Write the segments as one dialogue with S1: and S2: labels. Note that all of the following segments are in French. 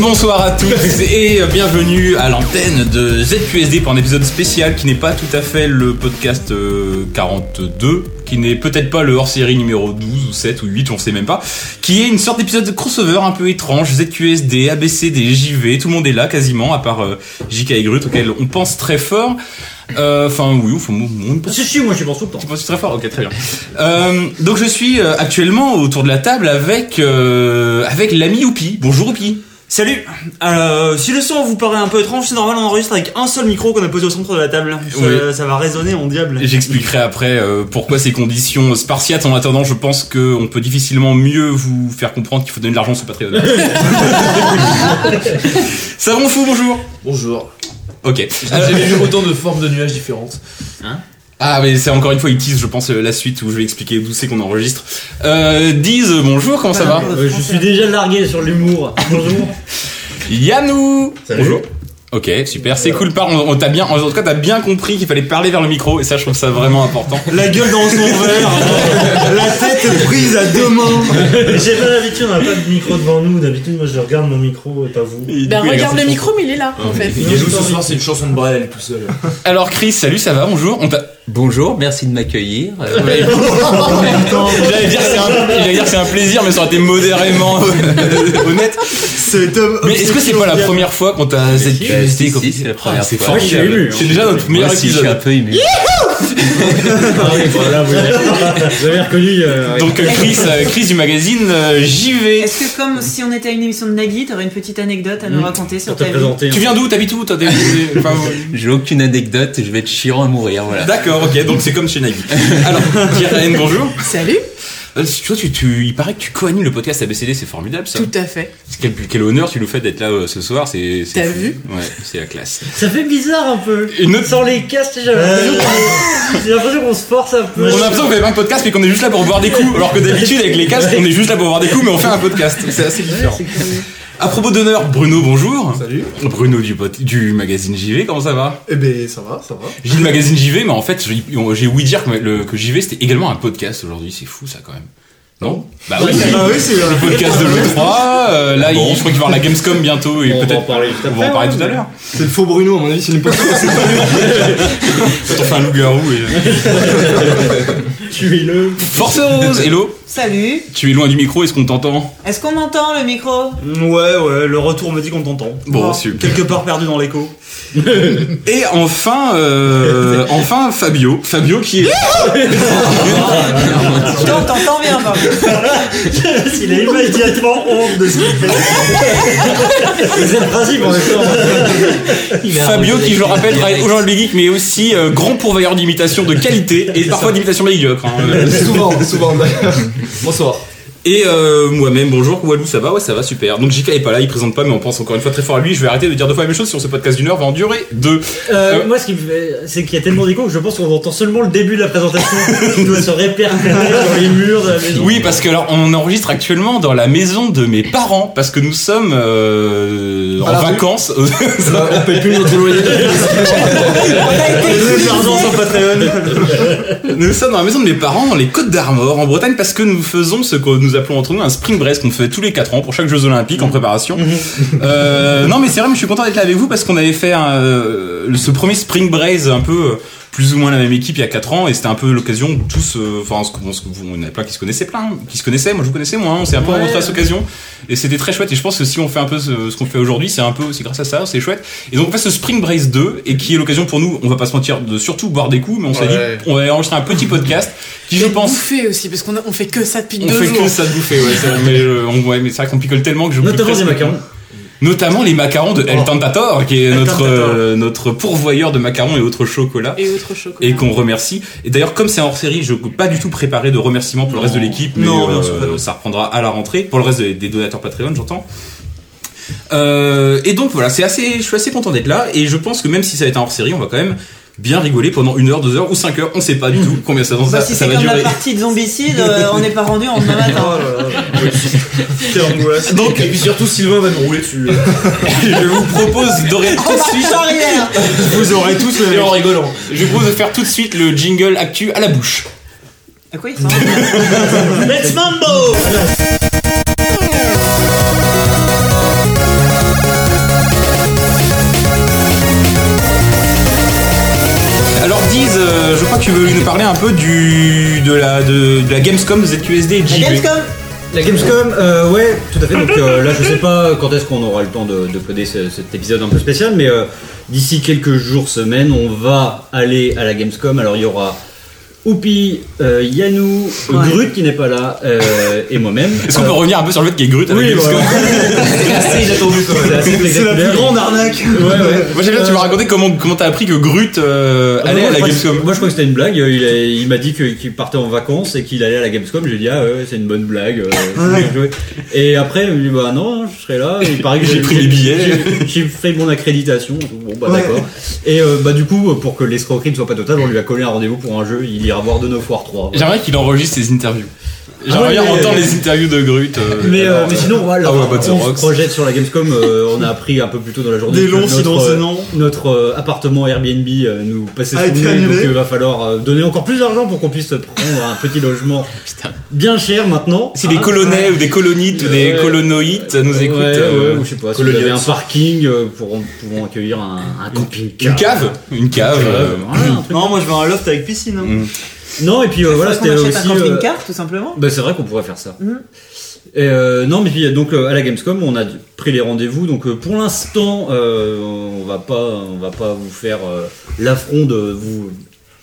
S1: bonsoir à tous et bienvenue à l'antenne de ZQSD pour un épisode spécial qui n'est pas tout à fait le podcast euh, 42, qui n'est peut-être pas le hors-série numéro 12 ou 7 ou 8, on sait même pas, qui est une sorte d'épisode de crossover un peu étrange, ZQSD, ABCD, JV, tout le monde est là quasiment, à part euh, JK et Grut auquel on pense très fort. Euh, Enfin oui, enfin, on pense
S2: Si, si, moi j'y pense tout le temps.
S1: tu penses très fort, ok, très bien. Euh, donc je suis euh, actuellement autour de la table avec euh, avec l'ami Youpi. Bonjour Youpi.
S2: Salut Alors, si le son vous paraît un peu étrange, c'est normal, on enregistre avec un seul micro qu'on a posé au centre de la table. Ça,
S1: Oui.
S2: ça va résonner en diable.
S1: J'expliquerai après euh, pourquoi ces conditions spartiates. En attendant, je pense qu'on peut difficilement mieux vous faire comprendre qu'il faut donner de l'argent sur Patreon. Savon fou, bonjour.
S3: Bonjour.
S1: Ok.
S3: Ah, J'ai jamais vu autant de formes de nuages différentes.
S1: Ah, mais c'est encore une fois, ils teasent, je pense, euh, la suite où je vais expliquer d'où c'est qu'on enregistre. Euh, Diz, euh, bonjour, comment ça va
S2: Euh, je suis déjà largué sur l'humour. Bonjour.
S1: Yannou
S3: Salut.
S1: Bonjour. Ok, super, c'est cool, par on, on t'a bien, en tout cas, t'as bien compris qu'il fallait parler vers le micro, et ça, je trouve ça vraiment important.
S2: La gueule dans son verre, la tête prise à deux mains.
S4: Mais J'ai pas l'habitude, on a pas de micro devant nous. D'habitude, moi je regarde mon micro et pas vous.
S1: Et du
S5: Ben
S1: coup, il a
S5: regarde
S1: lancé
S5: le
S1: son-
S5: micro, Ah, mais il est là en fait.
S3: Et Gazou, ce soir, c'est une chanson de Brel tout seul.
S1: Alors, Chris, salut, ça va, bonjour, on t'a-
S6: Bonjour, merci de m'accueillir. Euh,
S1: Ouais. J'allais dire, c'est un- j'allais dire c'est un plaisir, mais ça aurait été modérément euh, honnête.
S2: Cet
S3: euh,
S2: homme.
S1: Mais est-ce que c'est pas la première fois qu'on t'a
S6: bah, si,
S1: ZQSD comme- Ah,
S6: si, c'est la première
S1: c'est
S6: fois.
S1: fort.
S2: j'ai ému.
S1: C'est déjà notre
S6: Moi
S1: meilleur
S6: aussi, je suis un
S1: épisode.
S6: peu ému.
S4: voilà, vous avez, vous avez reconnu. euh,
S1: Donc euh, Chris, euh, Chris du magazine euh, JV.
S7: Est-ce que comme si on était à une émission de Nagui, t'aurais une petite anecdote à nous raconter sur
S4: pour te
S7: ta vie
S4: présenter.
S1: Tu viens d'où T'habites où Toi, t'es- enfin, euh,
S6: J'ai aucune anecdote, je vais être chiant à mourir, voilà.
S1: D'accord, ok, donc c'est comme chez Nagui. Alors, Karen, bonjour.
S5: Salut
S1: Euh, tu vois, tu, tu- il paraît que tu co-animes le podcast ABCD, c'est formidable ça.
S5: Tout à fait.
S1: Quel, quel honneur tu nous fais d'être là euh, ce soir, c'est. c'est
S5: T'as
S1: fou.
S5: vu
S1: Ouais, c'est la classe.
S4: Ça fait bizarre un peu.
S1: Une autre
S4: Sans les casques, j'ai l'impression qu'on- j'ai l'impression qu'on se force un peu.
S1: On a l'impression qu'on fait pas de podcast mais qu'on est juste là pour boire des coups, alors que d'habitude avec les casques on est juste là pour boire des coups mais on fait un podcast. C'est assez différent. À propos d'honneur, Bruno, bonjour.
S3: Salut.
S1: Bruno du, pot- du magazine JV, comment ça va
S3: Eh ben, ça va, ça va.
S1: J'ai le magazine JV, mais en fait j'ai j'ai ouï dire que, le, que JV c'était également un podcast aujourd'hui, c'est fou ça quand même. Non Bah oui,
S2: Ah oui, c'est
S1: le podcast de l'E3, euh, là il- je crois qu'il va y avoir la Gamescom bientôt et
S4: On va en
S1: peut-être
S4: parler juste
S1: on va
S4: après, hein,
S1: en parler
S4: ouais.
S1: tout à l'heure.
S2: c'est le faux Bruno, à mon avis, c'est une
S1: Quand on fait un loup-garou et...
S4: Tuez-le.
S1: Force Rose, hello
S7: Salut
S1: Tu es loin du micro, est-ce qu'on t'entend
S7: Est-ce qu'on entend le micro
S2: Mm, Ouais, ouais, le retour me dit qu'on t'entend.
S1: Bon,
S7: Non.
S1: super.
S2: Quelque part perdu dans l'écho.
S1: Et enfin, euh, enfin Fabio, Fabio qui est
S7: Putain, t'entends bien, par contre.
S4: Il a immédiatement honte de ce qu'il fait. C'est le principe en même temps.
S1: Fabio qui, je le rappelle, travaille au Journal des Geeks, mais aussi euh, grand pourvoyeur d'imitations de qualité et parfois d'imitations médiocres. hein. Euh,
S3: souvent, souvent d'ailleurs. Bonsoir.
S1: Et euh, moi-même, bonjour, Walou, ça va Ouais, ça va super. Donc JK est pas là, il présente pas, mais on pense encore une fois très fort à lui. Je vais arrêter de dire deux fois la même chose sur ce podcast d'une heure va en durer deux.
S4: Euh, moi, ce qui me fait, c'est qu'il y a tellement d'écho que je pense qu'on entend seulement le début de la présentation qui doit se répercuter dans les murs de
S3: euh,
S4: la maison.
S1: Euh, Oui, parce que alors on enregistre actuellement dans la maison de mes parents parce que nous sommes euh,
S3: Dans
S1: en
S3: la rue.
S1: vacances.
S3: on paye plus notre loyer.
S2: Le l'argent sur Patreon.
S1: Nous sommes dans la maison de mes parents, dans les Côtes d'Armor, en Bretagne, parce que nous faisons ce que nous appelons entre nous un spring break, qu'on fait tous les 4 ans pour chaque Jeux Olympiques en préparation. Euh, non, mais c'est vrai, mais je suis content d'être là avec vous parce qu'on avait fait un, euh, ce premier spring break un peu euh, plus ou moins la même équipe il y a 4 ans et c'était un peu l'occasion où tous, euh, enfin, on se- on se- vous- on avait plein qui se connaissaient plein, qui se connaissaient, moi je vous connaissais moins, on s'est un peu rencontrés à cette occasion et c'était très chouette et je pense que si on fait un peu ce, ce qu'on fait aujourd'hui, c'est un peu aussi grâce à ça, c'est chouette. Et donc on fait ce spring break 2 et qui est l'occasion pour nous, on va pas se mentir, de surtout boire des coups, mais on s'est
S3: Ouais.
S1: dit on va enregistrer un petit podcast qui je
S5: Et
S1: pense
S5: bouffer aussi, parce qu'on a- on fait que ça depuis
S1: on
S5: deux
S1: fait
S5: jours.
S1: que ça de bouffer ouais, c'est vrai, mais, euh, on- ouais, mais c'est vrai qu'on picole tellement que je
S4: Notamment
S1: peux
S4: des
S1: presque-
S4: macarons.
S1: notamment les macarons de El
S4: Oh.
S1: Tentator qui est
S2: El
S1: notre
S2: Tentator.
S1: euh, notre pourvoyeur de macarons et autres chocolats
S5: Et autre chocolat.
S1: et qu'on remercie. Et d'ailleurs, comme c'est hors série, je n'ai pas du tout préparé de remerciements pour le reste de l'équipe, mais
S2: Non,
S1: euh,
S2: bien sûr, pas, non.
S1: ça reprendra à la rentrée, pour le reste des, des donateurs Patreon, j'entends. Euh, et donc voilà, c'est assez, je suis assez content d'être là, et je pense que même si ça va être un hors série, on va quand même bien rigoler pendant une heure, deux heures ou cinq heures, on sait pas du tout combien ça, ça,
S7: Bah, Si
S1: ça
S7: c'est
S1: va
S7: comme la
S1: durer.
S7: partie de zombicide, euh, on n'est pas rendu en demain
S2: Oh,
S7: matin.
S2: Quelle angoisse.
S1: Donc
S3: Et puis surtout, Sylvain va nous rouler dessus.
S1: je vous propose d'organiser tout de suite,
S7: Sans rire.
S2: Vous aurez tous le
S3: Et en rigolant.
S1: je vous propose de faire tout de suite le jingle actu à la bouche.
S7: Ah, Quoi, il s'en rire
S4: Let's mambo
S1: euh, je crois que tu veux nous parler un peu du de la de, de la Gamescom ZQSD et
S7: La
S1: JB.
S7: Gamescom
S4: La Gamescom, euh, ouais, tout à fait. Donc euh, là, je sais pas quand est-ce qu'on aura le temps de, de coder ce- cet épisode un peu spécial, mais euh, d'ici quelques jours, semaines, on va aller à la Gamescom. Alors, il y aura Oupi, euh, Yanou,
S7: Ouais.
S4: Grut qui n'est pas là, euh, et moi-même.
S1: Est-ce qu'on peut
S4: Euh,
S1: revenir un peu sur le fait qu'il y ait Grut à la
S4: oui,
S1: Gamescom
S4: voilà. C'est assez inattendu quand même. C'est assez spectaculaire.
S2: arnaque.
S4: Ouais, ouais. Euh,
S1: Moi j'aime bien, tu m'as raconté comment comment t'as appris que Grut euh,
S4: Ah,
S1: allait
S4: moi,
S1: à
S4: je
S1: la
S4: crois que-
S1: Gamescom.
S4: Moi je crois que c'était une blague. Euh, Il, a- il m'a dit que- qu'il partait en vacances et qu'il allait à la Gamescom. J'ai dit ah ouais, c'est une bonne blague. euh, c'est bien joué. Et après il me dit bah non je serai là. Il paraît que
S1: J'ai pris les billets.
S4: j'ai- J'ai fait mon accréditation. Bon bah
S2: Ouais.
S4: d'accord. Et euh, bah du coup pour que l'escroquerie ne soit pas totale on lui a collé un rendez-vous pour un jeu. Il ira voir de of War 3.
S1: J'aimerais qu'il enregistre ses interviews.
S4: Ah
S1: J'aimerais
S4: ouais,
S1: bien
S4: mais-
S1: entendre les interviews de Grut. euh,
S4: Mais, euh,
S1: alors,
S4: mais
S1: euh,
S4: sinon voilà
S1: Ah ouais, bah, The
S4: on
S1: Rocks.
S4: se projette sur la Gamescom. euh, on a appris un peu plus tôt dans la journée.
S2: Des
S4: que
S2: longs
S4: notre,
S2: silences
S4: euh,
S2: non.
S4: notre euh, appartement Airbnb euh, nous passait
S2: A
S4: sous
S2: été
S4: le nez, donc
S2: annulé.
S4: il va falloir euh, donner encore plus d'argent pour qu'on puisse prendre un petit logement bien cher maintenant.
S1: si des
S4: Ah,
S1: colonnais ou des colonites ou des
S4: Ouais.
S1: colonoïtes nous
S4: ouais,
S1: écoutent,
S4: ouais,
S1: euh,
S4: ou je sais pas, si vous
S1: coloniotes.
S4: avez un parking euh, pour pouvant accueillir un, un camping-car.
S1: une cave, Mm. une cave.
S4: Euh,
S1: euh,
S4: voilà, un truc.
S2: Non, moi je veux un loft avec piscine. hein.
S4: Non, et puis euh, voilà,
S7: Faudrait
S4: c'était
S7: qu'on
S4: aussi.
S7: achète un
S4: euh,
S7: camping-car, tout simplement.
S4: Bah, c'est vrai qu'on pourrait faire ça.
S7: Mhm.
S4: Et, euh, non, mais puis donc euh, à la Gamescom, on a d- pris les rendez-vous. Donc euh, pour l'instant, euh, on va pas, on va pas vous faire euh, l'affront de vous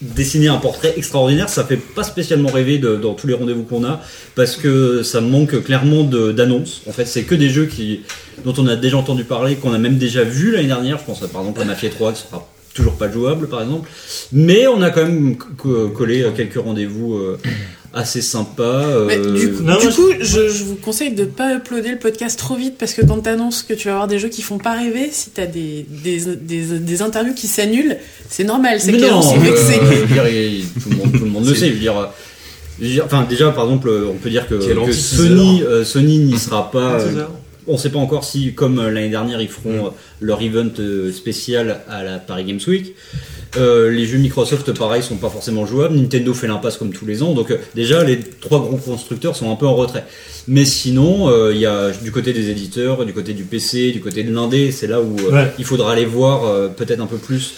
S4: dessiner un portrait extraordinaire. Ça fait pas spécialement rêver de- dans tous les rendez-vous qu'on a parce que ça manque clairement de- d'annonces. En fait, c'est que des jeux qui, dont on a déjà entendu parler, qu'on a même déjà vu l'année dernière. Je pense à, par exemple à Mafia 3 qui sera toujours pas jouable, par exemple. Mais on a quand même co- collé euh, quelques rendez-vous euh, assez sympas. euh,
S5: Mais du coup,
S2: non,
S5: du
S2: moi,
S5: coup, je, je vous conseille de pas uploader le podcast trop vite parce que quand t'annonces que tu vas avoir des jeux qui font pas rêver, si t'as des, des, des, des interviews qui s'annulent, c'est normal, c'est
S4: Mais
S5: que les gens
S4: non,
S5: sont
S4: euh,
S5: vexés.
S4: je veux dire, il- tout le monde, tout le monde le sait. Je veux dire, euh, je veux dire, enfin déjà par exemple, euh, on peut dire que,
S3: Quel
S4: que
S3: anti-teaser.
S4: Sony, euh, Sony
S2: Ah,
S4: n'y sera pas.
S2: C'est
S4: euh,
S2: ça.
S4: on sait pas encore si, comme euh, l'année dernière, ils
S2: Mm.
S4: feront euh, leur event euh, spécial à la Paris Games Week. Euh, les jeux Microsoft, pareil, sont pas forcément jouables. Nintendo fait l'impasse comme tous les ans. Donc, euh, déjà, les trois gros constructeurs sont un peu en retrait. Mais sinon, euh, il y a du côté des éditeurs, du côté du PC, du côté de l'indé, c'est là où euh,
S2: Ouais.
S4: il faudra aller voir euh, peut-être un peu plus.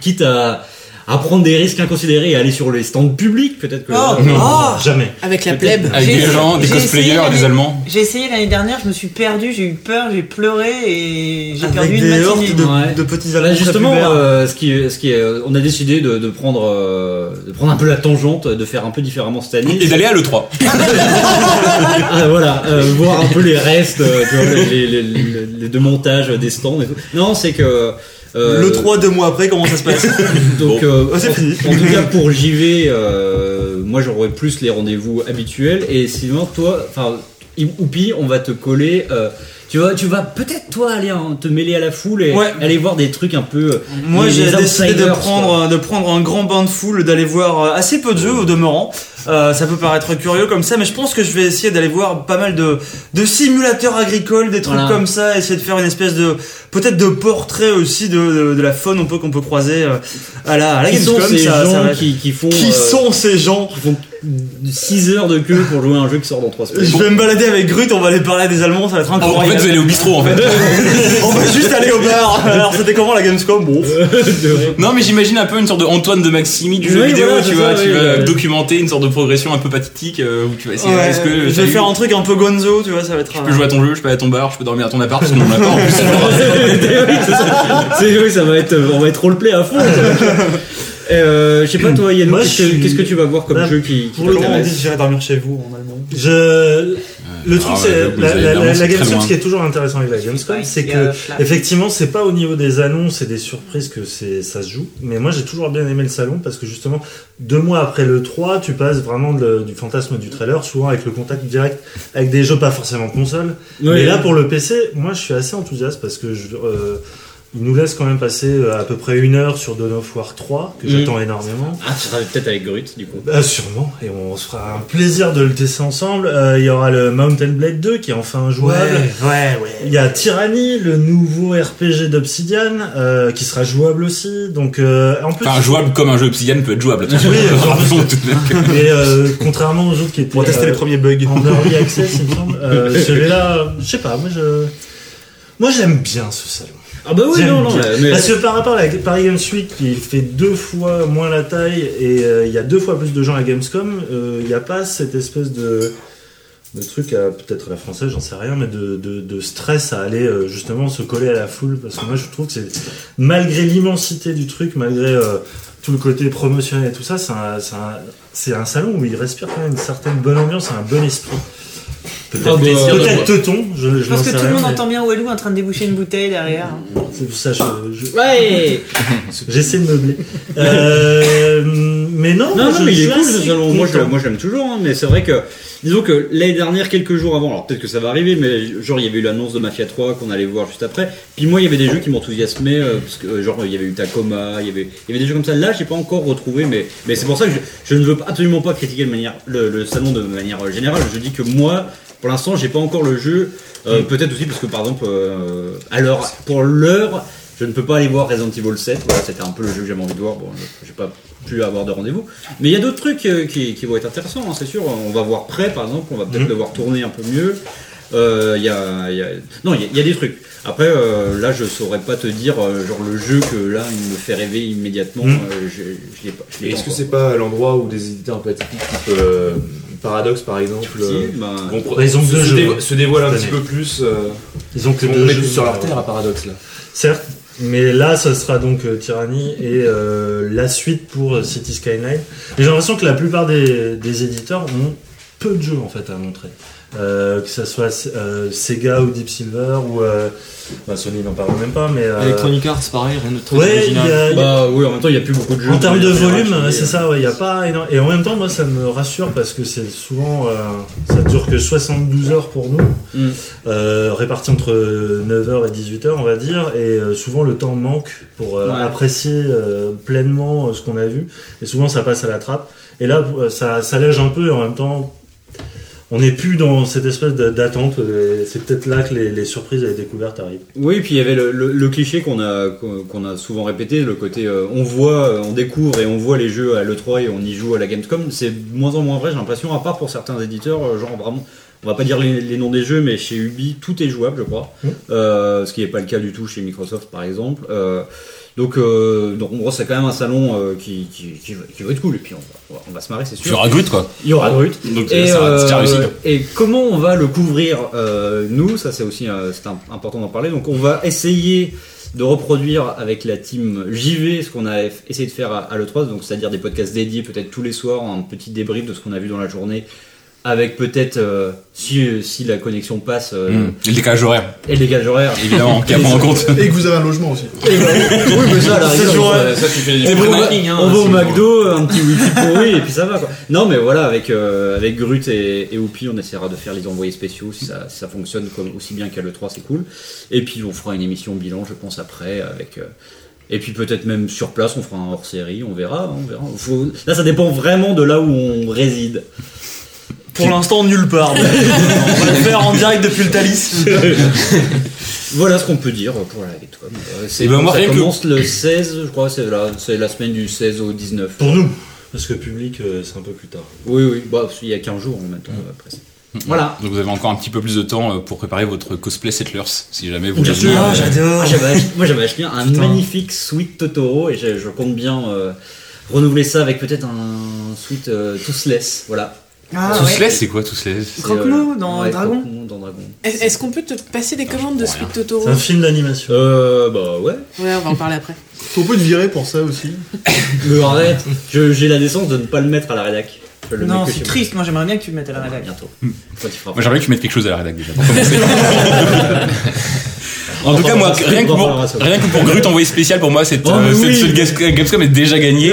S4: Quitte à, à prendre des risques inconsidérés et aller sur les stands publics, peut-être que.
S7: Oh,
S4: là-
S7: oh
S2: Ah, Jamais.
S5: Avec la
S4: euh, Peut-être.
S5: plèbe.
S1: Avec
S7: J'ai
S1: des
S7: essayé-
S1: gens, des
S7: j'ai
S1: cosplayers
S7: essayé
S1: et des
S7: l'année-
S1: Allemands.
S7: J'ai essayé l'année dernière, je me suis perdu, j'ai eu peur, j'ai pleuré et j'ai perdu
S2: Avec
S7: une
S2: des
S7: matinée.
S2: hordes de,
S4: Ouais.
S2: de petits
S4: Là,
S2: allemands.
S4: justement,
S2: très puberts.
S4: euh, ce qui, est- ce qui est, on a décidé de, de prendre, euh, de prendre un peu la tangente, de faire un peu différemment cette année.
S1: Et d'aller à l'E3.
S4: Ah, voilà, euh, voir un peu les restes, euh, tu vois, les, les, les, les deux montages des stands et tout. Non, c'est que. euh,
S2: le 3 deux mois après, comment ça se passe
S1: Bon.
S4: Donc, euh,
S2: Ah, c'est
S4: en-
S2: fini.
S4: En, tout cas, pour JV, euh, moi j'aurai plus les rendez-vous habituels. Et sinon, toi, enfin, Oupi, on va te coller. euh, tu vois, tu vas peut-être toi aller en- te mêler à la foule et
S2: Ouais.
S4: aller voir des trucs un peu. euh,
S2: Moi,
S4: les-
S2: j'ai
S4: les
S2: décidé de
S4: outsiders,
S2: prendre, de prendre un grand bain de foule, d'aller voir euh, assez peu de jeux au demeurant. Euh, ça peut paraître curieux comme ça, mais je pense que je vais essayer d'aller voir pas mal de, de simulateurs agricoles, des trucs
S4: Voilà.
S2: comme ça, essayer de faire une espèce de, peut-être de portrait aussi de, de, de la faune un peu qu'on peut croiser euh, à la, à la
S4: qui sont
S2: Gamescom.
S4: ces
S2: ça- ça
S4: gens
S2: va être-
S4: qui, qui font.
S2: Qui
S4: euh,
S2: sont ces gens
S4: qui font 6 heures de queue pour jouer à un jeu qui sort dans 3 semaines.
S2: Je vais me balader avec Grut, on va aller parler des Allemands, ça va être
S1: En, en
S2: incroyable.
S1: fait, vous allez au bistrot en fait.
S2: on va juste aller au bar. Alors, c'était comment la Gamescom Bon.
S1: Non, mais j'imagine un peu une sorte de Antoine de Maximi du jeu
S4: Oui,
S1: vidéo,
S4: voilà,
S1: tu
S4: c'est
S1: vois.
S4: ça,
S1: tu
S4: oui,
S1: vas
S4: oui.
S1: documenter une sorte de progression un peu pathétique euh, où tu vas essayer.
S2: Ouais,
S1: Est-ce que
S2: je
S1: salut,
S2: vais faire un truc un peu gonzo, tu vois, ça va être.
S1: je peux jouer à ton jeu, je peux aller à ton bar, je peux dormir à ton appart parce qu'on en a pas en plus.
S4: oui, c'est ça. C'est- oui, ça va être, on va être roleplay à fond. Euh, je sais pas toi Yannou,
S8: Moi, je
S4: qu'est-ce que-
S8: suis-
S4: qu'est-ce que tu vas voir comme
S8: Bah,
S4: jeu qui, Ah qui
S8: pour le moment,
S2: On
S4: t'intéresse
S2: dit j'irai dormir chez vous en allemand.
S8: Je...
S4: Euh,
S8: Le truc,
S1: Ah, ouais,
S8: c'est
S1: vous
S8: la,
S1: allez
S8: la,
S1: vraiment,
S8: la,
S1: c'est très
S8: Gamescom,
S1: loin.
S8: ce qui est toujours intéressant avec la Gamescom, c'est
S7: Il y a
S8: que
S7: Flash.
S8: effectivement, c'est pas au niveau des annonces et des surprises que c'est ça se joue. Mais moi, j'ai toujours bien aimé le salon parce que justement, deux mois après le 3, tu passes vraiment de- du fantasme du trailer, souvent avec le contact direct avec des jeux pas forcément console.
S4: Ouais.
S8: Mais là, pour le PC, moi, je suis assez enthousiaste parce que je, euh, il nous laisse quand même passer euh, à peu près une heure sur Dawn of War 3 que
S4: Mm.
S8: j'attends énormément.
S4: Ah, tu seras peut-être avec Grut du coup.
S8: Bah, sûrement, et on se fera un plaisir de le tester ensemble. Euh, Il y aura le Mountain Blade 2 qui est enfin jouable.
S2: ouais,
S8: Il y a Tyranny, le nouveau RPG d'Obsidian, euh, qui sera jouable aussi. Donc, euh, en plus,
S1: Enfin, jouable comme un jeu Obsidian peut être jouable. attention.
S8: Oui, euh,
S1: Rappelons tout de même que-
S8: mais, euh, contrairement aux autres qui étaient
S2: Pour tester
S8: euh,
S2: les premiers bugs.
S8: en early access, il me semble, euh, celui-là, je sais pas, moi je, moi j'aime bien ce salon.
S4: Ah bah oui,
S8: J'aime
S4: non, non,
S8: bien.
S4: mais- mais-
S8: Parce que par rapport à la Paris Games Week qui fait deux fois moins la taille et euh, il y a deux fois plus de gens à Gamescom, euh, il n'y a pas cette espèce de, de truc à peut-être à la française, j'en sais rien, mais de, de- de stress à aller euh, justement se coller à la foule. Parce que moi je trouve que c'est malgré l'immensité du truc, malgré euh, tout le côté promotionnel et tout ça, c'est un, c'est un- c'est un salon où il respire quand même une certaine bonne ambiance et un bon esprit. Peut-être
S4: Ah bah,
S8: peut-être peut-on, je, je
S7: Je
S8: n'en
S7: pense
S8: sais
S7: que tout
S8: rien,
S7: le monde
S8: mais
S7: entend bien Walou en train de déboucher une bouteille derrière.
S8: c'est- ça, je- je-
S7: Ouais
S8: J'essaie de meubler. Euh, mais non,
S4: Non,
S8: moi,
S4: non,
S8: je euh,
S4: mais il
S8: suis
S4: est cool
S8: assez
S4: ce salon. Moi, je,
S8: content.
S4: moi, je l'aime toujours, hein, mais c'est vrai que, disons que l'année dernière, quelques jours avant, alors peut-être que ça va arriver, mais genre, il y avait eu l'annonce de Mafia 3 qu'on allait voir juste après. Puis moi, il y avait des jeux qui m'enthousiasmaient, euh, parce que, euh, genre, il y avait eu Tacoma, il y avait, il y avait des jeux comme ça. Là, j'ai pas encore retrouvé, mais, mais c'est pour ça que je, je ne veux absolument pas critiquer de manière, le, le salon de manière euh, générale. Je dis que moi, pour l'instant, j'ai pas encore le jeu.
S8: Hmm.
S4: Euh, Peut-être aussi parce que, par exemple, euh, à l'heure, pour l'heure, je ne peux pas aller voir Resident Evil 7, voilà, c'était un peu le jeu que j'avais envie de voir, bon, j'ai pas pu avoir de rendez-vous. Mais il y a d'autres trucs euh, qui, qui vont être intéressants, hein, c'est sûr. On va voir près, par exemple, on va peut-être
S8: Mhm.
S4: devoir tourner un peu mieux. Euh, Il y, a, il y a- Non, il y a, il y a des trucs. Après, euh, là, je saurais pas te dire, euh, genre, le jeu que là, il me fait rêver immédiatement,
S8: Mhm.
S4: euh, je, je l'ai pas. je l'ai
S9: Et
S4: pas
S9: Est-ce que
S4: encore.
S9: c'est pas l'endroit où des éditeurs un peu atypiques, type euh, Paradox par exemple, euh,
S4: Si, ben,
S9: vont pro-
S8: Bah, ils ont
S9: se,
S8: deux
S9: se
S8: jeux,
S9: dévo-
S8: hein,
S9: se dévoilent un
S8: cette
S9: petit
S8: année.
S9: peu plus euh,
S8: Ils ont que
S9: On
S8: deux
S9: met
S8: jeux,
S9: plus sur leur
S8: euh,
S9: terre à Paradox là.
S8: Certes, mais là, ça sera donc euh, Tyranny et euh, la suite pour euh, City Skyline. Et J'ai l'impression que la plupart des, des éditeurs ont peu de jeux en fait à montrer. Euh, que ce soit euh, Sega ou Deep Silver ou euh, bah, Sony n'en parle même pas mais euh,
S10: Electronic Arts, pareil, rien de très
S8: ouais il y
S10: original.
S8: a- il y a-
S4: Bah oui, en même temps, il y a plus beaucoup de jeux.
S8: En termes de volume,
S4: Et, euh,
S8: c'est ça, il n'y a pas énorme. Et en même temps, moi, ça me rassure parce que c'est souvent. euh, ça dure que 72 heures pour nous,
S4: Mm.
S8: euh, réparties entre 9h et 18h, on va dire. Et euh, souvent, le temps manque pour euh,
S4: Ouais.
S8: apprécier euh, pleinement euh, ce qu'on a vu. Et souvent, ça passe à la trappe. Et là, euh, ça, ça lège un peu et en même temps. On n'est plus dans cette espèce de- d'attente. euh, et C'est peut-être là que les, les surprises et les découvertes arrivent.
S4: Oui, puis il y avait le, le- le cliché qu'on a, qu'on qu'on a souvent répété, le côté euh, on voit, euh, on découvre et on voit les jeux à l'E3 et on y joue à la Gamescom. C'est de moins en moins vrai, j'ai l'impression, à part pour certains éditeurs, euh, genre vraiment, on va pas dire les, les noms des jeux, mais chez Ubi, tout est jouable, je crois.
S8: Mm.
S4: Euh, ce qui n'est pas le cas du tout chez Microsoft, par exemple. Euh, donc, euh, donc, en gros, c'est quand même un salon euh, qui, qui, qui va- qui va être cool. Et puis, on va, on va se marrer, c'est
S1: Tu
S4: sûr.
S1: auras Groot, quoi.
S4: Il y aura Brut.
S1: Donc
S4: Et,
S1: ça va- c'est déjà
S4: euh,
S1: réussi.
S4: et comment on va le couvrir euh, nous Ça c'est aussi euh, c'est im- important d'en parler. Donc on va essayer de reproduire avec la team JV ce qu'on a eff- essayé de faire à, à l'E3, donc c'est-à-dire des podcasts dédiés peut-être tous les soirs, un petit débrief de ce qu'on a vu dans la journée, avec peut-être euh, si, euh, si la connexion passe euh,
S1: Hum. Et Le décalage horaire,
S4: et le dégage horaire.
S1: évidemment, qui à prendre en compte.
S3: Et que vous avez un logement aussi.
S4: Et voilà. oui, mais ça, à la rigueur, on-
S6: Euh, ça, tu fais des
S4: eh, on va,
S6: pré-mapping, hein,
S4: bah, on va au
S6: c'est bon.
S4: McDo, un petit wifi pourri et puis ça va quoi. Non mais voilà, avec, euh, avec Grut et, et Oupi, on essaiera de faire les envoyés spéciaux si ça, si ça fonctionne comme, aussi bien qu'à l'E3, c'est cool. Et puis on fera une émission bilan, je pense, après. avec euh, Et puis peut-être même sur place, on fera un hors série, on verra. hein, on verra. Faut- Là, ça dépend vraiment de là où on réside.
S2: Pour l'instant, nulle part. mais on va le faire en direct depuis le Thalys.
S4: Voilà ce qu'on peut dire pour la Gamescom. Euh, c'est
S1: Eh ben, moi,
S4: ça
S1: rien que-
S4: commence le 16, je crois, c'est la, c'est la semaine du 16 au 19.
S8: Pour nous, parce que public, euh, c'est un peu plus tard.
S4: Oui, oui, bah, il y a 15 jours en même temps, après ça. Voilà.
S1: Donc vous avez encore un petit peu plus de temps euh, pour préparer votre cosplay Settlers, si jamais vous voulez.
S2: Ah, j'adore.
S4: Ah, j'avais ach- moi j'avais acheté un magnifique Sweet Totoro et je, je compte bien euh, renouveler ça avec peut-être un Sweet euh, Toothless. Voilà.
S7: Ah
S1: Toothless,
S7: ouais
S1: c'est quoi Toothless
S4: C'est,
S7: Croque-Mot dans Dragon.
S4: Croque-Mot dans Dragon.
S5: Est- Est-ce qu'on peut te passer des commandes de Sweet Totoro
S8: C'est un film d'animation.
S4: Euh, bah ouais.
S5: Ouais, on va en parler après.
S3: On peut te virer pour ça aussi.
S4: Mais Euh, arrête, je- j'ai la décence de ne pas le mettre à la rédac. Je le mets
S7: Non,
S4: que
S7: c'est
S4: chez moi.
S7: triste, moi j'aimerais bien que tu le mettes à la
S4: Voilà,
S7: rédaction.
S4: bientôt. Quand il fera
S1: Moi j'aimerais que tu mettes quelque chose à la rédac déjà. pour commencer. en tout cas, moi, rien que, pour, rien que pour Grut, envoyé spécial pour moi, cette,
S4: Oh, mais
S1: euh, cette-
S4: oui.
S1: cette Gas- Gamescom est déjà gagnée.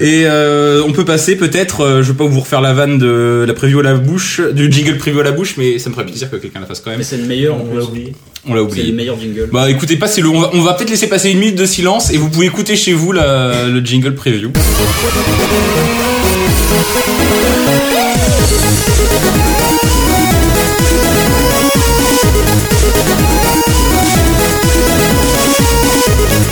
S1: Et euh, on peut passer peut-être, euh, je vais pas vous refaire la vanne de la preview à la bouche, du jingle preview à la bouche, mais ça me ferait plaisir que quelqu'un la fasse quand même.
S4: Mais c'est le meilleur en
S8: on l'a
S4: plus.
S8: oublié.
S1: On l'a
S4: C'est les
S1: oublié.
S4: meilleurs jingles.
S1: Bah écoutez, passez-le, on va, on va peut-être laisser passer une minute de silence et vous pouvez écouter chez vous la- le jingle preview.
S11: Thank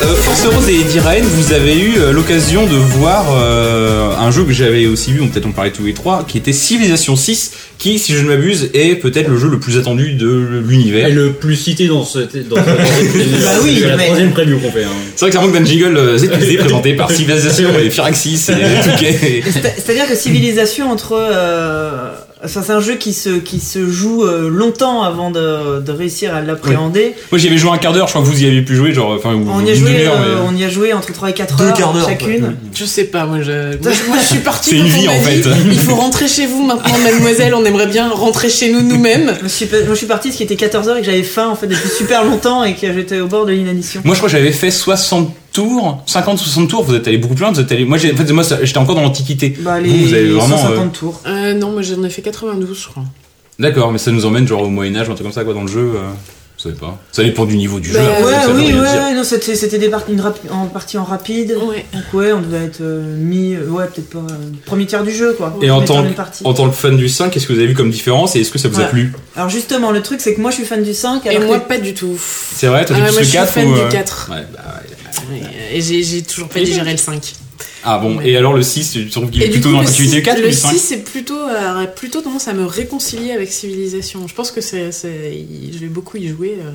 S1: Euh, Force Rose et Eddie Rain, vous avez eu euh, l'occasion de voir euh, un jeu que j'avais aussi vu, on peut-être en parler tous les trois, qui était Civilization 6, qui, si je ne m'abuse, est peut-être le jeu le plus attendu de l'univers.
S4: Et le plus cité dans ce. Dans ce- dans
S7: Bah oui,
S4: c'est la
S7: mais-
S4: troisième preview qu'on fait. Hein.
S1: C'est vrai que ça manque d'un jingle euh, épuisé présenté par Civilization et Firaxis et Touquet.
S7: C'est- C'est-à-dire que civilisation entre. euh, enfin, c'est un jeu qui se, qui se joue euh, longtemps avant de, de réussir à l'appréhender.
S1: Moi j'y avais joué un quart d'heure, je crois que vous y avez pu jouer, genre, enfin, ou
S7: On, y a
S1: une
S7: joué,
S1: demi-heure,
S7: euh,
S1: mais-
S7: on y a joué entre 3 et 4
S2: Deux quarts d'heure,
S7: heures chacune.
S5: Je sais pas, moi je, moi, je- moi, je suis partie.
S1: C'est une
S5: quand on
S1: vie,
S5: m'a
S1: en
S5: dit,
S1: fait.
S5: Il faut rentrer chez vous maintenant, mademoiselle. On aimerait bien rentrer chez nous nous-mêmes.
S7: Je suis, pas- moi, je suis partie, ce qui était 14h et que j'avais faim en fait depuis super longtemps et que j'étais au bord de l'inanition.
S1: Moi, je crois que j'avais fait 60 tours, 50, 60 tours. Vous êtes allé beaucoup plus loin. Vous êtes allé. Moi, j'ai- en fait, moi, ça- j'étais encore dans l'antiquité.
S7: Bah,
S1: Vous,
S7: les
S1: vous avez vraiment.
S7: 150
S1: euh,
S7: tours.
S5: Euh, non, moi j'en ai fait 92, je crois.
S1: D'accord, mais ça nous emmène genre au Moyen Âge, un truc comme ça, quoi, dans le jeu. euh, Je savais pas. Ça dépend du niveau du jeu.
S5: Bah,
S1: après,
S7: Ouais,
S1: ça veut
S7: oui,
S1: rien dire.
S7: ouais, non, c'était c'était des parties une rapi- en partie en rapide.
S5: Ouais.
S7: Donc ouais, on devait être euh, mis, euh, ouais peut-être pas euh, premier tiers du jeu quoi.
S1: Et en
S7: Premier tiers
S1: tant,
S7: d'une
S1: que,
S7: partie.
S1: en tant que fan du 5, qu'est-ce que vous avez vu comme différence et est-ce que ça vous a
S7: Voilà.
S1: plu
S7: Alors justement, le truc c'est que moi je suis fan du 5
S5: Et
S7: alors
S5: moi,
S7: que-
S5: pas du tout.
S1: C'est vrai, toi,
S5: Ah,
S1: t'es
S5: moi,
S1: plus
S5: je
S1: le
S5: suis
S1: 4
S5: fan
S1: ou, euh,
S5: du 4.
S1: Ouais, bah, ouais.
S5: Ouais, Et j'ai j'ai toujours pas digéré le 5.
S1: Ah bon,
S5: Ouais.
S1: et alors le 6, tu trouves qu'il est
S5: Et du
S1: plutôt
S5: coup,
S1: dans
S5: le
S1: l'activité
S5: six-
S1: du 4 ou
S5: le
S1: du 5
S5: 6 c'est plutôt, euh, plutôt tendance à me réconcilier avec Civilisation. Je pense que c'est, c'est- il- je vais beaucoup y jouer euh,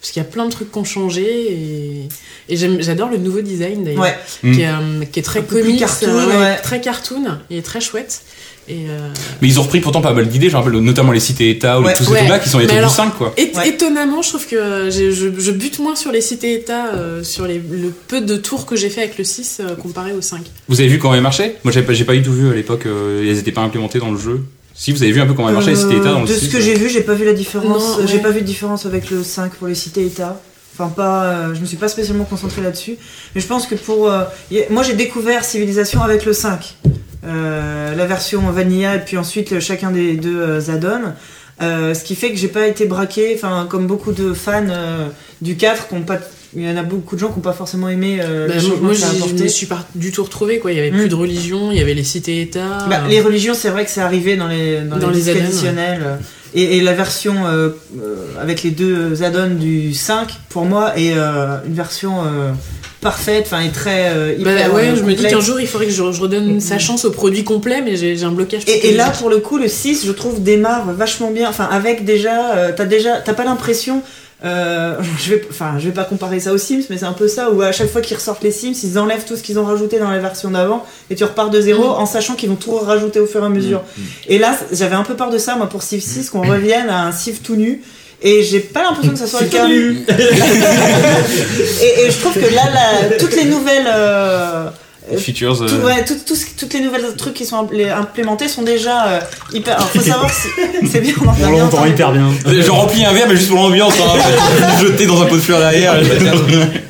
S5: parce qu'il y a plein de trucs qui ont changé et, et j'aime- j'adore le nouveau design d'ailleurs,
S7: Ouais.
S1: Mm.
S5: qui, est, euh, qui est très
S7: Un peu plus
S5: comique,
S7: cartoon,
S5: euh, ouais,
S7: ouais.
S5: très cartoon, il est très chouette. Et, euh,
S1: Mais ils ont repris pourtant pas mal d'idées, je rappelle notamment les cités-états ou
S7: Ouais.
S1: Ah tous ces
S5: Ouais.
S1: trucs-là qui sont les trucs
S5: Mais
S1: du
S5: alors-
S1: 5, quoi.
S5: Et-
S7: Ouais.
S5: Étonnamment, je trouve que euh, j'ai- je, je bute moins sur les cités-états, euh, sur les, le peu de tours que j'ai fait avec le 6 euh, comparé au 5.
S1: Vous avez vu comment elle marchait Moi j'ai pas, j'ai pas du tout vu à l'époque, euh, elles étaient pas implémentées dans le jeu. Si vous avez vu un peu comment elle marchait, les
S7: Euh,
S1: cités-états dans le
S7: De ce
S1: site,
S7: que
S1: euh.
S7: j'ai vu, j'ai pas vu la différence.
S5: Non, ouais.
S7: J'ai pas vu de différence avec le 5 pour les cités-états. Enfin, pas, euh, je me suis pas spécialement concentré là-dessus. Mais je pense que pour. euh, y a- moi, j'ai découvert Civilisation avec le 5. Euh, la version Vanilla et puis ensuite euh, chacun des deux euh, add-ons. Euh, ce qui fait que j'ai pas été braqué, enfin, comme beaucoup de fans euh, du 4, qui ont pas, il y en a beaucoup de gens qui n'ont pas forcément aimé euh,
S5: Bah,
S7: les
S5: moi, moi,
S7: changements que ça a
S5: j'y- je
S7: apporté.
S5: me suis pas du tout retrouvée, quoi. Il y avait
S7: Mm.
S5: plus de religion, il y avait les cités-états.
S7: Bah,
S5: euh,
S7: les religions, c'est vrai que c'est arrivé dans les dans,
S5: Dans
S7: les,
S5: les add-ons,
S7: traditionnels. Et, et la version euh, euh, avec les deux add-ons du 5, pour moi, est euh, une version euh, parfaite, enfin, est très euh,
S5: Bah,
S7: hyper,
S5: ouais,
S7: euh,
S5: je me dis
S7: complète.
S5: qu'un jour il faudrait que je, je redonne sa chance au produit complet, mais j'ai j'ai un blocage.
S7: Et, et là,
S5: psychologique.
S7: pour le coup, le 6, je trouve, démarre vachement bien. Enfin, avec déjà, euh, t'as déjà, t'as pas l'impression. euh, je vais, enfin, je vais pas comparer ça aux Sims, mais c'est un peu ça où à chaque fois qu'ils ressortent les Sims, ils enlèvent tout ce qu'ils ont rajouté dans la version d'avant et tu repars de zéro
S5: Mhm.
S7: en sachant qu'ils vont tout rajouter au fur et à mesure. Et là, c- j'avais un peu peur de ça, moi, pour Civ 6, qu'on revienne à un Civ tout nu. Et j'ai pas l'impression que ça soit le cas. et, et je trouve que là, là, toutes les nouvelles. euh,
S1: Les features. euh,
S7: tout, ouais, tout, tout ce- toutes les nouvelles trucs qui sont implé- implémentés sont déjà euh, hyper. Alors, faut savoir si c'est bien, on en a
S2: On
S7: bien
S2: l'entend
S7: entendu.
S2: hyper bien.
S1: Euh, Je remplis un verre, mais juste pour l'ambiance, hein. jeté dans un pot de fleurs derrière.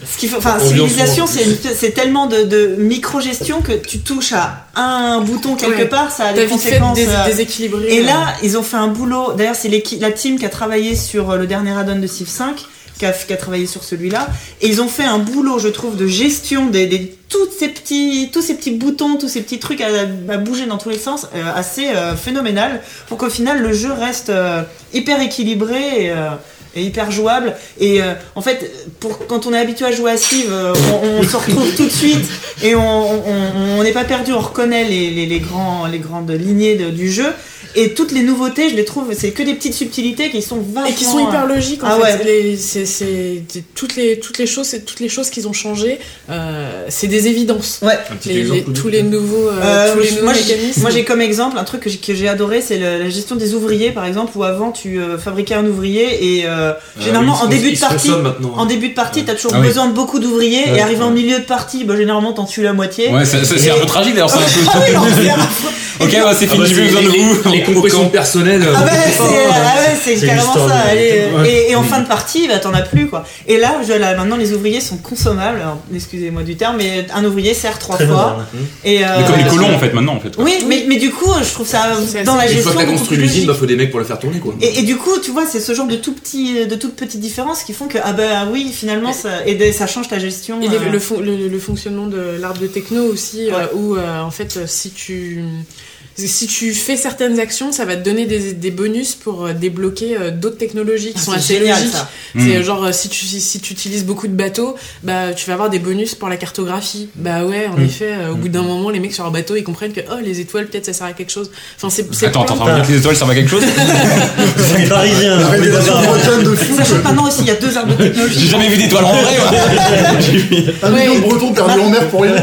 S7: Ce qu'il faut, enfin,
S9: On vient
S7: civilisation,
S9: souvent,
S7: c'est une- c'est tellement de, de micro-gestion que tu touches à un bouton quelque
S5: Ouais.
S7: part, ça a
S5: ta
S7: des
S5: vie de fête
S7: conséquences.
S5: dés-
S7: euh,
S5: déséquilibrée.
S7: Et
S5: euh,
S7: là, ils ont fait un boulot. D'ailleurs, c'est l'équi- la team qui a travaillé sur euh, le dernier add-on de Civ 5, qui a, qui a travaillé sur celui-là. Et ils ont fait un boulot, je trouve, de gestion des, des toutes ces petits, tous ces petits boutons, tous ces petits trucs à, à bouger dans tous les sens, euh, assez euh, phénoménal, pour qu'au final le jeu reste euh, hyper équilibré. Et, euh, et hyper jouable et euh, en fait pour quand on est habitué à jouer à Civ euh, on, on se retrouve tout de suite et on- on on- on n'est pas perdu on reconnaît les, les, les grands les grandes lignées de- du jeu et toutes les nouveautés, je les trouve, c'est que des petites subtilités qui sont vachement.
S5: et qui sont hyper logiques en
S7: Ah
S5: fait.
S7: ouais.
S5: Les- c'est- c'est- c'est- toutes les toutes les choses toutes les choses qu'ils ont changées, euh, c'est des évidences.
S7: Ouais.
S9: Un petit
S5: Les- les-
S9: exemple.
S5: tous les nouveaux euh,
S7: Euh,
S5: tous les
S7: je-
S5: nouveaux
S7: moi, j'ai-
S5: mécanismes.
S7: moi, j'ai comme exemple un truc que j'ai- que j'ai adoré, c'est le- la gestion des ouvriers par exemple, où avant tu euh, fabriquais un ouvrier et euh, généralement en début de partie, en début de partie, t'as toujours
S1: hein. Ah oui.
S7: besoin de beaucoup d'ouvriers
S1: Ouais.
S7: et arrivé en milieu de partie, bah, généralement t'en tues la moitié.
S1: Ouais, ça- ça- c'est un peu tragique d'ailleurs, c'est un peu.
S7: Et l'enfer.
S1: Ok, ouais, c'est fini, j'ai plus besoin de vous.
S9: Ah, bah, Les compressions personnelles. euh,
S7: Ah bah, c'est ah ouais, c'est
S8: euh, C'est
S7: carrément
S8: l'histoire
S7: ça.
S8: de-
S7: allez, euh,
S8: Ouais.
S7: et, et en fin de partie, bah, t'en as plus quoi. Et là, je- là, maintenant, les ouvriers sont consommables. Alors, Excusez-moi du terme, mais un ouvrier sert trois
S8: Très
S7: fois.
S8: moderne. hein.
S7: Et, euh,
S1: Mais comme les colons en fait maintenant en fait. quoi.
S7: Oui, mais, mais du coup, je trouve ça
S5: C'est
S7: dans la
S9: Une fois
S7: gestion.
S9: que t'as
S7: beaucoup
S9: construit
S7: plus
S9: l'usine, bah
S7: logique.
S9: faut des mecs pour la faire tourner quoi.
S7: et, et du coup, tu vois, c'est ce genre de tout petit, de toutes petites différences qui font que ah bah oui, finalement, ça, et des- ça change ta gestion.
S5: Et
S7: euh.
S5: les- le, fon- le- le fonctionnement de l'arbre de techno aussi, euh, où euh, en fait, euh, si tu Si tu fais certaines actions, ça va te donner des, des bonus pour euh, débloquer euh, d'autres technologies qui
S7: Ah,
S5: sont
S7: c'est
S5: assez
S7: génial,
S5: logiques.
S7: ça. Hmm.
S5: C'est genre euh, si tu si, si tu utilises beaucoup de bateaux, bah tu vas avoir des bonus pour la cartographie. Bah ouais,
S1: Hmm.
S5: en effet, euh, au bout d'un moment, les mecs sur un bateau, ils comprennent que oh les étoiles peut-être ça sert à quelque chose. Enfin c'est c'est
S1: Attends,
S5: plein
S1: t'es en
S5: de-
S1: train de dire que les étoiles servent à quelque chose
S8: Les Parisiens,
S3: La
S8: on les
S3: révélation
S8: bavard.
S3: bretonne de fou.
S7: Sachant que maintenant aussi, il y a deux arbres de
S1: J'ai
S7: technologie.
S1: jamais vu d'étoiles en vrai, ouais.
S3: Un million de bretons perdus en mer pour rien.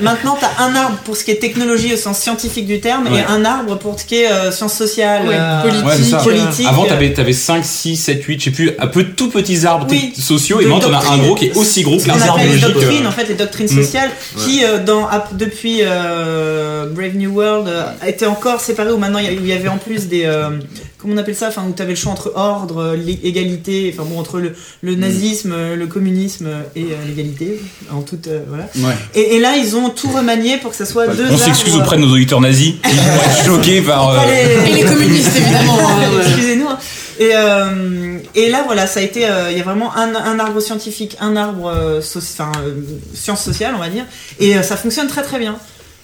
S7: Maintenant, t'as un arbre pour ce qui est technologie au sens scientifique du terme
S1: Ouais.
S7: et un arbre pour ce qui est euh, sciences sociales,
S5: Ouais,
S7: euh,
S5: politique,
S1: Ouais, c'est ça.
S7: politique.
S1: Avant, t'avais, t'avais 5, 6 7, 8, je sais plus, un peu de tout petits arbres
S7: Oui.
S1: t- sociaux, et
S7: De
S1: maintenant t'en as un
S7: doctrine.
S1: gros qui est aussi gros que
S7: on
S1: l'arbre
S7: appelle les
S1: biologique.
S7: doctrines, en fait, les doctrines sociales,
S1: Mm.
S7: qui, euh, dans, ap- depuis euh, Brave New World, euh, étaient encore séparées, où maintenant il y a- où il y avait en plus des. euh, comment on appelle ça Enfin, où tu avais le choix entre ordre, euh, l'i- égalité, enfin bon, entre le, le
S1: Mm.
S7: nazisme, euh, le communisme euh, et euh, l'égalité, en toute. euh, voilà.
S1: Ouais.
S7: Et, et là, ils ont tout remanié pour que ça soit deux.
S1: On s'excuse
S7: arbres,
S1: auprès de nos auditeurs nazis, ils vont être choqués par.
S7: euh,
S1: euh,
S7: pas les-
S5: Et les communistes évidemment. hein, ouais.
S7: Excusez-nous. hein. Et, euh, et là, voilà, ça a été. euh, Il y a vraiment un, un arbre scientifique, un arbre euh, so- enfin, euh, sciences sociales, on va dire. Et euh, ça fonctionne très très bien.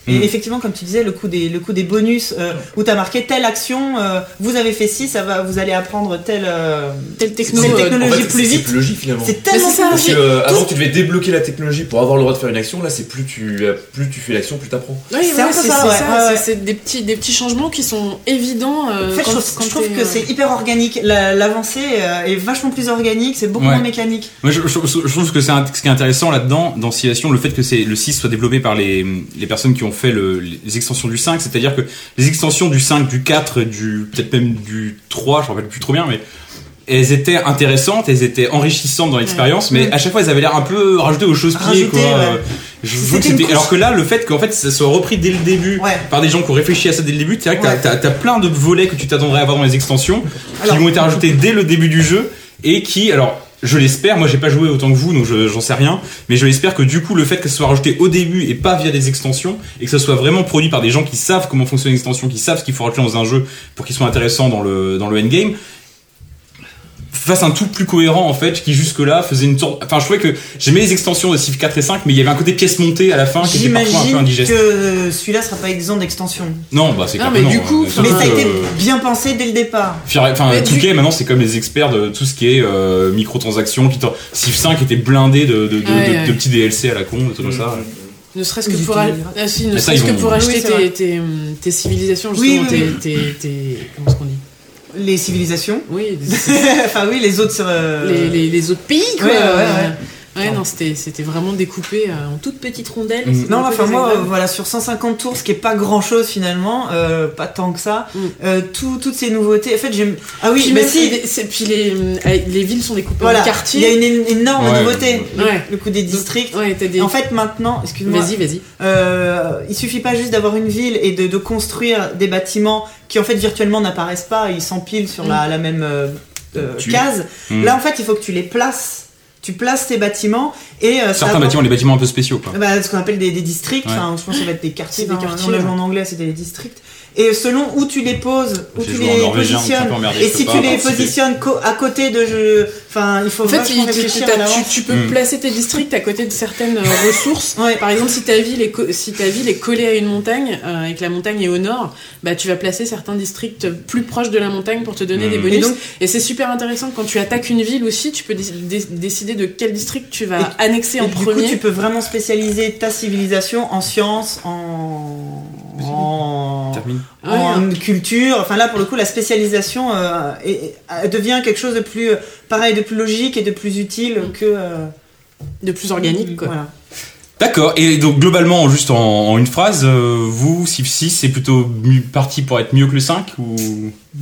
S7: Et
S1: Mm.
S7: effectivement, comme tu disais, le coup des, le coup des bonus, euh, où tu as marqué telle action, euh, vous avez fait ci, ça va, vous allez apprendre telle, euh,
S5: Telle techno,
S7: telle
S5: euh,
S9: En
S7: technologie
S9: fait,
S7: plus
S9: c'est
S7: vite.
S9: plus logique finalement.
S7: C'est
S5: Mais
S7: tellement
S5: c'est ça,
S7: plus
S9: Parce que
S7: logique.
S9: euh, avant
S7: tout-
S9: tu devais débloquer la technologie pour avoir le droit de faire une action, là c'est plus tu plus tu fais l'action, plus t'apprends.
S5: Oui,
S7: C'est
S5: voilà,
S7: un peu
S5: c'est c'est
S7: ça,
S5: ça.
S7: ouais, ouais, ouais.
S5: c'est- C'est des petits, des petits changements qui sont évidents. euh,
S7: En fait,
S5: quand,
S7: je trouve,
S5: quand
S7: je trouve
S5: t'es,
S7: que
S5: euh,
S7: c'est hyper organique. La- L'avancée euh, est vachement plus organique, c'est beaucoup
S1: Ouais.
S7: moins mécanique.
S1: Moi, je, je- je trouve que c'est un- ce qui est intéressant là-dedans, dans Civilization, le fait que c'est le 6 soit développé par les, les personnes qui ont fait le- les extensions du 5, c'est-à-dire que les extensions du 5, du 4, du peut-être même du 3, je me rappelle plus trop bien, mais elles étaient intéressantes, elles étaient enrichissantes dans l'expérience, mais à chaque fois elles avaient l'air un peu rajoutées aux choses pieds,
S7: Mm. Rajoutées,
S1: quoi.
S7: ouais.
S1: Euh, Je trouve que
S7: C'était une
S1: c'était-
S7: couche.
S1: alors que là, le fait qu'en fait ça soit repris dès le début
S7: Ouais.
S1: par des gens qui ont réfléchi à ça dès le début, c'est vrai que t'as-
S7: Ouais.
S1: t'as t'as plein de volets que tu t'attendrais à avoir dans les extensions
S7: Alors-
S1: qui vont être rajoutés dès le début du jeu et qui, alors, je l'espère, moi j'ai pas joué autant que vous, donc je- j'en sais rien, mais je l'espère que du coup le fait que ce soit rajouté au début et pas via des extensions, et que ce soit vraiment produit par des gens qui savent comment fonctionne une extension, qui savent ce qu'il faut rajouter dans un jeu pour qu'il soit intéressant dans le, dans le endgame, fasse un tout plus cohérent en fait, qui jusque-là faisait une sorte... Enfin je trouvais que j'aimais les extensions de Civ 4 et 5, mais il y avait un côté pièce montée à la fin qui était parfois un peu
S7: J'imagine
S1: indigeste.
S7: que euh, celui-là sera pas exempt d'extension.
S1: Non, bah c'est
S5: Non,
S1: clair
S5: mais
S1: que
S5: du
S1: non,
S5: coup,
S1: hein.
S5: enfin,
S7: Mais
S1: Surtout
S7: ça a été
S1: que-
S7: bien pensé dès le départ.
S1: Fira- Enfin,
S5: Mais
S1: Touquet,
S5: du-
S1: maintenant, c'est comme les experts de tout ce qui est euh, microtransactions. Qui t'en- Civ 5 était blindé de, de, de,
S5: Ouais,
S1: de-
S5: ouais.
S1: de petits DLC à la con, des trucs comme
S7: Mm.
S1: ça.
S5: Ne serait-ce que
S7: Ils
S5: pour,
S7: étaient
S5: a-
S7: grave.
S5: ah, si, ne
S1: Mais ça,
S5: serait-ce
S1: ils
S5: que
S1: vont-
S5: pour
S7: Oui,
S5: acheter
S7: c'est
S5: tes,
S7: vrai.
S5: tes, hum, tes civilisations,
S7: Oui,
S5: justement,
S7: oui,
S5: tes, tes, tes- Comment est-ce qu'on dit
S7: Les civilisations.
S5: Oui,
S7: enfin oui, les autres. euh,
S5: les, les, les autres pays, quoi.
S7: ouais, ouais, ouais.
S5: Euh, ouais, non, c'était c'était vraiment découpé euh, en toutes petites
S1: Mm. Hmm.
S5: rondelles. et c'était
S7: Non,
S5: un peu
S7: enfin moi, euh,
S5: désagréable.
S7: voilà, sur 150 tours, ce qui est pas grand chose finalement, euh, pas tant que ça.
S5: Mm.
S7: euh, tout- toutes ces nouveautés. En fait, j'aime. Ah oui,
S5: Puis,
S7: mais
S5: même,
S7: si.
S5: et- c'est- puis les, hum, les villes sont découpées
S7: Voilà,
S5: en
S7: il y a
S5: quartiers.
S7: une é- énorme
S1: Ouais.
S7: nouveauté. Le,
S5: Ouais.
S7: le coup des districts.
S5: Ouais, t'as des.
S7: En fait, maintenant, excuse-moi,
S5: vas-y, vas-y.
S7: euh, il suffit pas juste d'avoir une ville et de, de construire des bâtiments qui en fait virtuellement n'apparaissent pas, ils s'empilent sur
S5: Mm.
S7: la, la même euh, euh,
S9: Tu-
S7: case.
S1: Mm.
S7: Là, en fait, il faut que tu les places. Tu places tes bâtiments et euh, ça
S1: Certains
S7: apporte-
S1: bâtiments, les bâtiments un peu spéciaux, quoi.
S7: Bah, ce qu'on appelle des, des districts,
S1: Ouais.
S7: enfin, je pense que ça va être des quartiers,
S5: C'est
S7: des
S5: des
S7: quartiers.
S5: quartiers,
S7: On l'a joué
S5: ouais.
S7: en anglais, c'était des districts. Et euh, selon où tu les poses, où
S1: J'ai
S7: tu
S1: joué en
S7: les
S1: norvégien, donc je suis un peu
S7: positionnes,
S1: emmerdé,
S7: et
S1: je peux
S7: si
S1: pas
S7: tu les
S1: participer.
S7: positionnes co- à côté de jeux, enfin, il faut
S5: En fait,
S7: vachement
S5: il- tu, tu-
S7: réfléchir à
S5: t'as- tu-
S7: l'avance.
S5: tu peux
S1: Mm.
S5: placer tes districts à côté de certaines euh, ressources.
S7: Ouais.
S5: Par exemple, si ta ville est, co- si ta ville est collée à une montagne euh, et que la montagne est au nord, bah, tu vas placer certains districts plus proches de la montagne pour te donner
S1: Mm.
S5: des
S7: Et
S5: bonus. Et,
S7: donc,
S5: c'est super intéressant quand tu attaques une ville aussi, tu peux dé- dé- décider de quel district tu vas
S7: Et-
S5: annexer
S7: et
S5: en
S7: du coup,
S5: premier.
S7: tu peux vraiment spécialiser ta civilisation en sciences, en, en,
S1: Termine.
S7: en
S5: hein.
S7: culture. Enfin, là, pour le coup, la spécialisation euh, est- est- devient quelque chose de plus, euh, pareil, de plus logique et de plus utile que. euh,
S5: Mm. De plus organique, quoi.
S7: voilà.
S1: D'accord, et donc globalement, juste en, en une phrase, euh, vous, Civ 6, c'est plutôt mi- parti pour être mieux que le 5 ou...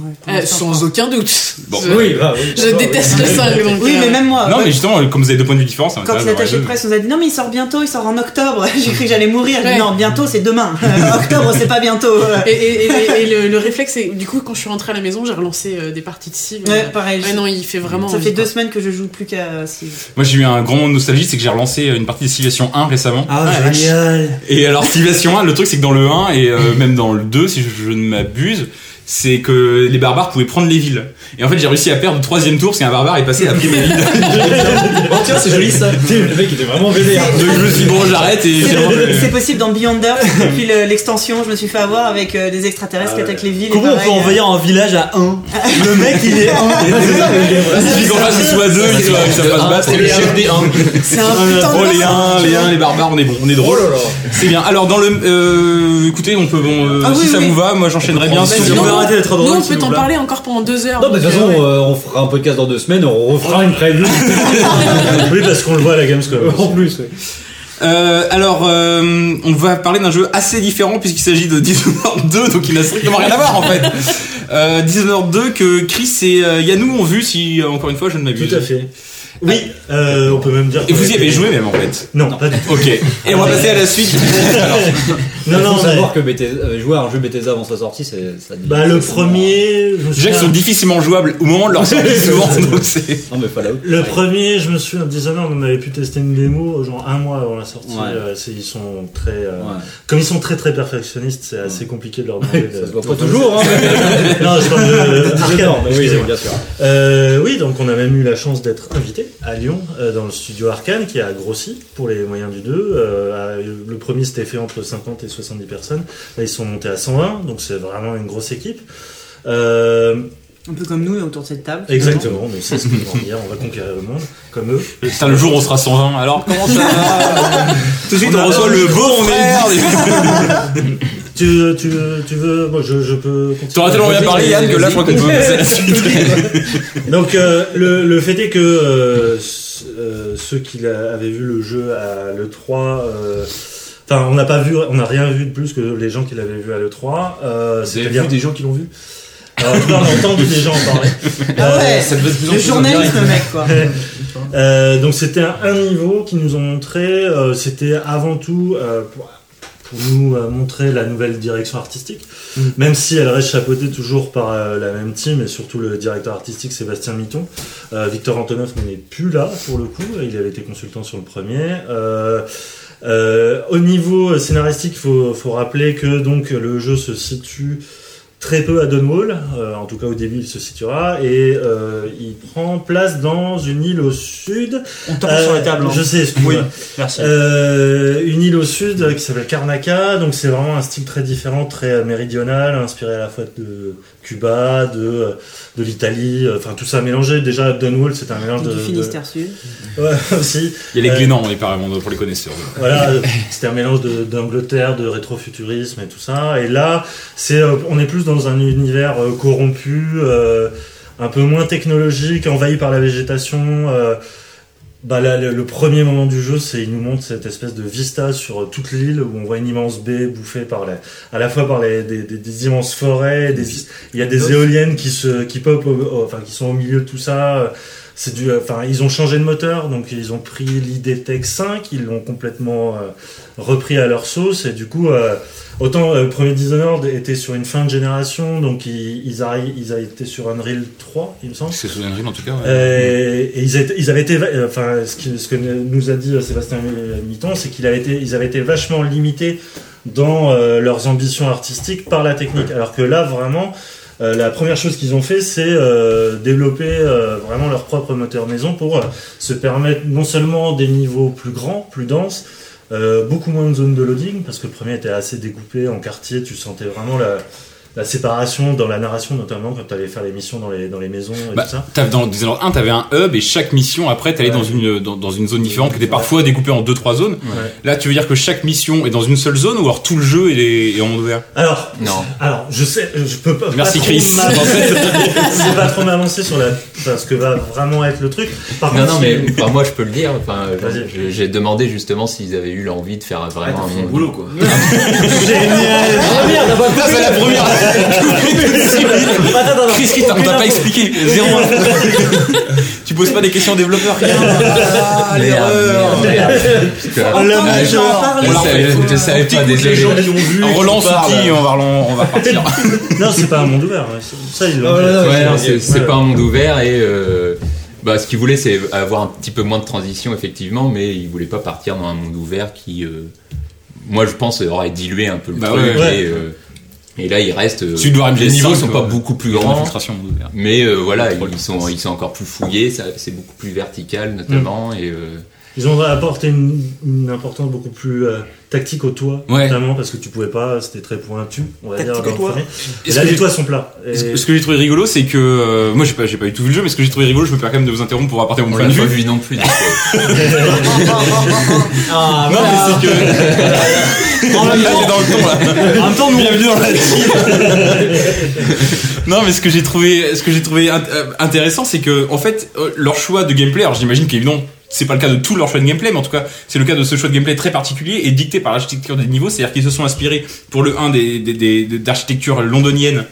S7: Ouais, pour
S5: Euh,
S7: l'instant.
S5: sans aucun doute.
S1: Bon.
S7: Euh,
S5: Je, je déteste le 5, donc.
S7: Oui,
S5: euh,
S7: mais même moi.
S1: Non,
S7: ouais.
S1: mais justement, comme vous avez deux points de vue différents, ça
S7: Quand
S1: m'intéresse.
S7: les attachés de
S1: d'avoir les deux.
S7: presse nous a dit non mais il sort bientôt, il sort en octobre, j'ai cru que j'allais mourir. J'ai dit,
S5: Ouais.
S7: Non, bientôt c'est demain. Euh, octobre c'est pas bientôt.
S5: Et, et- et- et le, le réflexe, c'est du coup, quand je suis rentrée à la maison, j'ai relancé euh, des parties de Civ. euh,
S7: Ouais, pareil.
S5: Ouais, non, il fait vraiment.
S7: ça
S5: envie,
S7: fait
S5: quoi.
S7: deux semaines que je joue plus qu'à. si-
S1: Moi, j'ai eu un grand moment de nostalgie, c'est que j'ai relancé une partie de Civilization 1 récemment.
S2: Ah, génial.
S1: Et alors Civilization 1, le truc c'est que dans le 1 et euh, même dans le 2 si je, je ne m'abuse, c'est que les barbares pouvaient prendre les villes. Et en fait, j'ai réussi à perdre au troisième tour parce qu'un barbare est passé à pris mes villes.
S4: Oh tiens, c'est joli ça.
S8: Le mec était vraiment vénère.
S1: Donc je me suis dit, bon, j'arrête et j'ai
S7: C'est
S1: vraiment-
S7: c'est possible dans Beyonder, depuis le- l'extension, je me suis fait avoir avec euh, des
S4: Ah
S7: extraterrestres qui attaquent les villes. et
S2: Comment on
S7: pareil, euh.
S2: peut envahir
S4: hein.
S2: un village à 1 Le mec il est 1
S1: Il suffit qu'en face ils soient deux, ils soient- ils savent pas
S2: Ah,
S1: se battre.
S6: C'est le chef des uns.
S5: C'est un putain
S1: Oh
S5: de
S1: les uns, les uns, les barbares, on est bon, on est drôle. C'est bien. Alors dans le, euh, écoutez, on peut, bon, euh,
S7: Ah
S1: si
S7: oui,
S1: ça
S7: oui.
S1: vous va, moi j'enchaînerai bien.
S5: Vas-y,
S1: sur-
S5: non,
S2: on peut
S5: non.
S2: arrêter d'être drôle,
S5: Nous, on
S2: s'il
S5: peut
S2: vous
S5: t'en
S2: plaît.
S5: parler encore pendant deux heures.
S4: Non, mais de toute
S5: donc,
S4: façon,
S5: euh, ouais.
S4: euh, on fera un podcast dans deux semaines, on refera une preview
S8: Oui, parce qu'on le voit à la Gamescom.
S4: en plus. ouais.
S1: Euh, alors, euh, on va parler d'un jeu assez différent puisqu'il s'agit de Dishonored 2, donc il n'a strictement rien à voir en fait. Euh, Dishonored 2 que Chris et euh, Yannou ont vu, si euh, encore une fois je ne m'abuse.
S8: Tout à fait. Oui, euh, on peut même dire.
S1: Et
S8: qu'on
S1: vous y
S8: était-
S1: avez joué même en fait.
S8: Non, pas du tout.
S1: Ok. Et on va passer à la suite.
S8: Non,
S4: Il
S8: non,
S4: faut
S8: mais-
S4: savoir que Bethesda- euh, jouer à un jeu Bethesda avant sa sortie, c'est ça.
S8: Bah, le premier. je me
S1: Déjà qu'ils sont
S8: souviens-
S1: difficilement jouables au moment de leur sortie souvent, donc c'est.
S4: Non, mais Fallout.
S8: Le premier, je me souviens, Dishonored, on avait pu tester une démo, genre un mois avant la sortie.
S4: Ouais.
S8: euh, c'est- ils sont très, euh,
S4: Ouais.
S8: comme ils sont très très perfectionnistes, c'est assez compliqué de leur demander. de-
S4: Ça se voit pas toujours, hein.
S8: non, je parle de-
S4: Dishonored,
S8: d'Arkane.
S4: oui,
S8: excusez-moi.
S4: bien sûr.
S8: Euh, oui, donc on a même eu la chance d'être invité à Lyon euh, dans le studio Arcane qui a grossi pour les moyens du 2. Euh, euh, le premier s'était fait entre 50 et 70 personnes. Là, ils sont montés à 120, donc c'est vraiment une grosse équipe. Euh,
S7: Un peu comme nous autour de cette table.
S8: exactement, mais c'est ce qu'ils vont dire, on va conquérir le monde comme eux.
S1: Putain, Ah, le jour où on sera 120, alors comment ça va Tout de suite,
S8: On
S1: on,
S8: a
S1: reçoit
S8: un
S1: le beau frère.
S8: Tu, tu, tu veux, moi je, je peux continuer.
S1: T'auras tellement bien parlé, Yann, que là, je crois qu'on peut passer à la suite.
S8: Donc euh, le, le fait est que euh, ce- euh, ceux qui l'a- avaient vu le jeu à l'E3, euh, enfin on n'a pas vu, on n'a rien vu de plus que les gens qui l'avaient vu à l'E3. Euh,
S9: Vous avez
S8: C'est-à-dire
S9: vu des gens qui l'ont vu
S8: Alors, en tout cas, on a entendu des gens en parler.
S7: Ah ouais,
S9: Ça devait être plus en
S7: le
S9: plus
S7: journalisme,
S9: intéressant.
S7: mec, quoi.
S8: Euh, donc c'était un, un niveau qu'ils nous ont montré. euh, c'était avant tout euh, pour, pour nous euh, montrer la nouvelle direction artistique,
S2: Mm.
S8: même si elle reste chapeautée toujours par euh, la même team et surtout le directeur artistique Sébastien Mitton. Euh, Victor Antonov n'est plus là pour le coup. Il avait été consultant sur le premier. Euh, euh, au niveau scénaristique, faut, faut rappeler que donc le jeu se situe très peu à Dunwall, euh, en tout cas au début il se situera, et euh, il prend place dans une île au sud.
S2: On tape
S8: Euh,
S2: sur la table. hein.
S8: Je sais, excuse-moi.
S2: Oui, merci.
S8: Euh, une île au sud euh, qui s'appelle Karnaka, donc c'est vraiment un style très différent, très euh, méridional, inspiré à la fois de Cuba, de, euh, de l'Italie, euh, enfin tout ça mélangé. Déjà Dunwall c'est un mélange de...
S7: Du
S8: de-
S7: Finistère Sud.
S8: Ouais, aussi.
S1: Il y a
S8: Euh,
S1: les Glénans, apparemment, pour les connaisseurs.
S8: Voilà, euh, c'était un mélange de- d'Angleterre, de, rétrofuturisme et tout ça. Et là, c'est, euh, on est plus dans un univers euh, corrompu, euh, un peu moins technologique, envahi par la végétation. euh, bah là, le, le premier moment du jeu, c'est il nous montre cette espèce de vista sur euh, toute l'île où on voit une immense baie bouffée par les, à la fois par les, des, des- des immenses forêts, des, il y a des éoliennes qui se, qui pop, au- au- enfin qui sont au milieu de tout ça. euh, c'est du, enfin ils ont changé de moteur, donc ils ont pris l'IDTech 5, ils l'ont complètement euh, repris à leur sauce et du coup euh, autant euh, le premier Dishonored était sur une fin de génération, donc ils ils, arri- ils étaient sur Unreal 3, il me semble.
S1: C'est souvenirs en tout cas.
S8: Euh, et ils, étaient- ils avaient été, va- euh, enfin, ce, qui- ce que nous a dit euh, Sébastien euh, Mitton, c'est qu'ils avaient été, ils avaient été vachement limités dans euh, leurs ambitions artistiques par la technique. Alors que là, vraiment, euh, la première chose qu'ils ont fait, c'est euh, développer euh, vraiment leur propre moteur maison pour euh, se permettre non seulement des niveaux plus grands, plus denses, euh, beaucoup moins de zones de loading, parce que le premier était assez découpé en quartier, tu sentais vraiment la, la séparation dans la narration, notamment quand tu allais faire les missions dans les, dans les maisons et
S1: Bah,
S8: tout ça.
S1: t'as- dans Disneyland 1, t'avais un hub et chaque mission, après, t'allais
S8: Ouais.
S1: dans, une, dans, dans une zone différente qui était parfois découpée en 2-3 zones. Là, tu veux dire que chaque mission est dans une seule zone ou alors tout le jeu est, est en monde ouvert
S8: Alors,
S6: Non.
S8: alors, je sais, je peux pas.
S1: Merci,
S8: pas
S1: Chris.
S8: trop m'avancer- C'est pas trop m'avancer sur la, enfin, ce que va vraiment être le truc. Par
S6: Non,
S8: contre,
S6: non, mais enfin, moi je peux le dire. Enfin,
S8: Vas-y.
S6: j'ai- j'ai demandé justement s'ils avaient eu l'envie de faire
S9: Ah,
S6: vraiment
S9: t'as
S6: un
S9: fait un
S6: monde.
S9: boulot quoi.
S1: Putain, c'est la première
S2: Attends, attends,
S1: Chris, Chris, on t'a pas expliqué Zéro Tu poses pas des questions aux développeurs, rien Ah, l'erreur.
S6: Merde, merde. Putain.
S8: on l'a
S7: Ah,
S8: mis
S7: je vais en
S8: genre-
S7: parler.
S6: Je savais- je savais pas,
S1: Les gens
S6: désolé.
S1: qui l'ont vu, on relance parti, on va, relan- on va partir.
S8: Non, c'est pas un monde ouvert. ouais, c'est- Ça, ils l'ont
S4: Ah,
S8: dit.
S4: ouais,
S6: Ouais, non,
S8: Oh Ouais.
S6: c'est c'est pas un monde ouvert et euh, bah, ce qu'ils voulaient c'est avoir un petit peu moins de transition effectivement, mais ils voulaient pas partir dans un monde ouvert qui, euh, moi je pense, aurait dilué un peu le
S1: Bah
S6: truc.
S1: ouais,
S8: ouais.
S6: et, euh, Et là, il reste. euh,
S1: Tu dois
S6: les
S1: MGS5,
S6: niveaux sont
S1: quoi.
S6: pas beaucoup plus
S1: Il y a de
S6: grands,
S1: l'infiltration, on peut dire.
S6: mais euh, voilà,
S1: Contrôle. Mm.
S6: ils sont, ils sont encore plus fouillés, ça- c'est beaucoup plus vertical notamment. Et, euh,
S8: Ils ont apporté une, une importance beaucoup plus euh, tactique au toit,
S1: Ouais.
S8: notamment parce que tu pouvais pas, c'était très pointu, on va dire.
S7: Tactique au
S8: dans le
S7: toit.
S8: premier. Et
S1: Est-ce
S8: là,
S1: que
S8: les
S1: j'ai-
S8: toits sont plats. Et-
S1: Ce que- ce que j'ai trouvé rigolo, c'est que euh, moi j'ai pas j'ai pas eu tout vu le jeu, mais ce que j'ai trouvé rigolo, je me permets quand même de vous interrompre pour apporter mon
S6: on
S1: point
S6: l'a
S1: de
S6: pas
S1: vue.
S6: vu non plus. donc, euh,
S2: Ah,
S1: Non, mais c'est que
S2: en même
S1: Là,
S2: temps,
S1: t'es dans le ton, là.
S2: en même temps, nous,
S1: Bienvenue dans la team. non, mais ce que j'ai trouvé, ce que j'ai trouvé int- euh, intéressant, c'est que en fait, euh, leur choix de gameplay, alors j'imagine qu'évidemment, c'est pas le cas de tout leur choix de gameplay, mais en tout cas, c'est le cas de ce choix de gameplay très particulier et dicté par l'architecture des niveaux, c'est-à-dire qu'ils se sont inspirés pour le 1 des, des, des- des- d'architecture londonienne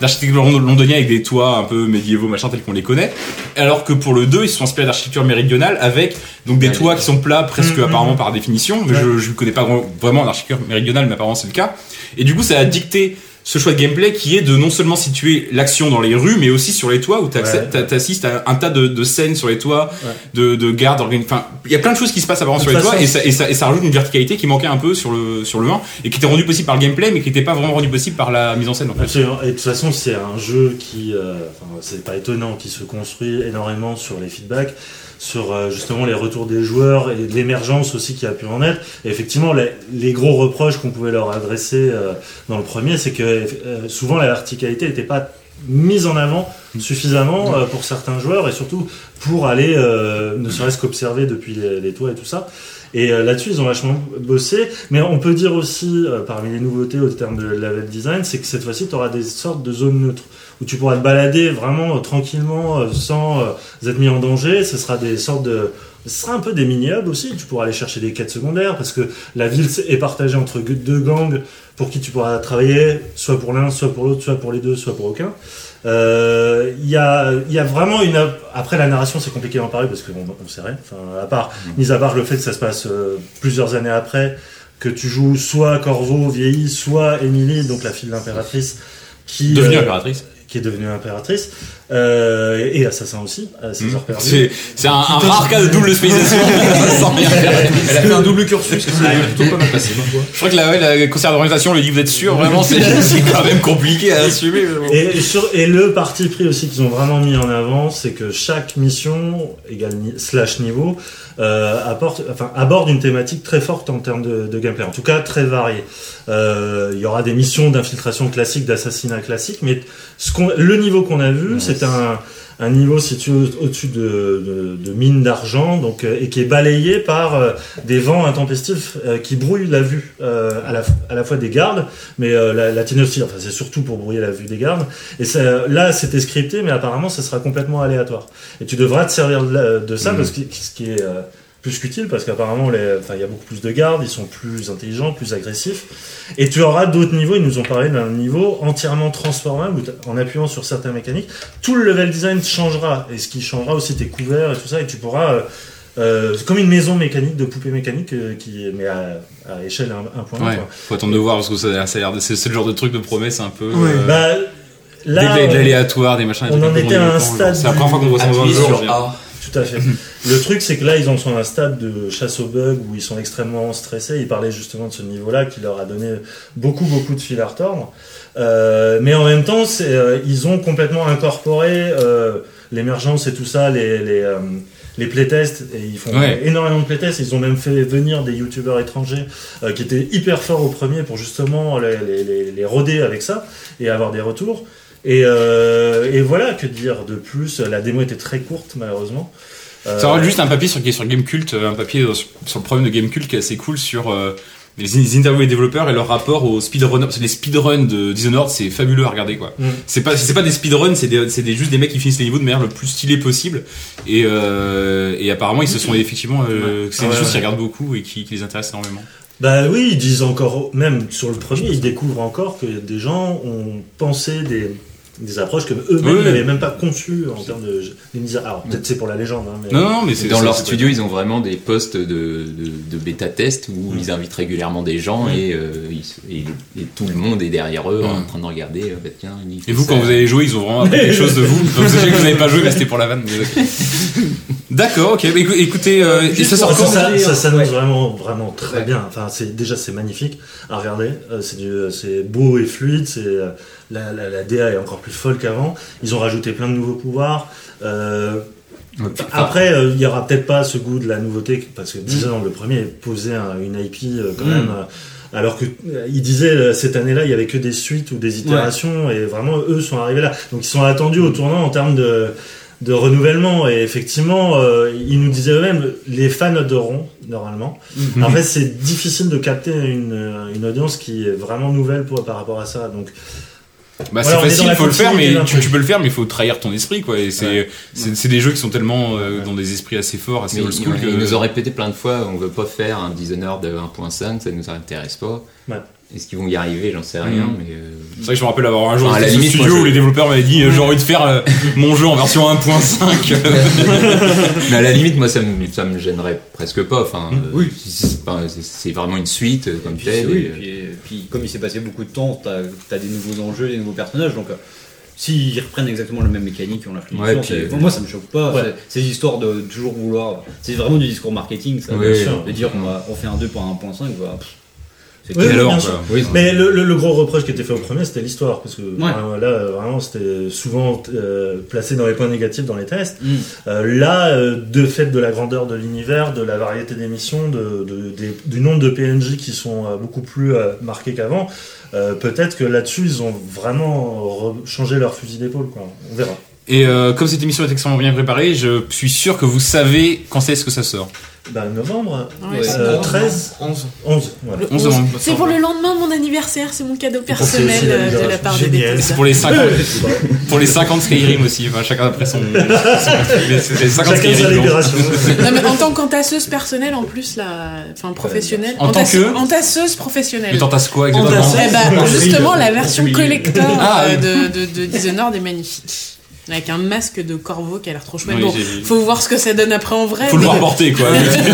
S1: d'architecture lond- londonienne avec des toits un peu médiévaux machin tels qu'on les connaît alors que pour le 2 ils se sont inspirés d'architecture méridionale avec donc des
S6: Ouais,
S1: toits
S6: les-
S1: qui sont plats presque
S8: Mhm.
S1: apparemment par définition mais je je ne connais pas vraiment- vraiment l'architecture méridionale mais apparemment c'est le cas et du coup, ça a dicté ce choix de gameplay qui est de non seulement situer l'action dans les rues, mais aussi sur les toits où t'accè-
S8: Ouais.
S1: t'a- t'assistes à un tas de, de scènes sur les toits, de, de gardes, organi- enfin, il y a plein de choses qui se passent apparemment
S8: De
S1: sur les
S8: toute
S1: toits et
S8: façon-
S1: ça, et, ça, et ça rajoute une verticalité qui manquait un peu sur le, sur le 1 et qui était rendue possible par le gameplay, mais qui n'était pas vraiment rendue possible par la mise en scène en fait.
S8: Absolument. Et de toute façon, c'est un jeu qui, euh, enfin, c'est pas étonnant, qui se construit énormément sur les feedbacks, sur euh, justement les retours des joueurs et l'émergence aussi qui a pu en être. Et effectivement, les, les gros reproches qu'on pouvait leur adresser euh, dans le premier, c'est que euh, souvent la verticalité n'était pas mise en avant suffisamment euh, pour certains joueurs et surtout pour aller euh, ne serait-ce qu'observer depuis les, les toits et tout ça. Et euh, là-dessus, ils ont vachement bossé. Mais on peut dire aussi, euh, parmi les nouveautés au terme de level design, c'est que cette fois-ci, tu auras des sortes de zones neutres où tu pourras te balader vraiment euh, tranquillement euh, sans euh, être mis en danger. Ce sera des sortes de... Ce sera un peu des mini-hubs aussi. Tu pourras aller chercher des quêtes secondaires parce que la ville est partagée entre gu- deux gangs pour qui tu pourras travailler, soit pour l'un, soit pour l'autre, soit pour les deux, soit pour aucun. Euh, Il y, a, il y a vraiment une... ap- Après, la narration, c'est compliqué d'en parler parce qu'on on sait rien. Enfin, à part,
S1: Mm.
S8: mis à part le fait que ça se passe euh, plusieurs années après, que tu joues soit Corvo vieilli, soit Émilie, donc la fille de l'impératrice, qui...
S1: Devenue
S8: euh,
S1: impératrice.
S8: qui est devenue impératrice, euh, et assassin aussi, à
S1: Mm.
S8: ses heures perdues.
S1: C'est c'est un, un rare cas de double spécialisation. Sans rien faire. Ah,
S9: Elle a fait un double cursus, c'est plutôt pas mal passé.
S1: Je crois que la, ouais, la concert d'orientation, le dit vous êtes sûr, vraiment, c'est c'est quand même compliqué à assumer. mais bon.
S8: Et, sur, et le parti pris aussi qu'ils ont vraiment mis en avant, c'est que chaque mission, égale ni- slash niveau, euh, apporte, enfin, aborde une thématique très forte en termes de, de gameplay, en tout cas très variée. Euh, Il y aura des missions d'infiltration classique, d'assassinat classique, mais ce qu'on, le niveau qu'on a vu, c'est un, un niveau situé au- au-dessus de, de, de mines d'argent, donc euh, et qui est balayé par euh, des vents intempestifs euh, qui brouillent la vue euh, à, la, à la fois des gardes, mais euh, la, la Tine aussi, enfin c'est surtout pour brouiller la vue des gardes. Et ça, là, c'était scripté, mais apparemment, ça sera complètement aléatoire. Et tu devras te servir de, la- de ça, parce que, ce qui est euh, plus qu'utile, parce qu'apparemment, les- enfin, il y a beaucoup plus de gardes, ils sont plus intelligents, plus agressifs. Et tu auras d'autres niveaux, ils nous ont parlé d'un niveau entièrement transformable, où t'as- en appuyant sur certaines mécaniques, tout le level design changera. Et ce qui changera aussi tes couverts et tout ça, et tu pourras... euh, euh, c'est comme une maison mécanique de poupée mécanique euh, qui mais à, à échelle 1.1
S1: Ouais, faut attendre de voir parce que ça, ça a l'air de- c'est c'est le genre de truc de promesse un peu. euh,
S8: bah,
S1: Dès
S8: là,
S1: que de l'aléatoire, des machins, des
S8: on
S1: trucs
S8: en
S1: qu'on
S8: était à
S1: connaît
S8: un
S1: pas, genre.
S8: stade
S1: C'est la
S8: du-
S1: première fois qu'on voit ça dans un
S6: appuyer
S1: jeu. en
S6: sur
S1: général.
S6: A.
S8: Tout à fait. Le truc, c'est que là, ils en sont à un stade de chasse aux bugs où ils sont extrêmement stressés. Ils parlaient justement de ce niveau-là qui leur a donné beaucoup, beaucoup de fil à retordre. Euh, mais en même temps, c'est, euh, ils ont complètement incorporé euh, l'émergence et tout ça, les, les, euh, les playtests. Et ils font
S1: Ouais.
S8: énormément de playtests. Ils ont même fait venir des youtubeurs étrangers euh, qui étaient hyper forts au premier pour justement les, les, les, les roder avec ça et avoir des retours. Et, euh, et voilà, que dire de plus La démo était très courte, malheureusement. Euh,
S1: Ça aurait juste un papier sur, qui est sur Gamecult, euh, un papier euh, sur, sur le problème de Gamecult qui est assez cool sur euh, les, in- les interviews des développeurs et leur rapport aux speedrunners. Parce que Les speedruns de Dishonored, c'est fabuleux à regarder quoi.
S8: Mm.
S1: C'est pas, c'est pas des speedruns, c'est des, c'est des, juste des mecs qui finissent les niveaux de manière le plus stylée possible. Et, euh, et apparemment, ils se sont effectivement, euh,
S8: Ah
S1: c'est des
S8: ouais,
S1: choses
S8: ouais.
S1: qui regardent beaucoup et qui, qui les intéressent énormément.
S8: Bah oui, ils disent encore, même sur le premier, ils découvrent encore que des gens ont pensé des, des approches que eux-mêmes
S1: Oui.
S8: n'avaient même pas conçues en termes de, de mise à- Alors peut-être c'est pour la légende, hein, mais
S1: Non, non, non, mais c'est
S6: Dans
S1: c'est-
S6: leur
S1: c'est-
S6: studio, ils ont vraiment des postes de, de, de bêta-test où ils invitent régulièrement des gens et, euh, ils se- et- et tout le monde est derrière eux en
S1: Mm.
S6: train de regarder. euh, bah, tiens, il fait
S1: Et vous,
S6: ça.
S1: quand vous avez joué, ils ont vraiment appris quelque chose de vous. Enfin, vous sachez que vous n'avez pas joué, mais c'était pour la vanne. mais ok. D'accord, ok. Bah, écou- écoutez, euh, et ça sort
S8: ça,
S1: quand
S8: ça- ça s'annonce
S4: Ouais.
S8: vraiment, vraiment très bien. Enfin, c'est déjà c'est magnifique à regarder. Euh, c'est du- c'est beau et fluide. C'est euh, la, la, la DA est encore plus folle qu'avant. Ils ont rajouté plein de nouveaux pouvoirs. Euh, après, euh, il y aura peut-être pas ce goût de la nouveauté parce que déjà dans le premier posait un- une IP euh, quand
S4: Mm.
S8: même. euh, alors que euh, il disait euh, cette année-là, il y avait que des suites ou des itérations et vraiment eux sont arrivés là. Donc ils sont attendus au tournant en termes de de renouvellement et effectivement euh, ils nous disaient eux-mêmes les fans adoreront normalement en fait c'est difficile de capter une, euh, une audience qui est vraiment nouvelle pour, par rapport à ça donc
S1: Bah,
S8: Voilà, on
S1: c'est
S8: est dans
S1: facile,
S8: la
S1: faut le faire,
S8: continuité
S1: mais
S8: d'un
S1: tu,
S8: truc.
S1: tu peux le faire, mais il faut trahir ton esprit, quoi. Et c'est c'est- c'est des jeux qui sont tellement euh, dans des esprits assez forts, assez
S6: Mais
S1: old school.
S6: il-
S1: que-
S6: il nous ont répété plein de fois, on veut pas faire un Dishonored 1.5, ça nous intéresse pas.
S8: Ouais.
S6: Est-ce qu'ils vont y arriver J'en sais rien,
S1: Mhm.
S6: mais euh,
S1: C'est vrai que je me rappelle avoir un jour
S6: Enfin, à
S1: été
S6: Ah, la
S1: au
S6: limite,
S1: studio
S6: moi, je-
S1: où Ah, les développeurs m'avaient dit euh, j'ai envie de faire euh, mon jeu en version 1.5.
S6: euh, Mais à la limite, moi, ça me, ça me gênerait presque pas. Enfin,
S1: Mm.
S6: euh, c'est pas- c'est- c'est vraiment une suite euh, comme
S1: Eh
S4: Puis, c'est-
S6: telle.
S4: oui,
S6: et, euh,
S4: puis, et puis, comme il s'est passé beaucoup de temps, t'as as des nouveaux enjeux, des nouveaux personnages. Donc, euh, s'ils reprennent exactement la même mécanique, on l'a fait.
S6: Ouais, puis-
S4: euh,
S6: euh,
S4: moi, ça me choque pas.
S8: Ouais.
S4: C'est- Ces histoires de toujours vouloir. C'est vraiment du discours marketing, ça.
S6: Oui,
S4: de-
S6: bien
S8: sûr.
S4: De dire on, va, on fait un 2 pour un 1.5, voilà. pff, C'est
S8: Oui,
S1: Et
S8: oui,
S1: alors,
S8: bien
S1: quoi.
S8: sûr.
S6: oui,
S8: Mais le, le- le gros reproche qui était fait au premier, c'était l'histoire, parce que euh, là, euh, vraiment, c'était souvent euh, placé dans les points négatifs dans les tests.
S4: Mm.
S8: Euh, là, euh, de fait de la grandeur de l'univers, de la variété des missions, de, de- des- du nombre de PNJ qui sont euh, beaucoup plus euh, marqués qu'avant, euh, peut-être que là-dessus, ils ont vraiment re- changé leur fusil d'épaule. Quoi. On verra.
S1: Et euh, comme cette émission est extrêmement bien préparée, je suis sûr que vous savez quand c'est ce que ça sort.
S8: Bah, novembre
S5: Ouais,
S8: euh,
S5: c'est
S8: euh,
S5: bon.
S8: 13,
S9: 11.
S8: 11. voilà.
S5: Le
S1: On se
S5: 11.
S1: demande.
S5: C'est pour le lendemain de mon anniversaire, c'est mon cadeau
S8: pour ceux
S5: personnel
S8: aussi, la
S5: euh, de la
S8: libération.
S5: part
S8: Génial.
S5: des
S1: C'est pour les 50, pour les 50 Skyrim aussi. Enfin, chacun après son. son- les- les
S8: Chacun sa
S1: 50 Skyrim. donc.
S8: libération.
S5: Non, mais en tant qu'entasseuse personnelle, en plus, là, enfin professionnelle.
S1: En tant
S5: entasse-
S1: que-
S5: Entasseuse
S1: Mais
S5: professionnelle.
S1: t'en tasses quoi exactement
S2: Entasseuse.
S5: Eh bah, justement, la version
S4: Oui.
S5: collector
S1: Ah,
S5: euh,
S1: oui.
S5: de, de, de Dishonored est magnifique. Avec un masque de corbeau qui a l'air trop chouette.
S1: Oui,
S5: bon,
S1: j'ai-
S5: faut voir ce que ça donne après en vrai.
S1: Faut le
S5: mais-
S1: voir porter quoi.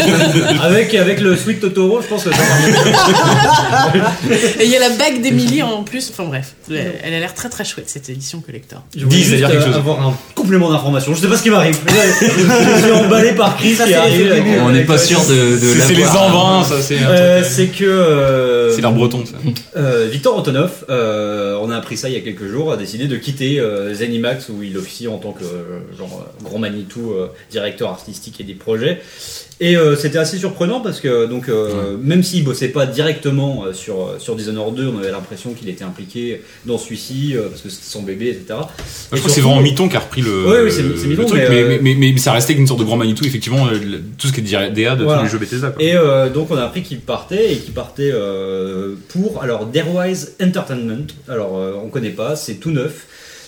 S1: Ah,
S4: avec, avec le Sweet Totoro, je pense que ça va mieux.
S5: Et il y a la bague d'Emilie en plus. Enfin bref, elle elle a l'air très très chouette cette édition collector.
S4: Je voulais
S1: Dis, c'est-à-dire
S4: juste,
S1: quelque
S4: euh,
S1: chose.
S4: avoir un complément d'information. Je sais pas ce qui m'arrive. je suis emballé par Chris qui arrive. avec-
S6: on n'est pas sûr de, de
S1: C'est c'est les
S6: l'avoir.
S1: embruns, ça. C'est un truc,
S4: Euh,
S1: euh,
S4: c'est que. euh,
S1: c'est l'art breton ça.
S4: Euh, Victor Antonov, euh, on a appris ça il y a quelques jours, a décidé de quitter euh, Zenimax où il officie en tant que euh, genre, euh, grand Manitou, euh, directeur artistique et des projets. Et euh, c'était assez surprenant parce que donc euh, même s'il bossait pas directement euh, sur euh, sur Dishonored 2, on avait l'impression qu'il était impliqué dans celui-ci euh, parce que c'était son bébé, etc.
S1: Je
S4: Et
S1: crois que c'est
S4: surtout-
S1: vraiment Miton qui a repris le,
S4: Ouais, oui, c'est-
S1: le
S4: c'est Miton,
S1: truc, mais,
S4: mais, euh,
S1: mais- mais- mais ça restait une sorte de grand Manitou, effectivement, euh, le- tout ce qui est DA de
S4: Voilà.
S1: tous les jeux Bethesda. Quoi.
S4: Et euh, donc on a appris qu'il partait et qu'il partait euh, pour alors Darewise Entertainment. Alors euh, on connaît pas, c'est tout neuf.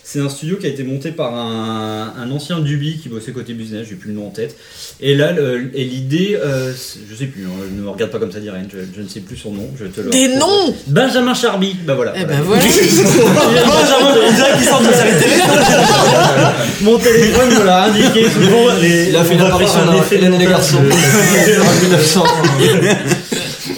S4: C'est un studio qui a été monté par un, un ancien Duby qui bossait côté business, j'ai plus le nom en tête. Et là, le- et l'idée, euh, c'est- je sais plus, hein, je ne me regarde pas comme ça d'Irene, je, je ne sais plus son nom, je te le.
S5: Des noms
S4: Benjamin Charby, bah voilà.
S5: Eh
S4: voilà.
S5: ben voilà.
S2: Benjamin, on dirait qu'il sort de la série télé.
S4: Mon téléphone me l'a indiqué.
S8: Bon, les-
S9: Il a fait
S8: on
S9: une
S8: va avoir
S9: apparition
S8: un
S9: dans
S8: effet
S9: Hélène et les
S8: montage
S9: garçons.
S8: de-
S9: En 1900.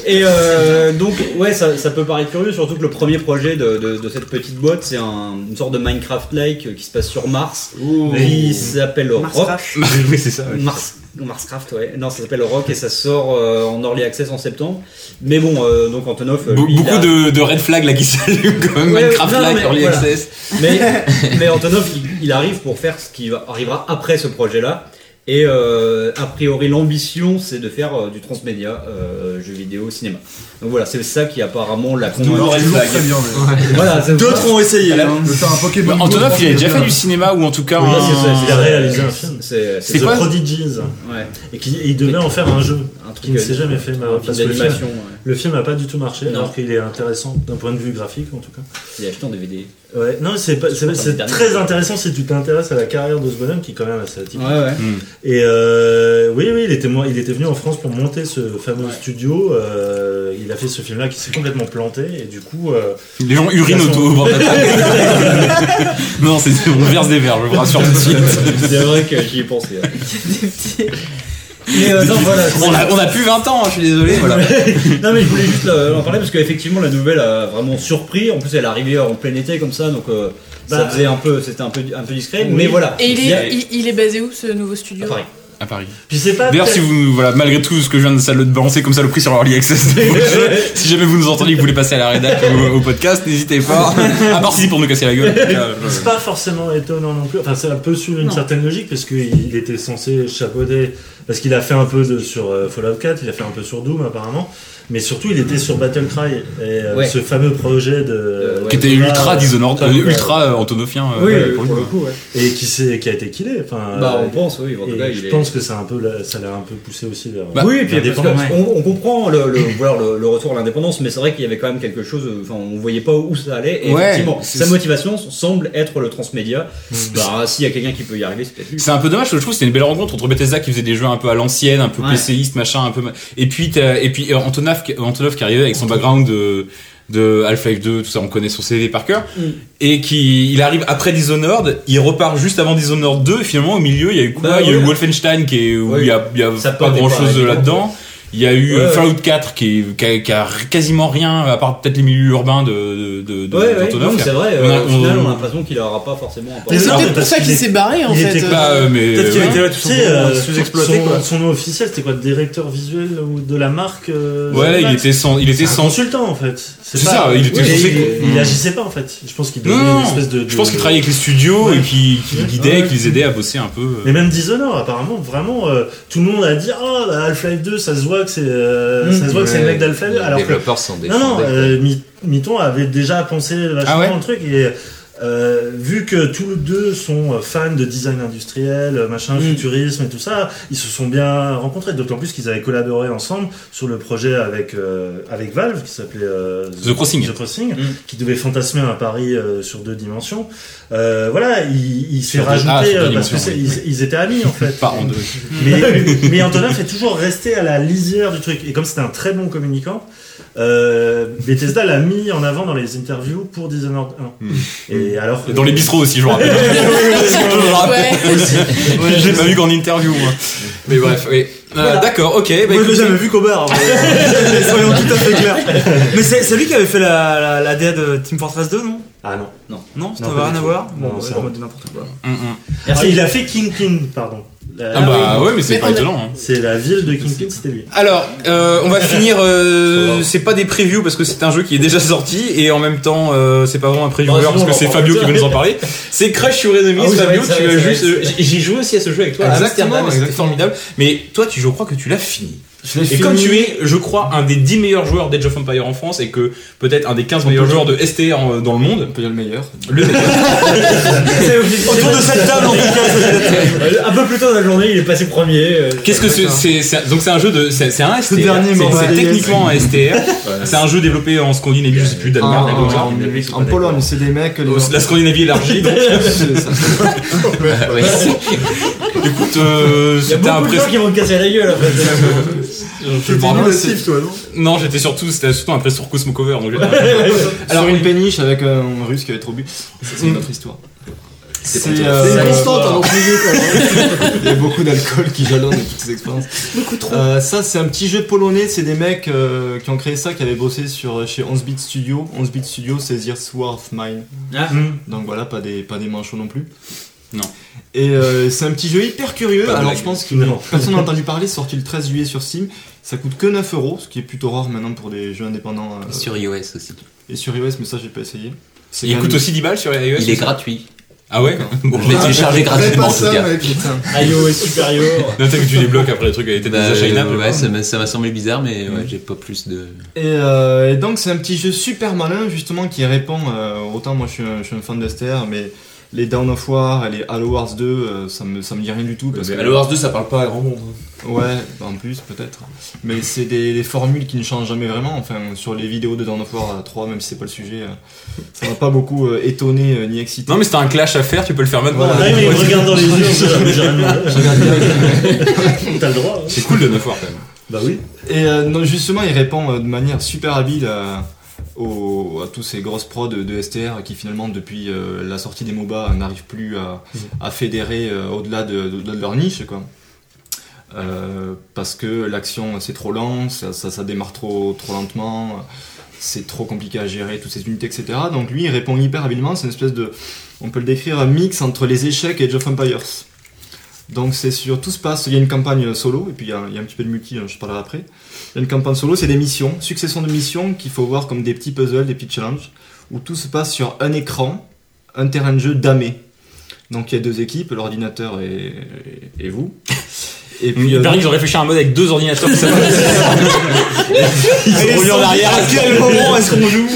S4: Et euh, donc, ouais, ça, ça peut paraître curieux, surtout que le premier projet de, de- de cette petite boîte, c'est un- une sorte de Minecraft-like euh, qui se passe sur Mars, qui s'appelle Rock.
S7: Marscraft.
S1: oui, c'est ça. ouais.
S4: Mars, Marscraft, ouais. Non, ça s'appelle Rock et ça sort euh, en early access en septembre. Mais bon, euh, donc Antonov. euh,
S1: Be-
S4: lui, il
S1: beaucoup
S4: a-
S1: de, de red flags là qui s'allument quand même,
S4: Ouais,
S1: Minecraft
S4: non,
S1: là,
S4: mais
S1: Early
S4: voilà.
S1: Access.
S4: Mais, mais Antonov, il, il arrive pour faire ce qui va- arrivera après ce projet-là. Et euh, a priori, l'ambition, c'est de faire euh, du transmédia, euh, jeux vidéo, cinéma. Donc voilà, c'est ça qui apparemment l'a convaincu.
S1: red
S3: toujours
S1: flag.
S3: très bien. mais-
S4: Voilà, c'est-
S2: D'autres ont essayé. hein.
S3: De faire un
S1: Bah,
S3: Pokémon.
S1: Antonov, il
S3: a
S1: avait déjà fait du cinéma ou en tout cas.
S4: Oui,
S1: un-
S4: c'est ça, c'est
S8: Il a
S4: ça.
S8: réalisé un film.
S4: C'est
S1: C'est
S4: c'est
S8: The
S1: quoi
S8: Prodigies.
S4: ouais,
S8: Et qui, il devait en faire un jeu.
S4: un truc
S8: qui ne s'est jamais fait
S4: un
S8: malheureusement,
S4: film
S8: parce que le
S4: d'animation.
S8: film,
S4: ouais.
S8: le film a pas du tout marché
S4: Non.
S8: alors qu'il est intéressant d'un point de vue graphique en tout cas
S4: Il est acheté en DVD.
S8: ouais non c'est pas- c'est-
S4: Attends,
S8: c'est
S4: dernier.
S8: très intéressant si tu t'intéresses à la carrière de ce bonhomme qui est quand même assez atypique
S4: ouais.
S8: et euh, oui oui il était mo- il était venu en France pour monter ce fameux studio euh, il a fait ce film là qui s'est complètement planté et du coup euh,
S1: Les gens urinent
S8: Façon.
S1: autour au bord de la table. Non, c'est on verse des verres, je vous rassure tout de suite.
S4: C'est vrai que j'y ai pensé. hein. ouais. Mais euh, non, voilà. c'est-
S1: On a, on a plus 20 ans, hein, je suis désolé. Voilà.
S4: non, mais je voulais juste euh, en parler parce qu'effectivement, la nouvelle a vraiment surpris. En plus, elle est arrivée en plein été comme ça, donc euh, ça
S8: Bah,
S4: faisait un peu, c'était un peu, un peu discret. Mais voilà.
S5: Et il
S4: y a-
S5: est, il, il est basé où ce nouveau studio
S4: à Paris.
S1: à Paris.
S8: Puis c'est pas.
S1: D'ailleurs, si vous, voilà, malgré tout ce que je viens de, ça- de balancer comme ça le prix sur Early Access, de vos jeux, si jamais vous nous entendez et que vous voulez passer à la rédac ou au podcast, n'hésitez pas. À part si pour nous casser la gueule. Euh,
S8: C'est pas forcément étonnant non plus. Enfin, c'est un peu suivre une certaine logique parce qu'il était censé chapeauter. Parce qu'il a fait un peu de, sur euh, Fallout 4, il a fait un peu sur Doom apparemment. Mais surtout, il était sur Battlecry. Et euh,
S4: Ouais.
S8: ce fameux projet de.
S1: Qui était
S8: Voilà,
S1: ultra
S8: euh,
S1: Dishonored,
S8: enfin,
S1: euh, ultra euh, antonofien. euh,
S4: Oui,
S1: ouais, pour
S4: pour
S1: le
S4: le
S1: coup.
S4: coup, ouais.
S8: Et qui, s'est- qui a été killé. Enfin,
S4: Bah,
S8: euh,
S4: on pense, oui. En tout
S8: et
S4: cas,
S8: je
S4: il est.
S8: pense que ça a un peu, la- ça l'a un peu poussé aussi vers.
S1: Bah,
S4: oui, et puis parce que
S2: l'indépendance.
S4: on, on comprend le, le, voilà, le, le retour à l'indépendance, mais c'est vrai qu'il y avait quand même quelque chose, euh, enfin, on voyait pas où ça allait, et
S1: Ouais,
S4: effectivement,
S1: c'est- Mm.
S4: sa motivation semble être le transmédia. Bah, s'il y a quelqu'un qui peut y arriver, c'est peut-être lui.
S1: C'est un peu dommage, parce que je trouve que c'était une belle rencontre entre Bethesda qui faisait des jeux un peu à l'ancienne, un peu
S4: Ouais.
S1: PCiste, machin, un peu. ma- Et puis, t'as- et puis euh, Antonov, qui- Antonov qui arrivait avec son background de, de Half-Life 2, tout ça, on connaît son CV par cœur.
S4: Mm.
S1: Et qui, il arrive après Dishonored, il repart juste avant Dishonored 2, et finalement, au milieu, il y a eu quoi
S4: Bah,
S1: Il y a eu
S4: ouais.
S1: Wolfenstein qui est, où
S4: Ouais,
S1: il y a, il y a
S4: ça
S1: pas
S4: portait
S1: grand
S4: pas
S1: chose
S4: à la
S1: là-dedans. Il y a eu
S4: Ouais,
S1: euh,
S4: ouais.
S1: Fallout 4 qui, est- qui, a, qui a quasiment rien, à part peut-être les milieux urbains de, de, de, de-
S4: Ouais, ouais,
S1: d'Antonov.
S4: donc c'est vrai, euh,
S1: On a-
S4: au final,
S1: on-
S4: on a l'impression qu'il aura pas forcément un
S5: Mais c'est
S8: non,
S5: peut-être pour
S8: parce
S5: ça
S8: qu'il
S5: qu'il
S8: est-
S5: s'est barré hein. en
S8: il
S5: fait.
S8: était
S1: Bah, euh, mais.
S2: Peut-être qu'il
S1: ouais.
S2: était là tout
S8: Tu sais,
S2: simplement,
S8: euh,
S2: sous-exploité
S8: son,
S2: quoi.
S8: son nom officiel, c'était quoi Directeur visuel ou de la marque euh,
S1: Ouais, il
S8: Zenimax
S1: était sans, il était
S8: C'est un
S1: sans
S8: consultant en fait.
S1: C'est
S8: pas-
S1: ça, il était
S8: Ouais,
S1: censé-
S8: il,
S1: Mm.
S8: il agissait pas en fait. Je pense qu'il
S1: Non,
S8: donnait
S1: non,
S8: une espèce de, de-
S1: je pense qu'ils travaillaient avec les studios
S8: Ouais.
S1: et qu'ils qu'ils les guidaient,
S8: Ouais.
S1: qu'ils les aidaient à bosser un peu. euh.
S8: Mais même Dishonored, apparemment, vraiment, euh, tout le monde a dit Ah, bah, Half-Life 2, ça se voit que c'est euh,
S4: Mm.
S8: ça se voit que c'est le mec d'Half-Life 2.
S6: Les
S8: Alors que.
S6: développeurs s'en
S8: Non, non,
S6: défendaient, quoi.
S8: euh, Mi- Miton avait déjà pensé vachement
S1: Ah ouais
S8: le truc et. euh, vu que tous les deux sont euh, fans de design industriel, euh,
S1: Mm.
S8: machin, futurisme et tout ça, ils se sont bien rencontrés. D'autant plus qu'ils avaient collaboré ensemble sur le projet avec euh, avec Valve qui s'appelait euh,
S1: The Crossing.
S8: The Crossing,
S4: Mm.
S8: qui devait fantasmer un pari euh, sur deux dimensions. Euh, voilà, il, il s'est
S1: Sur deux-
S8: rajouté
S1: ah, sur deux
S8: euh, parce
S1: dimensions,
S8: que c'est-
S1: oui.
S8: ils, ils étaient amis en fait.
S1: Pas en deux.
S8: Mais, mais Antonin fait toujours rester à la lisière du truc. Et comme c'était un très bon communicant, euh, Bethesda l'a mis en avant dans les interviews pour Dishonored 1. Et alors,
S1: Hmm. Dans les bistrots aussi, je vous rappelle. Je vous rappelle.
S5: Ouais.
S1: J'ai pas vu qu'en interview, moi. Mais bref, oui. Euh, D'accord, ok. bah
S2: Moi, je l'ai
S1: écoutez,
S2: jamais vu qu'au bar. hein. Soyons tout à fait clairs. Mais c'est c'est lui qui avait fait la, la, la DA de Team Fortress 2, non
S8: Ah non.
S2: Non, ça
S8: Non,
S2: n'avait
S8: pas
S2: rien
S8: du
S2: à
S8: tout.
S2: voir
S8: Non,
S2: Bon,
S8: c'est
S2: c'est
S8: bon.
S2: mode de n'importe quoi.
S1: hum, hum.
S8: Ah, il a fait Kingpin, pardon. La-
S1: Ah bah ouais, mais c'est
S5: Mais
S1: pas
S5: on a-
S1: étonnant. hein.
S8: C'est la ville de Kingpin, c'était lui.
S1: Alors, euh, on va finir. euh, c'est pas des previews parce que c'est un jeu qui est déjà sorti et en même temps, euh, c'est pas vraiment un previewer
S4: Bah, sinon,
S1: parce que
S4: on en
S1: c'est
S4: parle
S1: Fabio
S4: plus
S1: qui va nous
S4: tard.
S1: en parler. C'est Crash Your Enemy,
S4: Ah oui, c'est
S1: Fabio.
S4: vrai, c'est
S1: tu
S4: vrai,
S1: as
S4: c'est
S1: juste.
S4: vrai,
S1: J'ai j'ai joué aussi à ce jeu avec toi. à
S4: Exactement,
S1: Amsterdam, et c'était
S4: exactement.
S1: formidable. Mais toi, tu, je crois que tu l'as fini. Et comme tu es, je crois, un des 10 meilleurs joueurs d'Age of Empire en France et que peut-être un des 15 meilleurs joueurs de STR en- euh, dans le monde,
S6: On peut dire le meilleur.
S1: le
S2: Autour de cette table, en tout cas.
S4: Euh, un peu plus tôt dans la journée, il est passé premier. euh,
S1: Qu'est-ce que c'est- c'est c'est- Donc c'est un jeu de. C'est c'est un STR.
S2: dernier
S1: C'est-
S2: morceau.
S1: C'est techniquement un STR. C'est un jeu développé en Scandinavie, je sais plus,
S3: En,
S1: Danemark, un truc
S3: en-
S1: comme
S3: Ah, en Pologne, c'est des mecs. les-
S1: ça. Oh, La Scandinavie élargie. donc. euh,
S6: Ouais, c'est-
S1: Écoute, euh,
S4: Il y a
S1: c'était un
S4: beaucoup de gens
S1: press.
S4: qui vont te casser la gueule après.
S1: je
S3: T'es
S1: me rappelle-
S3: nul à Steve, toi, non
S1: Non, j'étais surtout, c'était surtout un press sur Cosmo Cover. Donc j'étais- Alors,
S3: Sur une péniche avec un russe qui avait trop bu. Ça, C'est une autre histoire.
S6: C'est
S3: C'est
S6: euh,
S3: une constante avant tous les jeux, quand même. Il y a beaucoup d'alcool qui jalonne de toutes ces expériences.
S5: Beaucoup trop.
S3: Euh, ça, c'est un petit jeu polonais. C'est des mecs euh, qui ont créé ça, qui avaient bossé sur, euh, chez 11-bit Studio. 11-bit Studio, c'est The Swarf Mine.
S8: Mm.
S3: Donc voilà, pas des, pas des manchots non plus.
S1: Non.
S3: Et euh, c'est un petit jeu hyper curieux.
S6: Pas de
S3: Alors
S6: blague.
S3: je pense que
S8: Non.
S3: personne n'a entendu parler. Sorti le 13 juillet sur Steam. Ça coûte que 9 euros, ce qui est plutôt rare maintenant pour des jeux indépendants. euh,
S6: Sur iOS aussi.
S3: Et sur iOS, mais ça, j'ai pas essayé. C'est
S1: il
S3: quand
S1: coûte
S3: même-
S1: aussi 10 balles sur iOS.
S6: Il est gratuit.
S1: Ah ouais Bon,
S6: Je l'ai téléchargé
S3: Fais
S6: gratuitement
S3: pas
S6: en tout
S3: ça,
S6: cas.
S3: mec, putain.
S4: iOS supérior.
S1: Note que tu débloques après le truc, elle était
S6: Bah,
S1: déjà China.
S6: euh, ouais, ça m'a- ça m'a semblé bizarre, mais
S1: Mm.
S6: ouais, j'ai pas plus de.
S3: Et, euh, et donc c'est un petit jeu super malin justement qui répond, euh, autant moi je suis, un, je suis un fan de STR, mais les Down of War et les Halo Wars 2 euh, ça, me, ça me dit rien du tout. Parce que,
S9: Halo Wars 2, ça parle pas à grand monde. hein.
S3: Ouais, bah, en plus peut-être. Mais c'est des, des formules qui ne changent jamais vraiment, enfin sur les vidéos de Down of War euh, 3 même si c'est pas le sujet, euh, ça m'a pas beaucoup euh, étonné euh, ni excité.
S1: Non, mais c'était un clash à faire, tu peux le faire maintenant.
S8: Ah, mais il me regarde dans les yeux, j'ai- j'ai rien- T'as le droit. hein.
S1: C'est cool de 9 voir quand même.
S8: Bah oui.
S3: Et euh, non, justement, il répond euh, de manière super habile à, aux- à tous ces grosses prods de, de STR qui finalement, depuis euh, la sortie des MOBA, n'arrivent plus à,
S8: Mm.
S3: à fédérer euh, au-delà de, de- de leur niche. Quoi. Euh, parce que l'action c'est trop lent, ça, ça- ça démarre trop, trop lentement, c'est trop compliqué à gérer toutes ces unités, etc. Donc lui il répond hyper habilement, c'est une espèce de, on peut le décrire, un mix entre les échecs et Age of Empires. Donc c'est sur tout se passe, il y a une campagne solo, et puis il y a, il y a un petit peu de multi, hein, je parlerai après. Il y a une campagne solo, c'est des missions, succession de missions qu'il faut voir comme des petits puzzles, des petits challenges, où tout se passe sur un écran, un terrain de jeu damé. Donc il y a deux équipes, l'ordinateur et, et, et vous. Et puis, euh,
S1: Paris, ils ont réfléchi à un mode avec deux ordinateurs. Ça
S3: Ils
S1: revenus en arrière.
S3: À quel moment est-ce qu'on joue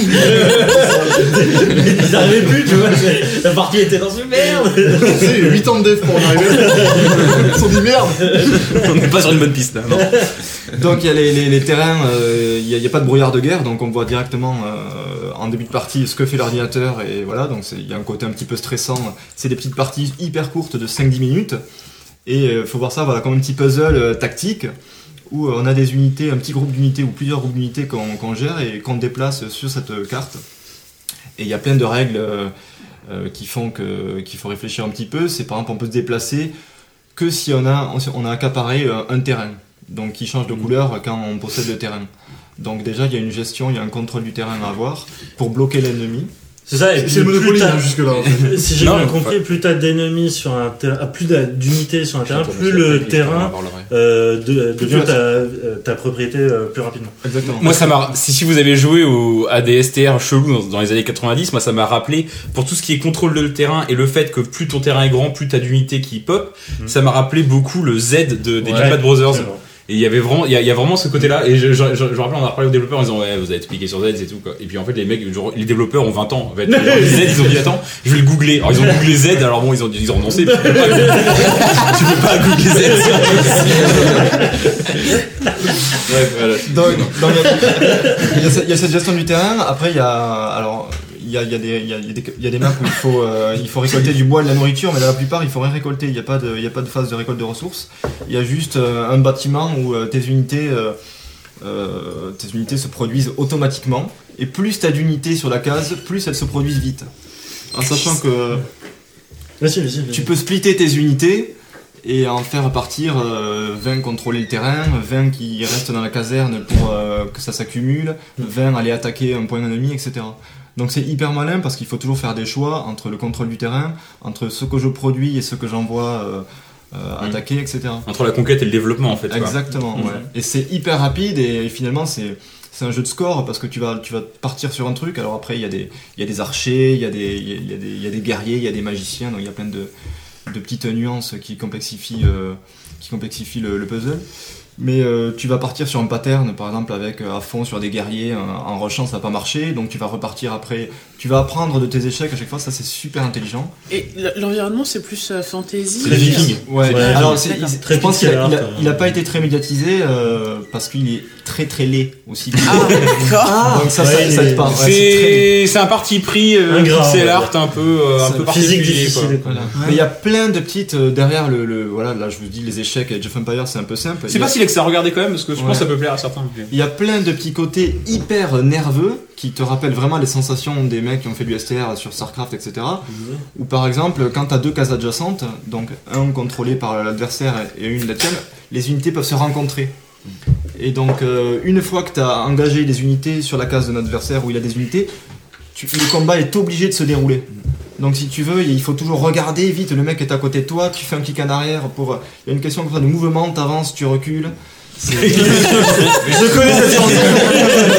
S4: Ils n'arrivaient plus, tu vois. c'est- La partie était dans ce merde.
S9: C'est 8 ans de dev pour en arriver. Ils se sont dit merde.
S1: on n'est pas sur une bonne piste. là, non.
S3: Donc il y a les, les- les terrains, euh, il n'y a, il y a pas de brouillard de guerre, donc on voit directement euh, en début de partie ce que fait l'ordinateur, et voilà, donc c'est- il y a un côté un petit peu stressant. C'est des petites parties hyper courtes de 5-10 minutes, et euh, faut voir ça voilà, comme un petit puzzle euh, tactique, où euh, on a des unités, un petit groupe d'unités ou plusieurs groupes d'unités qu'on qu'on gère et qu'on déplace sur cette euh, carte. Et il y a plein de règles euh, euh, qui font que- qu'il faut réfléchir un petit peu, c'est par exemple on peut se déplacer que si on a, on a accaparé euh, un terrain donc qui
S8: Mmh.
S3: change de couleur quand on possède le terrain. Donc déjà, il y a une gestion, il y a un contrôle du terrain à avoir pour bloquer l'ennemi.
S8: C'est ça, et
S9: C'est
S8: puis
S9: le
S8: plus
S9: Monopoly
S8: t'as-
S9: hein, jusque-là. en fait.
S8: si j'ai
S1: Non,
S8: bien
S1: mais
S8: compris, plus t'as d'ennemis sur un terrain, ah, plus d'a- d'unités sur un terrain, plus le terrain euh, de- devient ta, euh, ta propriété euh, plus rapidement.
S3: Exactement.
S1: Moi, ça m'a. Si, si vous avez joué au, à des STR chelous dans, dans les années 90, moi, ça m'a rappelé pour tout ce qui est contrôle de terrain et le fait que plus ton terrain est grand, plus t'as d'unités qui pop.
S8: Mhm.
S1: Ça m'a rappelé beaucoup le Z de, des
S8: Ouais.
S1: Jackpot Brothers.
S8: C'est bon.
S1: Et il y avait vraiment, il y, a- il y a vraiment ce côté-là. Et je, je, je, je rappelle, on en a reparlé aux développeurs en disant ouais, vous avez tout piqué sur Z, c'est tout quoi. Et puis en fait, les mecs, genre, les développeurs ont 20 ans. En fait, Genre, Z, ils ont dit attends, je vais le googler. Alors ils ont googlé Z. Alors bon, ils ont, ils ont renoncé. parce que Tu peux pas, tu peux pas googler Z. c'est impossible. Bref, voilà.
S3: Donc, donc, il y a- il y, a ce- il y a cette gestion du terrain. Après, il y a alors il y a, il y a des il y a- il y a des- il y a des maps où il faut euh, il faut récolter du bois, et de la nourriture, mais dans la plupart, il faut rien récolter. Il n'y a pas de il y a pas de phase de récolte de ressources. Il y a juste euh, un bâtiment où euh, tes unités euh, euh, tes unités se produisent automatiquement. Et plus t'as d'unités sur la case, plus elles se produisent vite. En sachant que
S8: Vas-y, vas-y, vas-y.
S3: Tu peux splitter tes unités et en faire partir euh, 20 contrôler le terrain, 20 qui restent dans la caserne pour euh, que ça s'accumule, 20 aller attaquer un point ennemi, etc. Donc c'est hyper malin parce qu'il faut toujours faire des choix entre le contrôle du terrain, entre ce que je produis et ce que j'envoie euh, euh,
S1: Mhm.
S3: attaquer, etc.
S1: Entre la conquête et le développement en fait. quoi. Mm.
S3: Exactement, ouais. Et c'est hyper rapide et finalement c'est c'est un jeu de score parce que tu vas tu vas partir sur un truc. Alors après il y a des il y a des archers, il y a des il y a- il y a des il y a des guerriers, il y a des magiciens. Donc il y a plein de de petites nuances qui complexifient euh, qui complexifient le, le puzzle. Mais euh, tu vas partir sur un pattern, par exemple, avec euh, à fond sur des guerriers, en, en rushant ça n'a pas marché, donc tu vas repartir après. Tu vas apprendre de tes échecs à chaque fois, ça c'est super intelligent.
S5: Et l- l'environnement, c'est plus euh, fantasy.
S1: C'est les Vikings.
S3: Ouais,
S8: Ouais.
S3: alors c'est-
S5: D'accord.
S3: il-
S8: Très
S3: je pense qu'il a,
S8: pixel
S3: il a-
S8: art,
S3: il a pas été très médiatisé euh, parce qu'il est très très laid aussi. Donc ça, ça,
S8: Ouais,
S3: ça
S8: il
S3: te
S8: est-
S3: parle. Ouais, c'est
S1: C'est c'est un parti pris, euh,
S8: Ingrat,
S1: pixel
S8: ouais.
S1: art un peu, euh, un
S8: C'est
S1: peu
S8: physique
S1: particulier. quoi.
S8: difficile.
S3: très laid. Voilà. Mais il y a plein de petites euh, derrière le, le- voilà là je vous dis les échecs et Jeff Empire c'est un peu simple.
S1: C'est
S3: Il y a-
S1: pas si que ça regardait quand même parce que je
S3: Ouais.
S1: pense que ça peut plaire à certains.
S3: Il y a plein de petits côtés hyper nerveux qui te rappellent vraiment les sensations des mecs qui ont fait du STR sur StarCraft, etc. Ou par exemple, quand t'as deux cases adjacentes, donc un contrôlé par l'adversaire et une la tienne, les unités peuvent se rencontrer. Et donc, euh, une fois que t'as engagé des unités sur la case de l'adversaire où il a des unités, tu- le combat est obligé de se dérouler. Donc si tu veux, il faut toujours regarder vite, le mec est à côté de toi, tu fais un kick en arrière pour... Il y a une question comme ça de mouvement, t'avances, tu recules.
S1: Je connais cette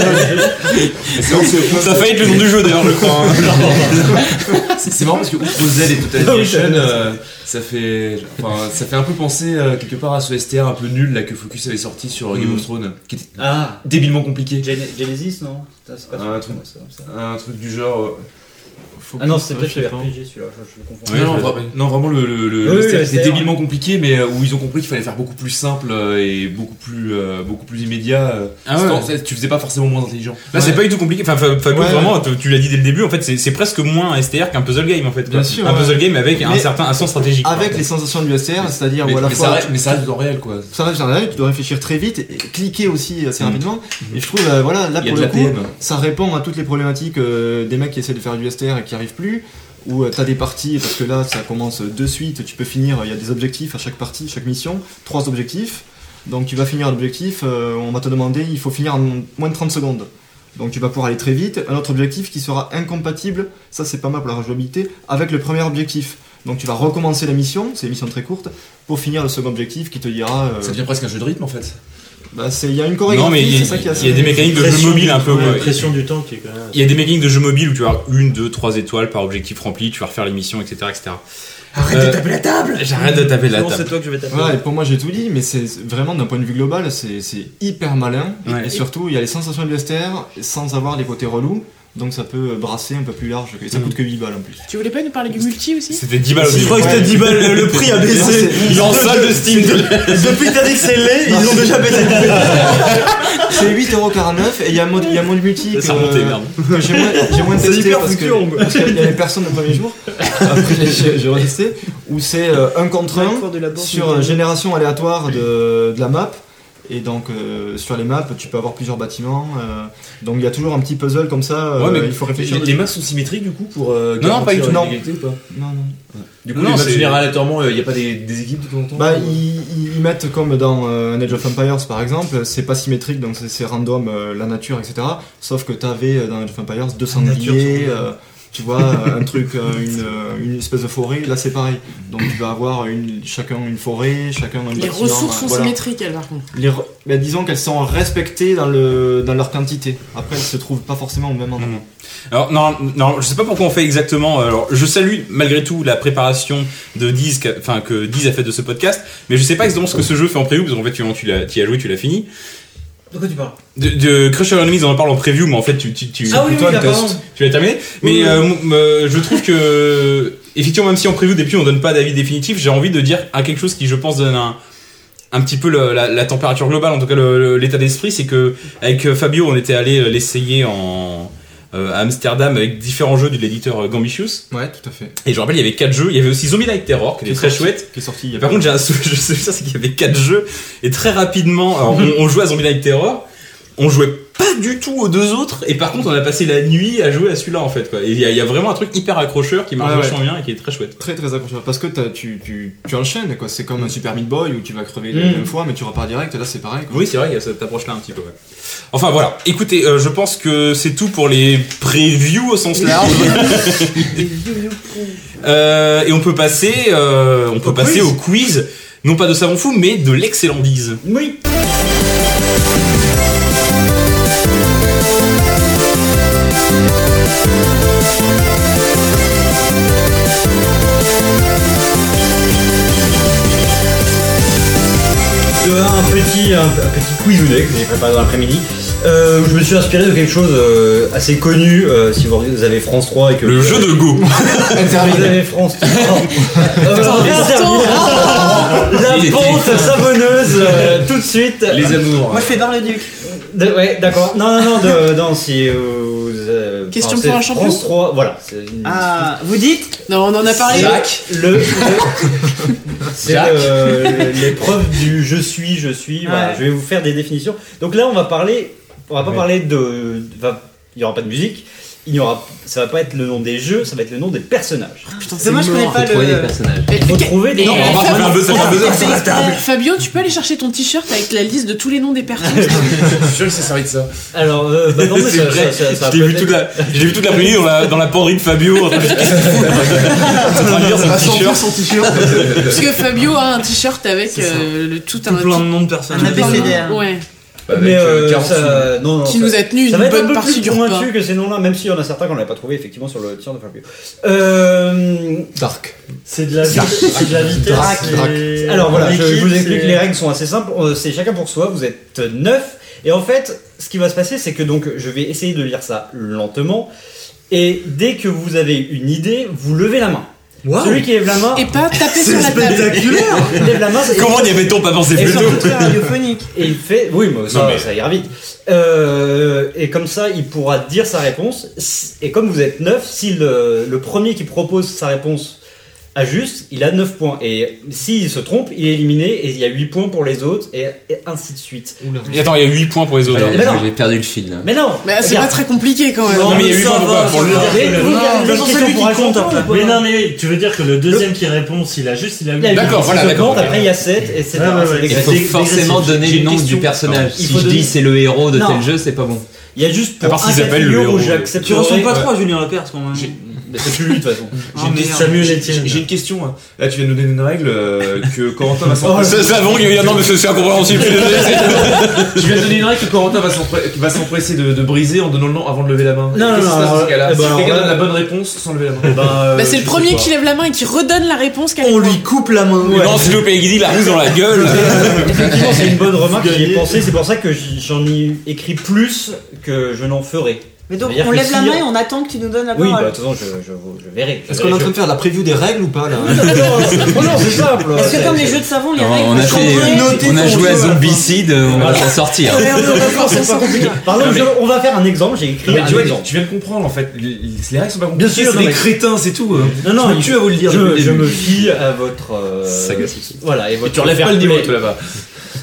S1: séance. Ça a failli être le nom du jeu d'ailleurs, je crois. hein.
S9: C'est c'est marrant parce que Opposed et Total
S4: Ah
S9: Annihilation, euh, ça fait, enfin, ça fait un peu penser euh, quelque part à ce STR un peu nul là que Focus avait sorti
S1: Mm.
S9: sur Game of Thrones, qui était
S4: Ah,
S9: débilement compliqué.
S4: Gen- Genesis, non Ça, c'est pas
S9: Un
S4: sûr.
S9: truc. Un truc du genre. euh,
S4: Ah non, c'est peut-être
S9: Ouais,
S4: le
S9: je sais
S4: RPG celui-là, je, je le confonds.
S1: Ouais,
S9: non, non,
S1: je le
S9: vra- non, vraiment le, le, le-
S4: Oui,
S9: le
S4: oui,
S9: step,
S4: le
S9: c'était
S4: step.
S9: débilement compliqué, mais euh, où ils ont compris qu'il fallait faire beaucoup plus simple euh, et beaucoup plus, euh, beaucoup plus immédiat. euh,
S1: Ah ouais.
S9: sans- ça, tu faisais pas forcément moins intelligent.
S1: Là, c'est pas du tout compliqué. Enfin, Fa- Fabio,
S3: Ouais.
S1: vraiment, tu tu l'as dit dès le début. En fait, c'est c'est presque moins un STR qu'un puzzle game. En fait,
S3: Bien
S1: quoi.
S3: sûr,
S1: un
S3: ouais.
S1: puzzle game avec un
S3: Mais-
S1: certain un sens stratégique.
S3: avec les sensations du STR, c'est-à-dire
S9: mais,
S3: où à la
S9: mais
S3: fois
S9: ça reste, mais ça reste dans le réel quoi.
S3: ça reste général, tu dois réfléchir très vite et cliquer aussi assez rapidement. Et je trouve, euh, voilà, là
S9: Il y a
S3: pour le
S9: de la
S3: coup,
S9: TM.
S3: ça répond à toutes les problématiques euh, des mecs qui essaient de faire du STR et qui arrivent plus. Ou euh, t'as des parties, parce que là ça commence de suite, tu peux finir, il y a des objectifs à chaque partie, chaque mission, trois objectifs. Donc tu vas finir l'objectif, euh, on va te demander, il faut finir en moins de 30 secondes. Donc tu vas pouvoir aller très vite. Un autre objectif qui sera incompatible, ça c'est pas mal pour la rejouabilité, avec le premier objectif. Donc tu vas recommencer la mission, c'est une mission très courte, pour finir le second objectif qui te dira. euh,
S9: Ça devient presque un jeu de rythme en fait.
S3: bah, c'est- il y a une
S1: Non,
S3: chorégraphie,
S1: mais il y,
S3: c'est
S1: a-
S3: ça qui est
S1: il y a
S3: assez-
S1: des mécaniques de jeux
S8: Pression
S1: mobiles
S8: du
S1: un
S8: temps,
S1: peu.
S8: ouais,
S1: ouais.
S8: pression du temps qui est quand même.
S1: Il y a des mécaniques de jeux mobiles où tu as une, deux, trois étoiles par objectif rempli, tu vas refaire les missions, etc. etc. Arrête de taper la table Euh, J'arrête de taper la
S2: Non, c'est
S1: table.
S2: toi que je vais taper.
S3: Voilà, et pour moi j'ai tout dit, mais c'est c'est vraiment d'un point de vue global, c'est c'est hyper malin. Et-
S1: Ouais.
S3: Et, surtout, il y a les sensations de Lester sans avoir les côtés relous, donc ça peut brasser un peu plus large. Et ça
S1: Mm.
S3: coûte que 8 balles en plus.
S5: Tu voulais pas nous parler du multi aussi
S1: C'était 10 balles au
S2: Je
S1: début.
S2: crois que c'était 10 balles, le prix a baissé.
S3: C'est-
S1: Il est en salle de Steam.
S2: Depuis que t'as dit que c'est laid, ils ont déjà baissé.
S3: C'est 8,49€ et il y a un mode, il y a un mode multi.
S1: Ça
S3: que-
S1: remontait, merde.
S3: que J'ai moins, j'ai moins
S2: C'est
S3: testé
S2: hyper
S3: parce que-
S2: fluctuant, quoi.
S3: parce qu'il y avait personne le premier jour. Après, j'ai- j'ai retesté. Où c'est euh, un contre
S7: Ouais,
S3: un
S7: le cours de la bourse,
S3: sur
S7: mais-
S3: euh, génération aléatoire de, de la map. Et donc euh, sur les maps, tu peux avoir plusieurs bâtiments. euh, donc il y a toujours un petit puzzle comme ça. euh,
S1: Ouais, mais
S3: il faut réfléchir.
S9: Les, les maps sont symétriques du coup pour euh,
S1: Non, non, pas du
S9: garantir
S1: tout,
S9: une
S1: non.
S9: égalité ou pas
S3: Non, non.
S9: Du coup,
S1: Non,
S9: les maps
S1: c'est-
S9: générales, aléatoirement, il n'y a pas des, des équipes de temps en temps
S3: Bah,
S9: ou-
S3: ils, ils mettent comme dans euh, Age of Empires par exemple, c'est pas symétrique donc c'est- c'est random euh, la nature etc. Sauf que t'avais euh, dans Age of Empires deux sangliers, euh, tu vois, euh, un truc, euh, une, euh, une espèce de forêt, là c'est pareil. Donc tu vas avoir une, chacun une forêt, chacun un
S5: Les
S3: bâtiment,
S5: ressources
S3: euh,
S5: sont
S3: voilà.
S5: symétriques, elles, par contre.
S3: Les re- bah, disons qu'elles sont respectées dans, le, dans leur quantité. Après elles se trouvent pas forcément au même endroit.
S1: Mhm. Alors non, non, je sais pas pourquoi on fait exactement. euh, Alors, je salue malgré tout la préparation de Diz, qu'a- enfin que Diz a fait de ce podcast, mais je sais pas exactement ce que ce jeu fait en preview parce qu'en fait tu, l'as- tu l'as, tu y as joué, tu l'as fini.
S2: De quoi tu parles
S1: De, de Crush Your Enemies, on en parle en preview, mais en fait tu, tu, tu,
S2: Ah oui,
S1: toi,
S2: oui,
S1: t'as-
S2: pardon.
S1: tu l'as terminé. Mais
S2: Oui, oui.
S1: euh, m- euh, je trouve que effectivement, même si en preview depuis on donne pas d'avis définitif, j'ai envie de dire à quelque chose qui je pense donne un un petit peu le- la, la température globale, en tout cas le- le- l'état d'esprit, c'est que avec euh, Fabio, on était allé euh, l'essayer en euh, à Amsterdam avec différents jeux de l'éditeur euh, Gambitious.
S3: Ouais, tout à fait.
S1: Et je rappelle, il y avait quatre jeux. Il y avait aussi Zombie Light Terror, qui était très chouette.
S3: Qui est sorti il y a
S1: Par contre, j'ai un sou- je sais ça, c'est qu'il y avait quatre jeux et très rapidement, alors, on, on jouait à Zombie Night Terror, on jouait pas du tout aux deux autres et par contre, on a passé la nuit à jouer à celui-là en fait quoi. Et il y, a- il y a vraiment un truc hyper accrocheur qui marche
S3: Ouais, ouais.
S1: vachement bien et qui est très chouette. Mm.
S3: très très accrocheur parce que t'as- tu, tu, tu enchaînes quoi c'est comme un Super Meat Boy où tu vas crever
S2: Mm.
S3: une fois mais tu repars direct là c'est pareil quoi.
S1: Oui, c'est vrai, il y a cette approche-là un petit peu. ouais. Enfin voilà. Écoutez, euh, je pense que c'est tout pour les previews au sens large. Euh, et on peut passer, euh, on peut passer au quiz, non pas de savon fou, mais de l'excellentise.
S2: Oui.
S4: Euh, un petit, un, un petit quizoulet que j'ai préparé dans l'après-midi. Euh, je me suis inspiré de quelque chose euh, assez connu. euh, si vous avez France 3 et que
S1: Le jeu de Go.
S4: Vous avez France 3. Euh, La
S1: Il était-
S4: pente savonneuse euh, tout de suite.
S9: Les amours.
S7: Moi, je fais dans le duc.
S4: De- ouais, d'accord. Non, non, non, de, non, si euh, vous. euh,
S5: Question
S4: pensez
S5: pour un champion
S4: France 3, voilà. c'est une-
S7: Ah, vous dites
S5: Non, on en a parlé.
S4: Jacques, le. le- C'est
S9: Jacques.
S4: le- l'épreuve du je suis, je suis. Voilà,
S7: Ouais.
S4: je vais vous faire des définitions. Donc là, on va parler. On va pas parler de. enfin, Il n'y aura pas de musique. Il n'y aura. Ça va pas être le nom des jeux. Ça va être le nom des
S1: Ah,
S4: personnages.
S5: Putain, c'est
S7: Dommage, je connais
S5: mort.
S7: pas
S6: Trouver des
S7: le.
S6: personnages.
S5: Eh,
S4: Faut
S5: eh,
S4: trouver des.
S5: Non, on va
S1: Ça fait un peu- ça fait un peu-
S5: Euh, Fabio, tu peux aller chercher ton t-shirt avec la liste de tous les noms des personnes.
S9: Je suis sûr qu'il s'est servi de ça.
S4: Alors, euh, bah non, mais
S1: C'est
S4: ça,
S1: vrai.
S4: ça- ça- ça
S1: Je l'ai
S4: peut
S1: vu
S4: être-
S1: toute la, je l'ai vu toute l'après-midi dans la, dans la penderie de Fabio. en train de- Qu'est-ce qu'il fout, là En train de lire son t-shirt.
S3: son t-shirt
S5: Parce que Fabio a un t-shirt avec euh, le tout un.
S2: Tout plein de noms de
S7: Un
S2: personnages.
S7: ABCDR.
S5: Ouais,
S4: Mais euh,
S9: euh, 40
S4: ça- non, non,
S5: qui
S4: ça-
S5: nous a tenu
S4: Ça
S5: une
S4: va être un
S5: bonne
S4: peu plus
S5: partie du hein. repas.
S4: pointu que ces noms-là, même s'il y en a certains qu'on n'avait pas trouvé effectivement sur le tir de Fabio. Euh,
S3: Dark
S8: C'est de la vitesse. C'est de la vitesse.
S3: Drac,
S8: c'est-
S3: drac.
S4: alors voilà, je,
S8: l'équipe,
S4: je vous explique,
S8: c'est-
S4: les règles sont assez simples, euh, c'est chacun pour soi, vous êtes neuf, et en fait, ce qui va se passer, c'est que donc je vais essayer de lire ça lentement, et dès que vous avez une idée, vous levez la main. Celui qui lève la main,
S5: Et pas taper sur la table.
S4: lève la main, et-
S1: Comment n'y avait-on pas pensé
S4: Et
S1: plus tôt
S4: surtout,
S7: Très radiophonique.
S4: Et il fait, oui, mais ça,
S1: Non, mais-
S4: ça ira vite. Euh, et comme ça, il pourra dire sa réponse. Si- Et comme vous êtes neuf, si le, le premier qui propose sa réponse a juste, il a 9 points. Et s'il se trompe, il est éliminé et il y a 8 points pour les autres et, et ainsi de suite.
S1: Et Attends, il y a 8 points pour les autres.
S4: Alors,
S1: hein.
S4: mais non.
S6: J'ai perdu le fil. là.
S4: Mais non
S5: Mais c'est pas
S4: regarde.
S5: très compliqué quand même.
S1: Non, mais il y a
S2: mais
S1: eu un
S2: ça
S1: ou pas
S2: va,
S1: pour
S2: ça
S1: le-
S2: va.
S4: Mais vous regardez les
S2: Non,
S4: questions
S2: celui
S4: pour
S2: qui compte
S4: raconter,
S2: après.
S4: pour-
S8: Mais non, mais tu veux dire que le deuxième qui répond, s'il a juste, il a eu.
S4: Il y a huit,
S1: D'accord,
S4: il
S1: voilà,
S4: se
S1: d'accord,
S4: plante,
S1: ok.
S4: Après, il y a 7 et c'est
S8: Ouais,
S4: là,
S8: ouais,
S4: c'est
S8: ouais.
S4: dégressif.
S6: Il faut
S8: C'est
S6: forcément
S8: dégressif.
S6: donner
S8: J'ai
S6: le
S8: une
S6: nom du
S8: question.
S6: personnage.
S4: Il
S6: Si
S4: faut
S6: je
S4: donner-
S6: dis c'est le héros de
S4: Non.
S6: tel jeu, c'est pas bon.
S4: Il y a juste
S1: À part
S4: pour un
S1: s'ils
S4: cas de
S1: appellent le
S4: figure où
S1: héros.
S4: j'accepte.
S2: Tu ressens pas trop à Julien Lepers quand même.
S4: Bah, c'est plus lui de toute façon.
S2: Ah,
S9: une
S2: merde.
S9: question-
S8: Samuel
S9: j'ai-
S8: Etienne.
S9: J'ai une question. hein. Là, tu viens de nous donner une règle euh, que Corentin va s'en
S1: C'est ça, bon, il y a non, mais c'est incompréhensible. je suis désolé, c'est-
S9: Tu viens de donner une règle que Corentin va s'empre- va s'empresser de, de briser en donnant le nom avant de lever la main.
S4: Non,
S9: Qu'est-ce qui
S4: non,
S9: se passe
S4: non,
S9: dans ce
S4: alors,
S9: cas-là
S4: eh ben,
S9: Si
S4: alors
S9: quelqu'un
S4: là-
S9: donne la bonne réponse sans lever la main.
S5: Bah, c'est le premier qui lève la main et qui redonne la réponse qu'elle
S2: On lui coupe la main.
S1: Non, l'encyclopédie, la roue dans la gueule.
S4: Effectivement, c'est une bonne remarque, j'y ai
S8: gagnez.
S4: pensé, c'est pour ça que j'y- j'en ai écrit plus que je n'en ferai.
S7: Mais donc,
S4: C'est-à-dire
S7: on
S4: que
S7: lève la
S4: si-
S7: main et on attend que tu nous donnes la
S4: Oui, bah, de
S7: parole.
S4: toute façon, je, je, je verrai.
S3: Est-ce qu'on est en train de faire la preview des règles ou pas là
S4: Oh non, c'est simple
S7: Parce que comme les jeux de savon, les
S6: Non,
S7: règles,
S6: on a,
S7: je
S6: fait, euh,
S7: comprends.
S6: on a joué à Zombicide,
S1: euh,
S6: on va s'en sortir.
S4: Par exemple, je- on va faire un exemple, j'ai écrit
S9: Non, mais
S4: un
S9: tu, vois,
S4: exemple.
S9: tu viens de comprendre en fait. Les, les règles sont pas compliquées.
S4: Bien sûr,
S9: c'est
S4: non,
S9: des
S4: mais-
S9: crétins, c'est tout. hein.
S4: Non, non,
S9: je me
S4: il-
S9: tue à vous le dire.
S4: Je,
S9: depuis le
S4: je me
S9: début.
S4: fie à votre. euh,
S6: Sagacité.
S4: Voilà, et votre.
S9: Tu relèves pas le
S4: fair
S9: niveau,
S4: play.
S9: toi là-bas.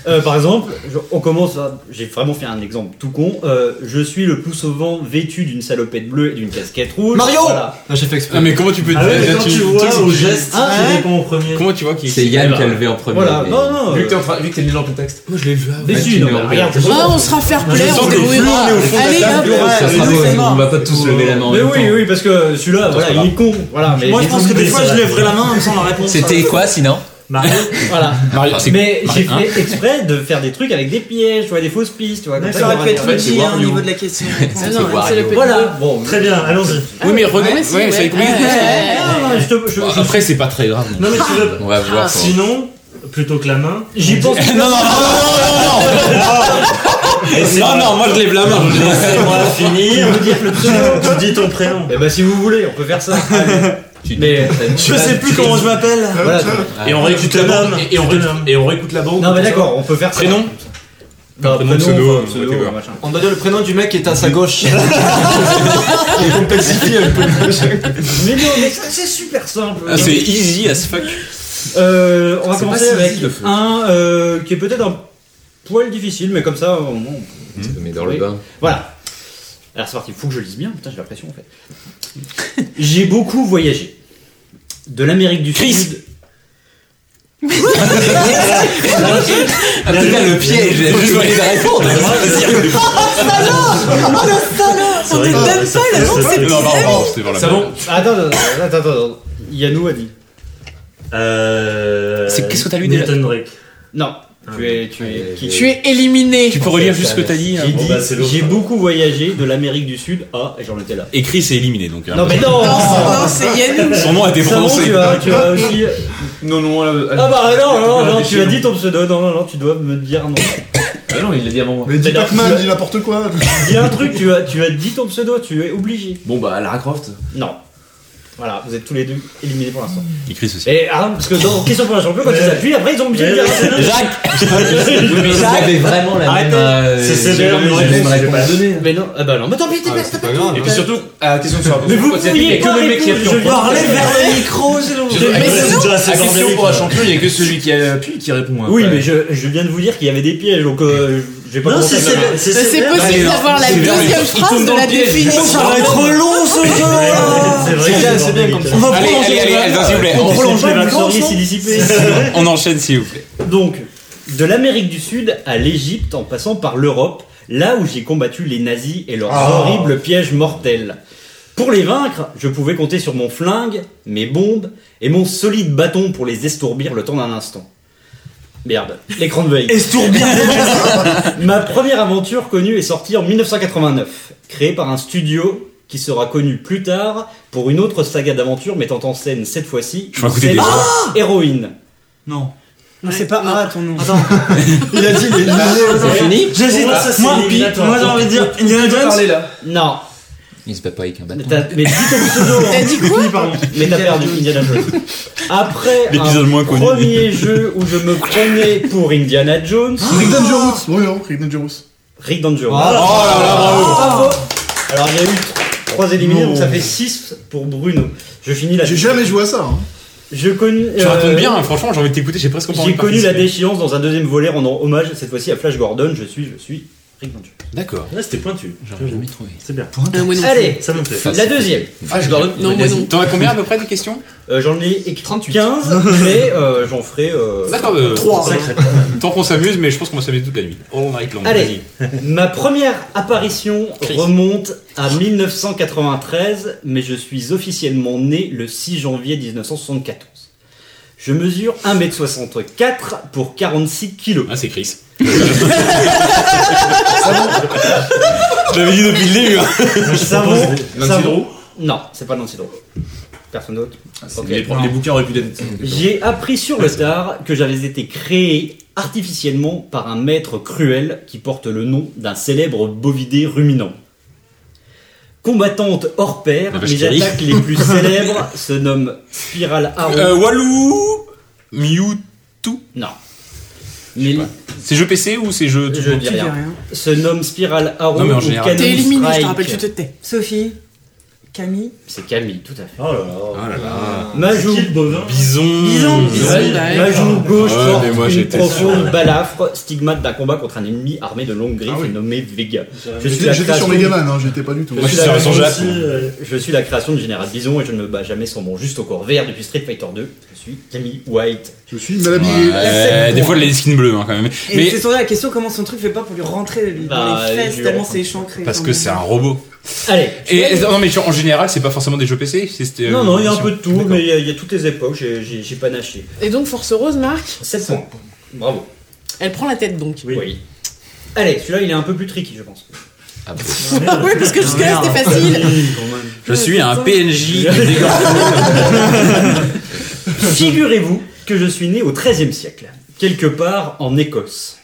S4: Euh, par exemple, je- on commence. à- J'ai vraiment fait un exemple tout con. Euh, je suis le plus souvent vêtu d'une salopette bleue et d'une casquette rouge.
S3: Mario
S4: Voilà.
S9: Ah,
S3: Non, j'ai fait exprès.
S1: Non, mais comment tu peux
S8: Ah ouais, mais
S1: là,
S8: quand
S1: tu-
S8: tu
S1: tu-
S8: vois au geste,
S4: Ah,
S8: tu
S4: ouais.
S8: réponds en premier.
S1: Comment tu vois qui
S6: C'est Yann
S4: Eh
S6: qui a
S4: ben,
S6: levé en premier.
S4: Voilà.
S6: mais-
S4: Non, non.
S9: Vu
S4: euh,
S9: que t'es en train- vu que t'es né dans le contexte.
S3: Moi je l'ai vu avant.
S4: mais
S6: Ouais,
S4: si,
S6: tu
S4: non,
S6: n'es
S4: mais
S6: au-
S4: regarde, c'est
S5: Ah,
S4: bon.
S5: on sera fair
S1: Je
S5: play,
S1: sens
S5: on
S1: que le flux,
S5: débrouillera.
S1: on est au fond de la
S5: Allez,
S1: table,
S5: hop,
S6: Ça sera
S5: nous,
S6: beau,
S5: c'est
S6: on
S5: mort.
S6: va pas tous lever la main. en
S4: Mais
S6: même temps.
S4: oui, oui, parce que celui-là, voilà, il est con. Voilà, mais
S2: Moi, je pense que des fois, je lèverai la main en me sans la réponse.
S6: C'était
S4: Euh,
S6: quoi sinon
S8: Mario,
S4: Voilà.
S1: Mario, c'est
S4: Mais j'ai
S1: Hein
S4: fait exprès de faire des trucs avec des pièges, tu vois, des fausses pistes, tu vois. comme
S7: Ça aurait
S4: ça,
S7: pu être
S4: voilà.
S7: Luigi hein, au niveau de la question.
S5: Ah
S6: C'est
S5: non,
S6: Wario.
S5: c'est le petit-
S4: Voilà. Bon. Ah,
S8: très bien, allons-y.
S1: Oui, mais regardez,
S5: Ouais, si,
S1: ouais,
S5: ouais.
S1: ça y est, combien de
S5: Ouais.
S1: questions
S4: Non, non, je te- je-
S1: Bon,
S4: je-
S1: Ah, Après, c'est pas très grave. non.
S8: Non mais tu veux...
S6: On va
S1: Ah,
S6: voir. comment-
S8: Sinon, plutôt que la main,
S4: J'y pense.
S1: Non, non, non, non, Ah. non, non, non, non, non, moi je lève la main.
S8: laissez-moi finir.
S4: Je veux dire le pseudo.
S8: Tu dis ton prénom.
S4: Eh ben, si vous voulez, on peut faire ça. Allez. Mais
S2: Je sais plus comment je m'appelle.
S4: voilà. Ah,
S9: Et on réécoute la
S8: Bonhomme.
S9: bande. Et on réécoute- et on réécoute la bande.
S4: Non, mais d'accord, on peut faire ça.
S1: Prénom
S4: Bah,
S1: Prénom,
S4: prénom,
S1: pseudo, euh, Mm.
S4: enfin, pseudo,
S1: whatever.
S4: machin.
S3: On doit dire le prénom du mec qui est à sa gauche. Et complexifie un peu.
S4: Mais non, mais ça, c'est super simple.
S1: Ah, C'est easy as fuck.
S4: Euh, on va
S6: C'est
S4: commencer
S6: pas si
S4: avec
S6: facile, le feu.
S4: un euh, qui est peut-être un poil difficile, mais comme ça, au moins, on
S6: Mais dans le bain.
S4: Voilà. Alors c'est parti, faut que je lise bien, putain j'ai la pression en fait. j'ai beaucoup voyagé. De l'Amérique du
S1: Chris.
S4: Sud.
S6: Ah putain, le piège, j'ai juste voulu la répondre.
S5: Oh,
S4: Ah,
S5: On eh, ne donne pas le nom de ces
S1: Non, pardon, pardon, c'était vers la
S9: C'est
S1: main.
S9: bon.
S4: Attends, attends, attends, attends. Yannou a dit.
S8: Euh...
S1: C'est- qu'est-ce que t'as lu
S8: Nathan Drake. Ah,
S4: Non, tu es. Tu es.
S6: Ouais,
S4: qui-
S5: Tu es éliminé.
S1: Tu peux relire juste ce que t'as dit hein.
S4: J'ai
S8: Bon,
S4: dit,
S8: bah, c'est l'autre,
S4: j'ai
S8: alors.
S4: beaucoup voyagé de l'Amérique du Sud à. Et j'en étais là.
S1: Écrit, c'est éliminé donc. hein.
S4: Non mais non
S5: Non, c'est- non, c'est Yannou.
S1: Son nom a été
S4: C'est bon,
S1: prononcé.
S4: tu as, tu as aussi.
S9: Non, non, elle-
S4: Ah bah non, non, non, tu
S9: elle-
S4: as dit ton pseudo, non, non, non, tu dois me dire non.
S9: Ah non, il l'a dit avant moi.
S3: Mais dis
S4: Mais non,
S3: Pac-Man,
S4: tu-
S3: dis n'importe quoi.
S4: Dis un truc, tu as, tu as dit ton pseudo, tu es obligé.
S9: Bon bah Lara Croft.
S4: Non. Voilà, vous êtes tous les deux éliminés pour l'instant.
S1: Écrit ceci.
S4: Et ah, parce que dans Question pour la champion, quand
S8: Ouais.
S4: ils appuient, après ils ont obligé de dire.
S1: Jacques
S6: Mais vous avez vraiment la
S4: Arrêtez.
S6: même. euh,
S8: C'est
S6: j'ai
S8: sévère,
S6: la
S8: mais
S6: même
S8: j'ai pas
S6: réponse.
S8: donné.
S4: Mais non, ah bah non, mais tant pis, t'es
S3: Ah, mais
S4: perdu.
S3: c'est pas grave.
S9: Et puis surtout, à la question sur la
S4: Mais vous
S9: Quand il y a-
S4: pouviez
S9: il y a
S4: pas
S9: que le mec qui a
S4: répondre,
S9: appuyé
S4: je
S9: en premier.
S2: Parlez vers le micro, c'est
S9: Je-
S2: l'enjeu.
S9: à la-
S8: C'est déjà
S9: La
S8: assez
S9: question pour un
S8: organique.
S9: champion, il y a que celui qui appuie qui répond. hein.
S4: Ah, Oui,
S9: Ouais.
S4: mais je, je viens de vous dire qu'il y avait des pièges, donc euh, je vais pas
S8: Non,
S4: commencer
S8: si
S4: à-
S8: c'est si
S5: Ça, C'est
S8: c'est-
S5: possible d'avoir la
S1: C'est bien, mais
S5: deuxième
S1: il tombe
S5: phrase de
S1: dans
S5: la
S1: le piège.
S5: définition.
S2: Ça va être long ce jeu là
S8: C'est vrai,
S3: C'est
S8: que
S3: bien, c'est bien
S8: organique.
S3: comme ça.
S2: On va
S1: Allez, allez,
S2: prolonger
S1: allez,
S2: les
S1: allez,
S2: vacances.
S1: s'il vous plaît.
S4: On
S1: On-
S4: prolonge les
S2: les vacances,
S4: vacances,
S2: non
S4: s'est dissipé.
S1: On enchaîne s'il vous plaît.
S4: Donc, de l'Amérique du Sud à l'Égypte en passant par l'Europe, là où j'ai combattu les nazis et leurs horribles pièges mortels. Pour les vaincre, je pouvais compter sur mon flingue, mes bombes et mon solide bâton pour les estourbir le temps d'un instant. Merde, l'écran de veille.
S2: Estourbir
S4: Ma première aventure connue est sortie en 1989, créée par un studio qui sera connu plus tard pour une autre saga d'aventure mettant en scène cette fois-ci
S1: Je vais écouter des
S4: célèbre héroïne.
S2: Non.
S7: Non, C'est pas ah ton nom.
S2: Attends,
S3: Il a dit, il
S4: Bah,
S3: est
S6: C'est fini
S2: j'hésite.
S8: Pour moi, ça, c'est
S2: Moi, puis,
S8: éliminatoire.
S2: moi j'ai envie de dire Indiana Jones.
S4: Non,
S6: Il se bat pas avec un
S4: mais
S6: bâton.
S4: t'as- mais dis ton pseudo. hein.
S5: T'as dit quoi
S4: Mais t'as perdu, Indiana Jones. Après
S1: L'épisode moins
S4: un
S1: connu.
S4: premier jeu où je me prenais pour Indiana Jones,
S10: Rick Dangerous Oui, non, Rick Dangerous.
S4: Rick Dangerous.
S1: Oh là là, bravo
S4: Bravo Alors il y a eu 3 éliminés, donc ça fait 6 pour Bruno. Je finis la...
S10: J'ai jamais joué à ça. Hein.
S4: Je connais...
S1: Tu racontes bien, hein, franchement, j'ai envie de t'écouter, j'ai presque pas envie
S4: J'ai
S1: de
S4: connu la
S1: participer.
S4: déchéance dans un deuxième volet rendant hommage cette fois-ci à Flash Gordon. Je suis, je suis Rigondu.
S1: D'accord.
S8: Là, c'était pointu.
S6: J'aurais jamais trouvé.
S8: C'est bien.
S5: Euh, moi non plus.
S4: Allez,
S8: Ça me plaît.
S6: Enfin,
S4: la deuxième.
S1: Ah, je
S4: Gordon
S5: Non, moi non.
S1: T'en as combien à peu près de questions
S4: Euh, J'en ai écrit
S1: 38.
S4: 15, mais euh, j'en ferai. euh,
S1: D'accord, euh,
S4: Sacré.
S1: Tant qu'on s'amuse, mais je pense qu'on va s'amuser toute la nuit. All night long.
S4: Allez, ma première apparition remonte à 1993, mais je suis officiellement né le 6 janvier 1974. Je mesure 1m64 pour 46 kilos.
S1: Ah, c'est Chris. J'avais dit depuis le début. hein.
S4: Savon,
S9: Nancy Drew
S4: Non, c'est pas Nancy Drew. Personne d'autre. Ah, Ok.
S9: les, les bouquins auraient pu être.
S4: J'ai appris sur le tard que j'avais été créé artificiellement par un maître cruel qui porte le nom d'un célèbre bovidé ruminant. Combattante hors pair,
S1: La vache
S4: les
S1: qui rit.
S4: attaques les plus célèbres se nomment Spirale Arrow.
S1: Euh, Walou. Mewtwo.
S4: Non. Mais
S1: C'est jeu PC ou c'est jeu.
S4: je dis
S7: Tu dis
S4: rien.
S7: rien.
S4: Se nomme Spirale Arrow.
S1: Non, mais en
S4: ou
S1: général-
S4: Canon
S5: T'es éliminé, je te rappelle, tu
S4: Strike.
S5: te tais.
S7: Sophie, Camille,
S4: C'est Camille, tout à fait.
S8: Oh là là.
S4: Ma joue,
S8: Qui le bovin
S1: Bison.
S7: Bison,
S4: ma-
S5: Bison, bah,
S4: ma joue gauche
S1: Ouais,
S4: porte
S1: mais moi,
S4: une
S1: j'étais
S4: profonde balafre, stigmate d'un combat contre un ennemi armé de longues griffes nommé Vega. Je suis
S10: J'étais
S4: la
S10: j'étais sur
S4: création-
S10: Megaman, hein, j'étais pas du tout.
S4: Je suis
S1: c'est
S4: la-
S1: sur son Jap.
S8: Aussi, euh,
S4: Je suis la création du général Bison et je ne me bats jamais sans mon juste au corps vert depuis Street Fighter 2. Je suis Camille White.
S10: Je suis mal habillé.
S1: Euh, des fois, il a des skins bleus hein, quand même.
S7: Et
S1: Mais
S7: c'est sur la question comment son truc fait pas pour lui rentrer
S4: Bah,
S7: dans les
S4: il
S7: fesses
S4: lui
S7: tellement
S4: rentre.
S7: c'est échancré.
S1: parce
S7: quand
S1: que
S7: même.
S1: c'est un robot.
S4: Allez.
S1: Et non, mais en général, c'est pas forcément des jeux PC. c'est- c'était, euh,
S4: Non, non, il y a un
S1: sur-
S4: peu de tout, mais il y a, il y a toutes les époques, j'ai- j'ai j'ai pas naché.
S5: Et donc, Force Rose, Marc,
S4: 7 points. Bravo.
S5: elle prend la tête donc.
S4: Oui. Allez, celui-là, il est un peu plus tricky, je pense.
S6: Ah, bon.
S5: Ah ouais, parce que jusque-là, c'était facile.
S1: Je suis un PNJ.
S4: Figurez-vous que je suis né au XIIIe siècle, quelque part en Écosse.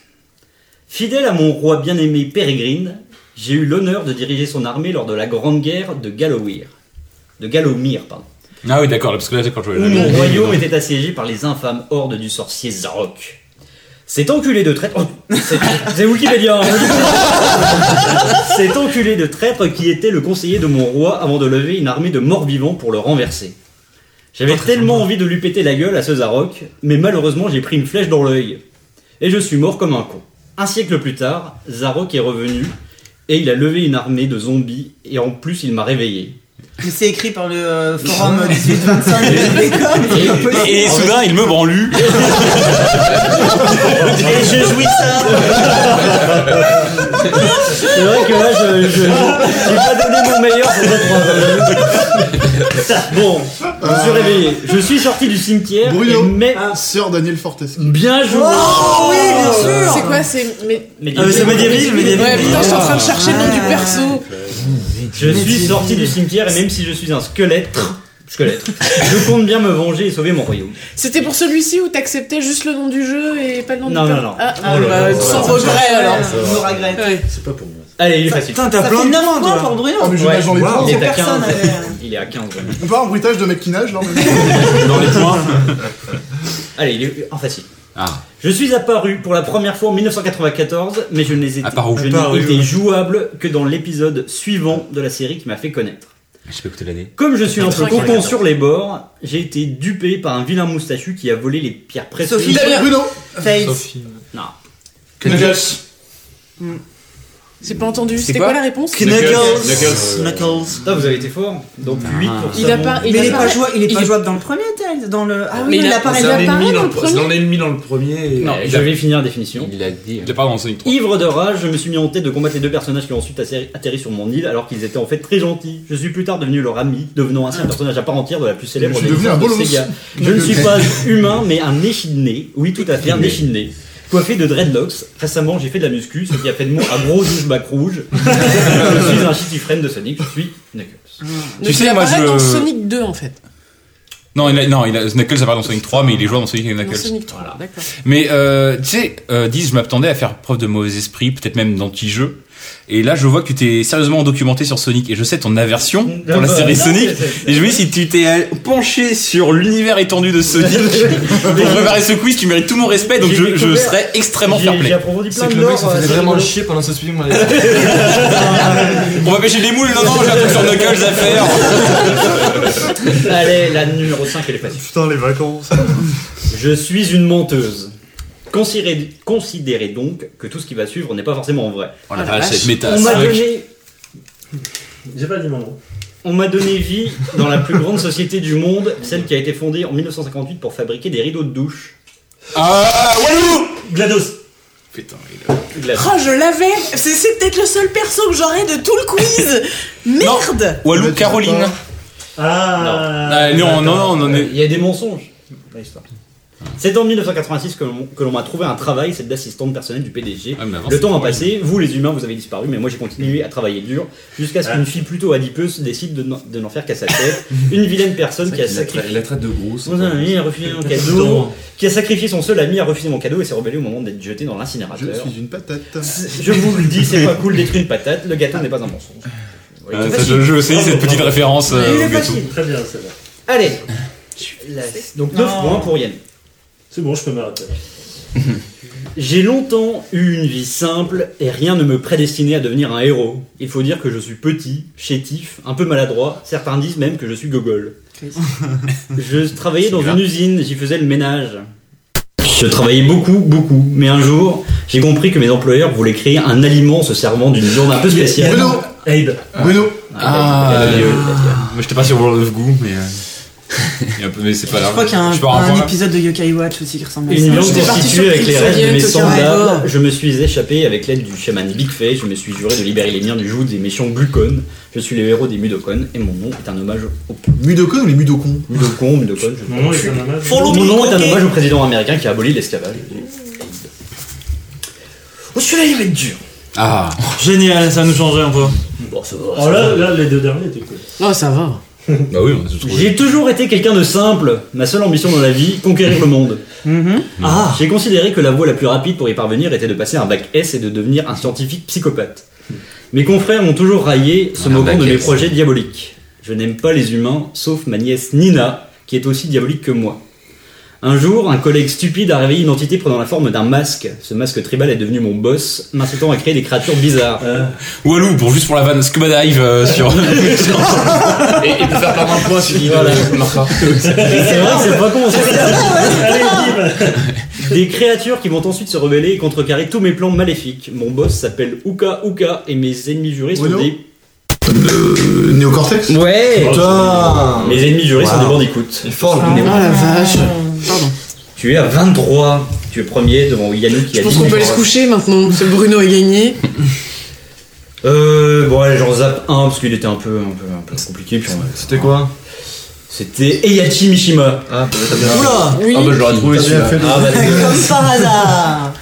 S4: Fidèle à mon roi bien-aimé Pérégrine, j'ai eu l'honneur de diriger son armée lors de la Grande Guerre de Gallowir. De Gallowmir, pardon.
S1: Ah oui, d'accord, parce que là, d'accord, je
S4: où
S1: voulais
S4: mon royaume était assiégé par les infâmes hordes du sorcier Zarok. Cet enculé de traître. Oh, c'est- c'est Wikipédia. hein. Cet enculé de traître qui était le conseiller de mon roi avant de lever une armée de morts vivants pour le renverser. J'avais tellement envie de lui péter la gueule à ce Zarok, mais malheureusement j'ai pris une flèche dans l'œil. Et je suis mort comme un con. Un siècle plus tard, Zarok est revenu et il a levé une armée de zombies et en plus il m'a réveillé.
S7: Mais c'est écrit par le euh, forum 1825 de l'école.
S1: Et soudain, il me branlue.
S4: Et je jouis ça C'est vrai que là, je Euh, je- j'ai pas donné mon meilleur pour cette preuve. Bon, je me suis réveillé. Je suis sorti du cimetière.
S10: Euh, Bruno. Ah.
S4: et mais...
S10: Sœur Daniel Fortescue.
S4: Bien joué Euh,
S7: Oh oui, bien sûr.
S5: C'est quoi C'est. Mais.
S4: Mais
S2: Ah, mais c'est médiéviste, médiéviste.
S5: Ouais, putain, je suis en train de chercher le nom du
S7: Ah.
S5: perso.
S4: Je suis sorti du cimetière et même si je suis un squelette, squelette, je compte bien me venger et sauver mon royaume.
S5: C'était pour celui-ci où t'acceptais juste le nom du jeu et pas le nom
S4: Non,
S5: du
S4: non,
S5: per-
S4: non.
S5: Ah, ah,
S8: Oh là
S5: bah,
S8: là,
S5: sans
S8: ça me
S5: regret alors.
S7: Je me regrette.
S5: Ouais.
S8: C'est pas pour moi.
S4: Allez, il est facile.
S2: Putain, t'as
S7: Ça
S2: plein
S7: fait
S2: de
S7: 9
S2: points,
S7: points
S2: toi.
S7: pour Bruno.
S10: Oh, mais je
S4: Ouais.
S10: nage dans les
S2: Wow.
S10: points.
S4: Il est à
S7: Personne
S4: 15.
S7: avait-
S4: Il est à 15. vraiment.
S10: On part en bruitage de mec qui nage, là, mais-
S1: Dans les points.
S4: Allez, il est en facile.
S1: Ah.
S4: Je suis apparu pour la première fois en 1994, mais je n'ai été,
S1: Apparu.
S4: je n'ai
S2: Apparu,
S4: été
S2: ouais.
S4: jouable que dans l'épisode suivant de la série qui m'a fait connaître.
S1: Je peux écouter l'année.
S4: Comme je suis un peu
S5: 94.
S4: cocon sur les bords, j'ai été dupé par un vilain moustachu qui a volé les pierres précieuses.
S7: Sophie.
S5: Damien.
S10: Bruno
S7: Faith.
S4: Non.
S9: Knuckles.
S5: J'ai Hmm. pas entendu. C'était
S1: quoi
S5: quoi la réponse
S2: Knuckles. Knuckles.
S4: Là, vous avez été fort. Donc 8 pour
S5: Ah. Il a
S4: Savon.
S5: pas.
S7: Mais il est pas
S5: apparaît-
S7: jouable, il est pas
S5: il-
S7: jouable dans le premier Tails, dans le Ah
S5: Mais
S7: oui,
S5: il
S7: il
S5: a-
S7: apparaît
S9: C'est un
S7: là.
S5: apparaît
S9: ennemi
S5: dans
S9: dans
S5: le
S9: le pre- c'est
S5: premier
S9: un ennemi dans le premier. et-
S1: Non,
S4: Euh,
S1: il
S4: Je
S1: a-
S4: vais finir définition.
S6: Il l'a dit. hein.
S1: Il a pas dans Sonic 3.
S4: Ivre de rage, je me suis mis en tête de combattre les deux personnages qui ont ensuite atterri atterri sur mon île alors qu'ils étaient en fait très gentils. Je suis plus tard devenu leur ami, devenant ainsi un personnage à part entière de la plus célèbre
S10: Je suis
S4: des
S10: devenu
S4: histoires
S10: un
S4: de
S10: bolos.
S4: Sega. Je ne suis pas humain mais un échidné, oui tout à fait un échidné. Coiffé de dreadlocks, récemment j'ai fait de la muscu, ce qui a fait de moi un gros douchebac rouge. je suis un schizophrène de Sonic, je suis Knuckles.
S5: Donc,
S1: Tu sais,
S5: il
S1: moi,
S5: apparaît
S1: je-
S5: dans Sonic 2 en fait.
S1: Non, il a, non, il a, Knuckles apparaît dans Sonic 3, mais il est joué dans Sonic et
S5: Dans
S1: Knuckles.
S5: Sonic 3, d'accord.
S1: Mais euh, tu sais, euh, Diz, je m'attendais à faire preuve de mauvais esprit, peut-être même d'anti-jeu. Et là, je vois que tu t'es sérieusement documenté sur Sonic, et je sais ton aversion pour la
S4: Non,
S1: série
S4: Ah bah, non,
S1: Sonic.
S4: c'est- c'est-
S1: Et je me dis, si tu t'es penché sur l'univers étendu de Sonic pour préparer ce quiz, tu mérites tout mon respect, donc
S4: J'ai
S1: je, je
S4: découvert-
S1: serais extrêmement
S4: J'ai j'ai
S1: fair-play.
S4: approfondi plein
S3: C'est que
S4: de
S3: le mec
S4: lore.
S3: s'en
S4: euh,
S3: faisait
S4: c'est
S3: vraiment
S4: rigolo.
S3: chier pendant ce film. on l'a-
S1: On va pêcher des moules, non, non, j'ai un truc sur Knuckles à faire.
S4: Allez, la numéro 5 elle est facile.
S8: Putain, les vacances.
S4: Je suis une menteuse. Considérez, considérez donc que tout ce qui va suivre n'est pas forcément vrai.
S1: Oh la
S5: Ah, la
S1: vache,
S5: vache.
S1: cette méta.
S4: On m'a
S1: c'est vrai que-
S4: donné,
S8: J'ai pas dit mon nom.
S4: on m'a donné vie dans la plus grande société du monde, celle qui a été fondée en 1958 pour fabriquer des rideaux de douche.
S1: Ah, Walou
S8: GLaDOS
S1: Putain, il a-
S4: Glace.
S5: Ah,
S7: Oh, je l'avais C'est- C'est peut-être le seul perso que j'aurais de tout le quiz Merde
S1: Walou Caroline.
S8: Ah,
S1: Ah, non, non, non, non,
S4: Euh,
S1: non.
S4: Il y a des mensonges. dans l'histoire. C'est en 1986 que l'on- que l'on m'a trouvé un travail, celle d'assistante personnelle du PDG.
S1: Ah, mais avant,
S4: Le temps a passé, vous les humains vous avez disparu, mais moi j'ai continué à travailler dur jusqu'à ce
S8: Ah.
S4: qu'une fille plutôt adipeuse décide de n'en- de n'en faire qu'à sa tête. Une vilaine personne qui a sacrifié.
S9: La traite de gros, c'est
S4: Mon
S9: pas-
S4: ami a refusé mon cadeau, qui a sacrifié son seul ami a refusé mon cadeau et s'est rebellé au moment d'être jeté dans
S10: Je
S4: l'incinérateur.
S10: suis une patate.
S4: C'est- Je vous le dis, c'est pas cool d'être une patate, le gâteau n'est pas un mensonge. Oui,
S1: Euh,
S4: c'est
S1: ça,
S4: facile.
S1: je, je sais cette petite référence. euh,
S4: Il est
S1: au gâteau.
S4: facile.
S8: Très bien, c'est bon.
S4: Allez, La- donc 9
S7: Non.
S4: points pour Yann.
S8: C'est bon, je peux m'arrêter. là.
S4: J'ai longtemps eu une vie simple et rien ne me prédestinait à devenir un héros. Il faut dire que je suis petit, chétif, un peu maladroit. Certains disent même que je suis gogol. Je travaillais dans une usine, j'y faisais le ménage. Je travaillais beaucoup, beaucoup, mais un jour, j'ai compris que mes employeurs voulaient créer un aliment se servant d'une viande un peu spéciale.
S10: Bruno
S8: Abe.
S10: Bruno
S1: Ah,
S4: Ah,
S1: euh,
S4: euh,
S1: mais j'étais pas sur World of Goo, mais. euh, il y a un peu- mais c'est pas
S7: Je
S1: grave.
S7: crois qu'il y a un,
S1: Je pars
S7: un
S1: avant, là.
S7: épisode de Yokai Watch aussi qui ressemble à ça.
S4: Une viande
S5: J'étais parti sur
S4: constituée avec les
S5: Pizza
S4: restes de
S5: Hut
S4: mes
S5: au Carrefour.
S4: semblables, je me suis échappé avec l'aide du chaman Big Face, je me suis juré de libérer les miens du joug des méchants glucones. Je suis le héros des Mudokon et mon nom est un hommage au
S10: Mudokon ou les Mudokons
S4: Mudokon, Mudokon, je
S8: Mon nom est un hommage.
S7: Follow
S4: Mon
S7: me,
S4: nom est un
S7: ok.
S4: hommage au président américain qui a aboli l'esclavage. Oh, celui-là, il va être dur.
S1: Ah,
S2: Génial, ça va nous changer un peu.
S4: Bon, ça va,
S8: Oh
S4: ça
S8: là,
S4: va.
S8: là, les deux derniers étaient cool.
S5: Oh, ça va.
S1: bah oui, on a tout trouvé.
S4: J'ai toujours été quelqu'un de simple. Ma seule ambition dans la vie, conquérir le monde.
S2: Ah
S4: Mm-hmm. J'ai considéré que la voie la plus rapide pour y parvenir était de passer un bac S et de devenir un scientifique psychopathe.
S1: Mm.
S4: Mes confrères m'ont toujours raillé, se
S6: Un
S4: moquant
S6: bac
S4: de mes
S6: S.
S4: projets diaboliques. Je n'aime pas les humains, sauf ma nièce Nina, qui est aussi diabolique que moi. Un jour, un collègue stupide a réveillé une entité prenant la forme d'un masque. Ce masque tribal est devenu mon boss, m'incitant à créer des créatures bizarres.
S1: Euh. Walou, pour juste pour la vanne, Scuba Dive euh, sur.
S6: Et, et pour faire perdre un point, celui voilà.
S4: C'est vrai, c'est pas con. ça. Des créatures qui vont ensuite se rebeller et contrecarrer tous mes plans maléfiques. Mon boss s'appelle Uka Uka et mes ennemis jurés sont
S10: Bruno
S4: des.
S10: Euh, Néocortex
S4: Ouais
S3: Putain
S4: Mes ennemis jurés sont
S3: Wow.
S4: des bandicouts.
S3: Il est fort
S5: Oh
S3: le Bruno.
S5: la vache. Pardon.
S4: Tu es à 23. Tu es premier devant Yannou qui
S5: Je
S4: a
S5: pense
S4: 10.
S5: qu'on peut aller se coucher maintenant. Monsieur Bruno a gagné.
S4: Euh, bon, allez, j'en zappe un parce qu'il était un peu, un peu, un peu compliqué. puis on-
S3: C'était quoi
S4: C'était Eyachi Mishima.
S3: Ah, t'as bien.
S7: Oula
S5: Oui.
S6: Ah bah je l'aurais trouvé celui-là.
S4: Ah, bah,
S7: Comme par hasard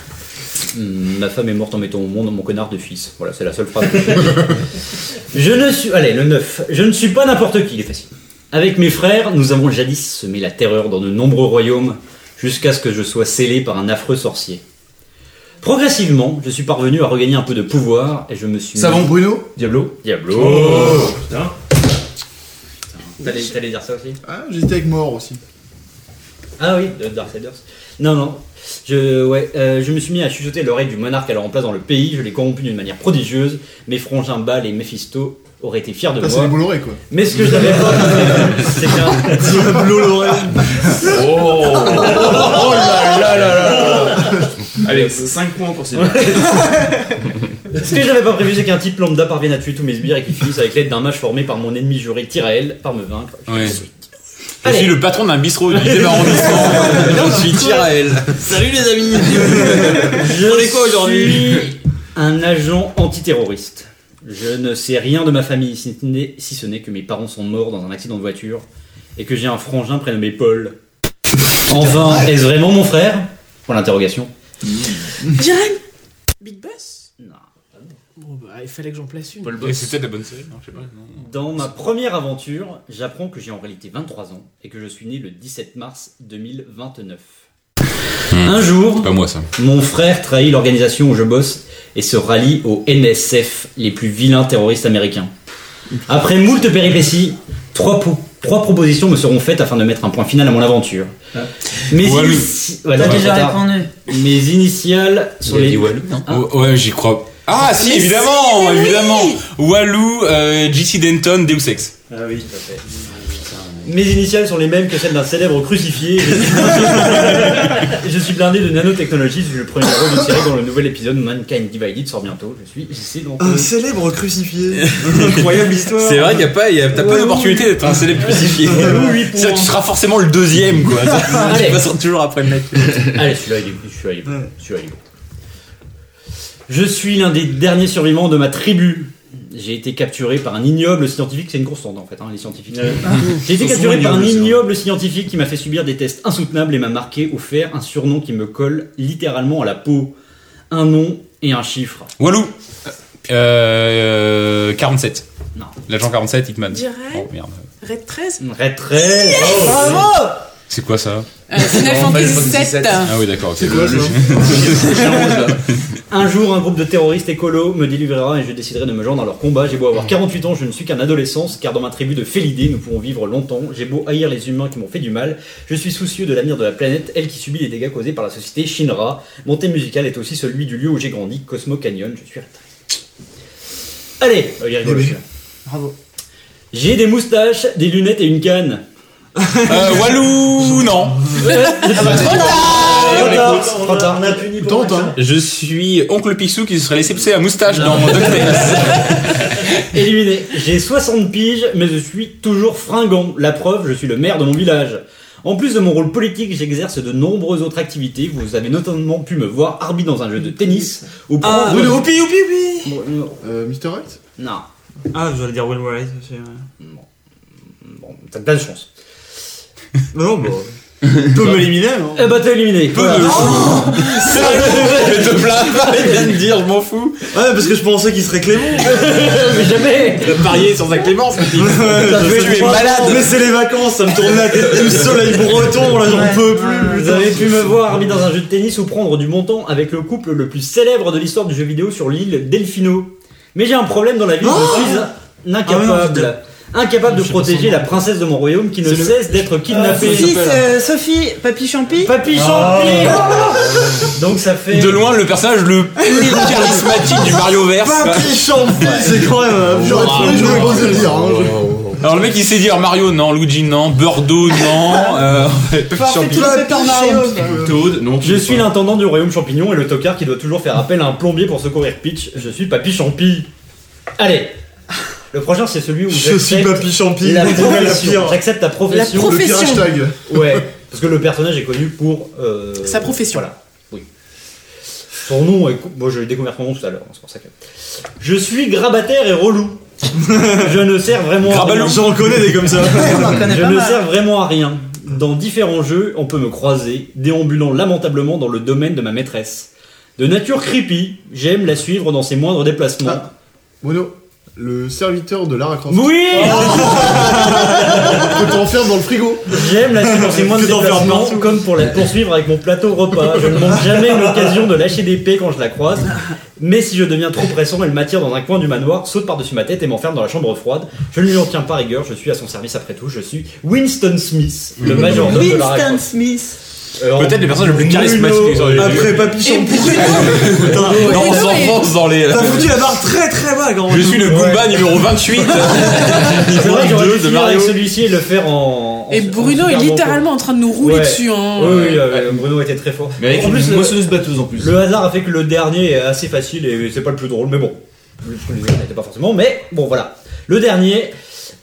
S4: Hmm, Ma femme est morte en mettant au monde mon connard de fils. Voilà, c'est la seule phrase. que j'ai. je ne suis. Allez, le 9. Je ne suis pas n'importe qui, il est facile. Avec mes frères, nous avons jadis semé la terreur dans de nombreux royaumes, jusqu'à ce que je sois scellé par un affreux sorcier. Progressivement, je suis parvenu à regagner un peu de pouvoir et je me suis.
S10: Savon Bruno
S3: Diablo
S4: Diablo
S8: Oh Putain.
S4: T'allais t'allais dire ça aussi
S10: Ah, j'étais avec mort aussi.
S4: Ah oui, de Darksiders. Non, non. Je, ouais, euh, je me suis mis à chuchoter l'oreille du monarque alors en place dans le pays. Je l'ai corrompu d'une manière prodigieuse. Mes frangins Bal et Mephisto auraient été fiers de
S10: Là, c'est les
S4: moi.
S10: Bolloré quoi.
S4: Mais ce que je n'avais pas compris, c'est qu'un diablo l'oreille.
S6: Oh là là là là Euh,
S9: Allez, 5 points encore c'est bien.
S4: Ce que j'avais pas prévu, c'est qu'un type lambda parvienne à tuer tous mes sbires et qu'ils finissent avec l'aide d'un mage formé par mon ennemi juré Tyrael par me vaincre.
S1: Ouais. Je
S4: Allez.
S1: suis le patron d'un bistrot du 10e arrondissement. Je suis Tirael.
S2: Salut les amis
S4: Je
S2: On est quoi aujourd'hui
S4: suis Un agent antiterroriste. Je ne sais rien de ma famille, si ce n'est- si ce n'est que mes parents sont morts dans un accident de voiture et que j'ai un frangin prénommé Paul. Enfin, est-ce vraiment mon frère Pour l'interrogation.
S5: Jérém Big Boss
S4: Non.
S5: Bon, bah, il fallait que j'en place une.
S1: Et C'est peut-être la bonne série, non, je sais pas.
S4: Dans ma première aventure, j'apprends que j'ai en réalité 23 ans et que je suis né le 17 mars 2029. Un jour,
S1: Hmm. Pas moi ça.
S4: Mon frère trahit l'organisation où je bosse et se rallie aux NSF, les plus vilains terroristes américains. Après moult péripéties, trois, po- trois propositions me seront faites afin de mettre un point final à mon aventure. Mes,
S1: Walou.
S4: inici- Ouais,
S7: T'as
S4: non,
S7: déjà
S4: c'est tard.
S7: répondu
S4: Mes initiales sont les... Ah.
S1: Oh, ouais, j'y crois. Ah si,
S7: Mais
S1: évidemment,
S7: si, mais oui.
S4: Ah
S1: évidemment. Walou, euh, JC Denton, Deus Ex.
S8: Ah oui.
S4: Mes initiales sont les mêmes que celles d'un célèbre crucifié. Je suis blindé- je suis blindé de nanotechnologie. Je suis le premier héros d'une série dont le nouvel épisode Mankind Divided sort bientôt. Je suis ici dans
S7: Ah,
S8: Un célèbre crucifié.
S4: incroyable histoire.
S1: C'est vrai qu'il n'y a pas, il y a- t'as pas d'opportunité d'être un célèbre crucifié.
S4: oui, pour
S1: C'est-à-dire que tu seras forcément le deuxième, quoi. tu passeras toujours après le mec.
S4: Allez, celui-là, il est celui-là, il est bon. Celui-là, il est bon. Je suis l'un des derniers survivants de ma tribu. J'ai été capturé par un ignoble scientifique, c'est une constante en fait, hein, les scientifiques. J'ai été
S8: Ils sont
S4: capturé par un
S8: ignobles, c'est vrai.
S4: ignoble scientifique qui m'a fait subir des tests insoutenables et m'a marqué au fer un surnom qui me colle littéralement à la peau. Un nom et un chiffre.
S1: Walou. Euh, 47.
S4: Non.
S1: L'agent 47, Hitman.
S5: Direct,
S1: Oh merde.
S5: Red 13
S4: Red Red.
S1: C'est quoi ça
S5: euh, Final Fantasy 7
S1: Ah oui, d'accord. C'est
S10: quoi, ça
S4: Un jour, un groupe de terroristes écolos me délivrera et je déciderai de me joindre à leur combat. J'ai beau avoir 48 ans, je ne suis qu'un adolescent, car dans ma tribu de félidés, nous pourrons vivre longtemps. J'ai beau haïr les humains qui m'ont fait du mal, je suis soucieux de l'avenir de la planète, elle qui subit les dégâts causés par la société Shinra. Mon thème musical est aussi celui du lieu où j'ai grandi, Cosmo Canyon. Je suis retraité. Allez, euh, il est rigolo,
S10: Eh oui.
S4: celui-là.
S10: Bravo.
S4: J'ai des moustaches, des lunettes et une canne.
S1: Euh, Walou, non.
S4: Trop tard.
S8: On
S4: Trop
S8: a,
S4: tard.
S8: on a puni pour
S10: Tente,
S8: Maxime.
S10: hein.
S1: Je suis Oncle Picsou qui se serait laissé pousser la moustache dans mon DuckTales.
S4: Éliminé. J'ai 60 piges, mais je suis toujours fringant. La preuve, je suis le maire de mon village. En plus de mon rôle politique, j'exerce de nombreuses autres activités. Vous avez notamment pu me voir arbitre dans un jeu de tennis ou
S2: Ah,
S4: prendre-
S2: oupi, oupi, oupi
S4: Bon, non.
S10: Euh, Mr. Right
S4: Non.
S2: Ah, vous allez dire Will Wright aussi. ouais.
S4: Bon, t'as de la chance.
S2: Non, bah. Peut m'éliminer, hein. non
S4: Eh bah t'es éliminé. Voilà. Oh,
S1: Mais te plains pas, il vient de dire, je m'en fous.
S2: Ouais, parce que je pensais qu'il serait Clément.
S4: Mais jamais.
S1: Il a parié sans sa clémence, petit.
S4: T'as fait
S1: Tu es
S4: trois
S1: malade.
S2: Mais c'est les vacances, ça me tournait la tête tout soleil breton, là j'en peux plus.
S4: Vous avez pu me voir arbitre dans un jeu de tennis ou prendre du montant avec le couple le plus célèbre de l'histoire du jeu vidéo sur l'île Delfino. Mais j'ai un problème dans la vie, je suis un
S2: Oh Ah ouais, non,
S4: incapable. Incapable de protéger la princesse de mon royaume qui ne cesse
S2: Ah,
S4: d'être kidnappée.
S7: Fils, euh, Sophie, Papy Ah. Champi.
S4: Papy Champi Ah, Donc ça fait...
S1: De loin, le personnage le plus charismatique du Mario Verse.
S2: C'est quand même. euh,
S10: hein, J'aurais
S2: genre,
S10: trouvé, j'aurais osé le dire. hein.
S1: Alors le mec il sait dire Mario non, Luigi non, Birdo non, euh,
S7: Parfait, tout le Papy Champi.
S9: Toad, non. tu
S4: Euh, Je
S9: l'es
S4: suis
S9: pas.
S4: l'intendant du royaume champignon et le tocard qui doit toujours faire appel à un plombier pour secourir Peach. Je suis Papy Champi. Allez Le prochain c'est celui où
S8: Je suis
S4: j'accepte
S8: Papy Champi.
S4: la
S8: le
S4: profession.
S8: pire.
S4: J'accepte ta profession.
S10: Le pire hashtag.
S4: Ouais, parce que le personnage est connu pour euh,
S5: Sa profession.
S4: Voilà, oui. Son nom est. cou- Moi, je l'ai découvert son nom tout à l'heure, hein, c'est pour ça que. Je suis grabataire et relou. je ne sers vraiment à rien.
S1: Grabalou.
S2: J'en connais des comme ça.
S7: On en connaît
S4: Je
S7: pas
S4: ne
S7: mal.
S4: sers vraiment à rien. Dans différents jeux, on peut me croiser, déambulant lamentablement dans le domaine de ma maîtresse. De nature creepy, j'aime la suivre dans ses moindres déplacements.
S10: Ah. Mono, le serviteur de Lara Croft. Oh.
S4: Oui
S7: Oh.
S10: Que t'enfermes dans le frigo.
S4: J'aime la séquence et moins de
S2: Que d'en faire
S4: déplacement,
S2: partout.
S4: comme pour la poursuivre avec mon plateau repas. Je ne manque jamais l'occasion de lâcher des pets quand je la croise. Mais si je deviens trop pressant, elle m'attire dans un coin du manoir, saute par-dessus ma tête et m'enferme dans la chambre froide. Je ne lui en tiens pas rigueur, je suis à son service après tout. Je suis Winston Smith, le majordome de la
S7: Winston
S4: raconte.
S7: Smith.
S4: Euh,
S1: Peut-être le personnage le plus charismatique
S2: Bruno,
S1: que j'aurais vu.
S2: Euh, Après Papy Champi. Putain,
S1: Non, on
S5: Bruno
S1: s'enfonce dans les...
S2: T'as foutu la barre très très bas quand
S1: Je
S2: même.
S1: suis le Goomba numéro 28
S4: C'est vrai que j'aurais dû
S1: de
S4: finir
S1: Mario.
S4: avec celui-ci et le faire en. en-
S5: Et
S4: en
S5: Bruno est
S4: Super
S5: littéralement en train de nous rouler
S4: Ouais.
S5: dessus. Hein.
S4: Banco. Oui, oui, euh, Bruno était très fort.
S9: Mais avec
S4: en plus,
S9: une
S4: le,
S9: moissonneuse batteuse en plus.
S4: le hasard a fait que le dernier est assez facile et c'est pas le plus drôle, mais bon. Parce que les autres n'étaient pas forcément, mais bon, voilà. Le dernier,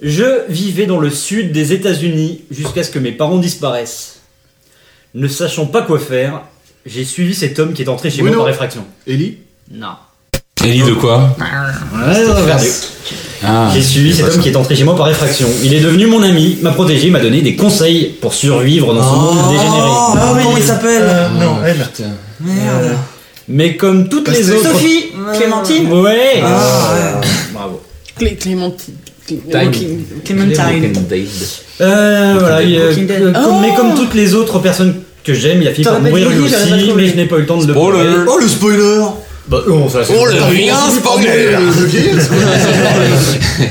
S4: je vivais dans le sud des États-Unis jusqu'à ce que mes parents disparaissent. Ne sachant pas quoi faire, j'ai suivi cet homme qui est entré chez moi
S10: Bruno.
S4: par réfraction.
S10: Ellie
S4: Non.
S1: Ellie de quoi
S9: Ah,
S4: Ah, J'ai suivi cet homme qui est entré chez moi par effraction. Il est devenu mon ami, m'a protégé, m'a donné des conseils pour survivre dans ce monde dégénéré.
S2: Ah oui, comment il s'appelle
S8: Euh, Non, elle.
S2: Merde.
S4: Mais comme toutes les autres.
S7: Sophie, Clémentine.
S4: Ouais.
S2: Ah,
S4: Bravo.
S5: Clé- Clémentine. Clé-
S6: Time.
S5: Walking-
S7: Clémentine.
S4: Euh, voilà. il, euh,
S7: Walking Dead.
S4: euh, comme-
S5: Oh.
S4: Mais comme toutes les autres personnes que j'aime, il a fini
S7: T'aurais
S4: par
S7: pas
S4: mourir
S7: dit,
S4: lui
S7: j'aurais pas
S4: aussi,
S7: trouvé.
S4: mais je n'ai pas eu le temps de le
S1: Spoiler.
S4: pleurer.
S2: Oh le spoiler
S4: Bah, oh, ça, c'est-
S1: le rien,
S10: Entendu parler de- de vieillesse, quoi.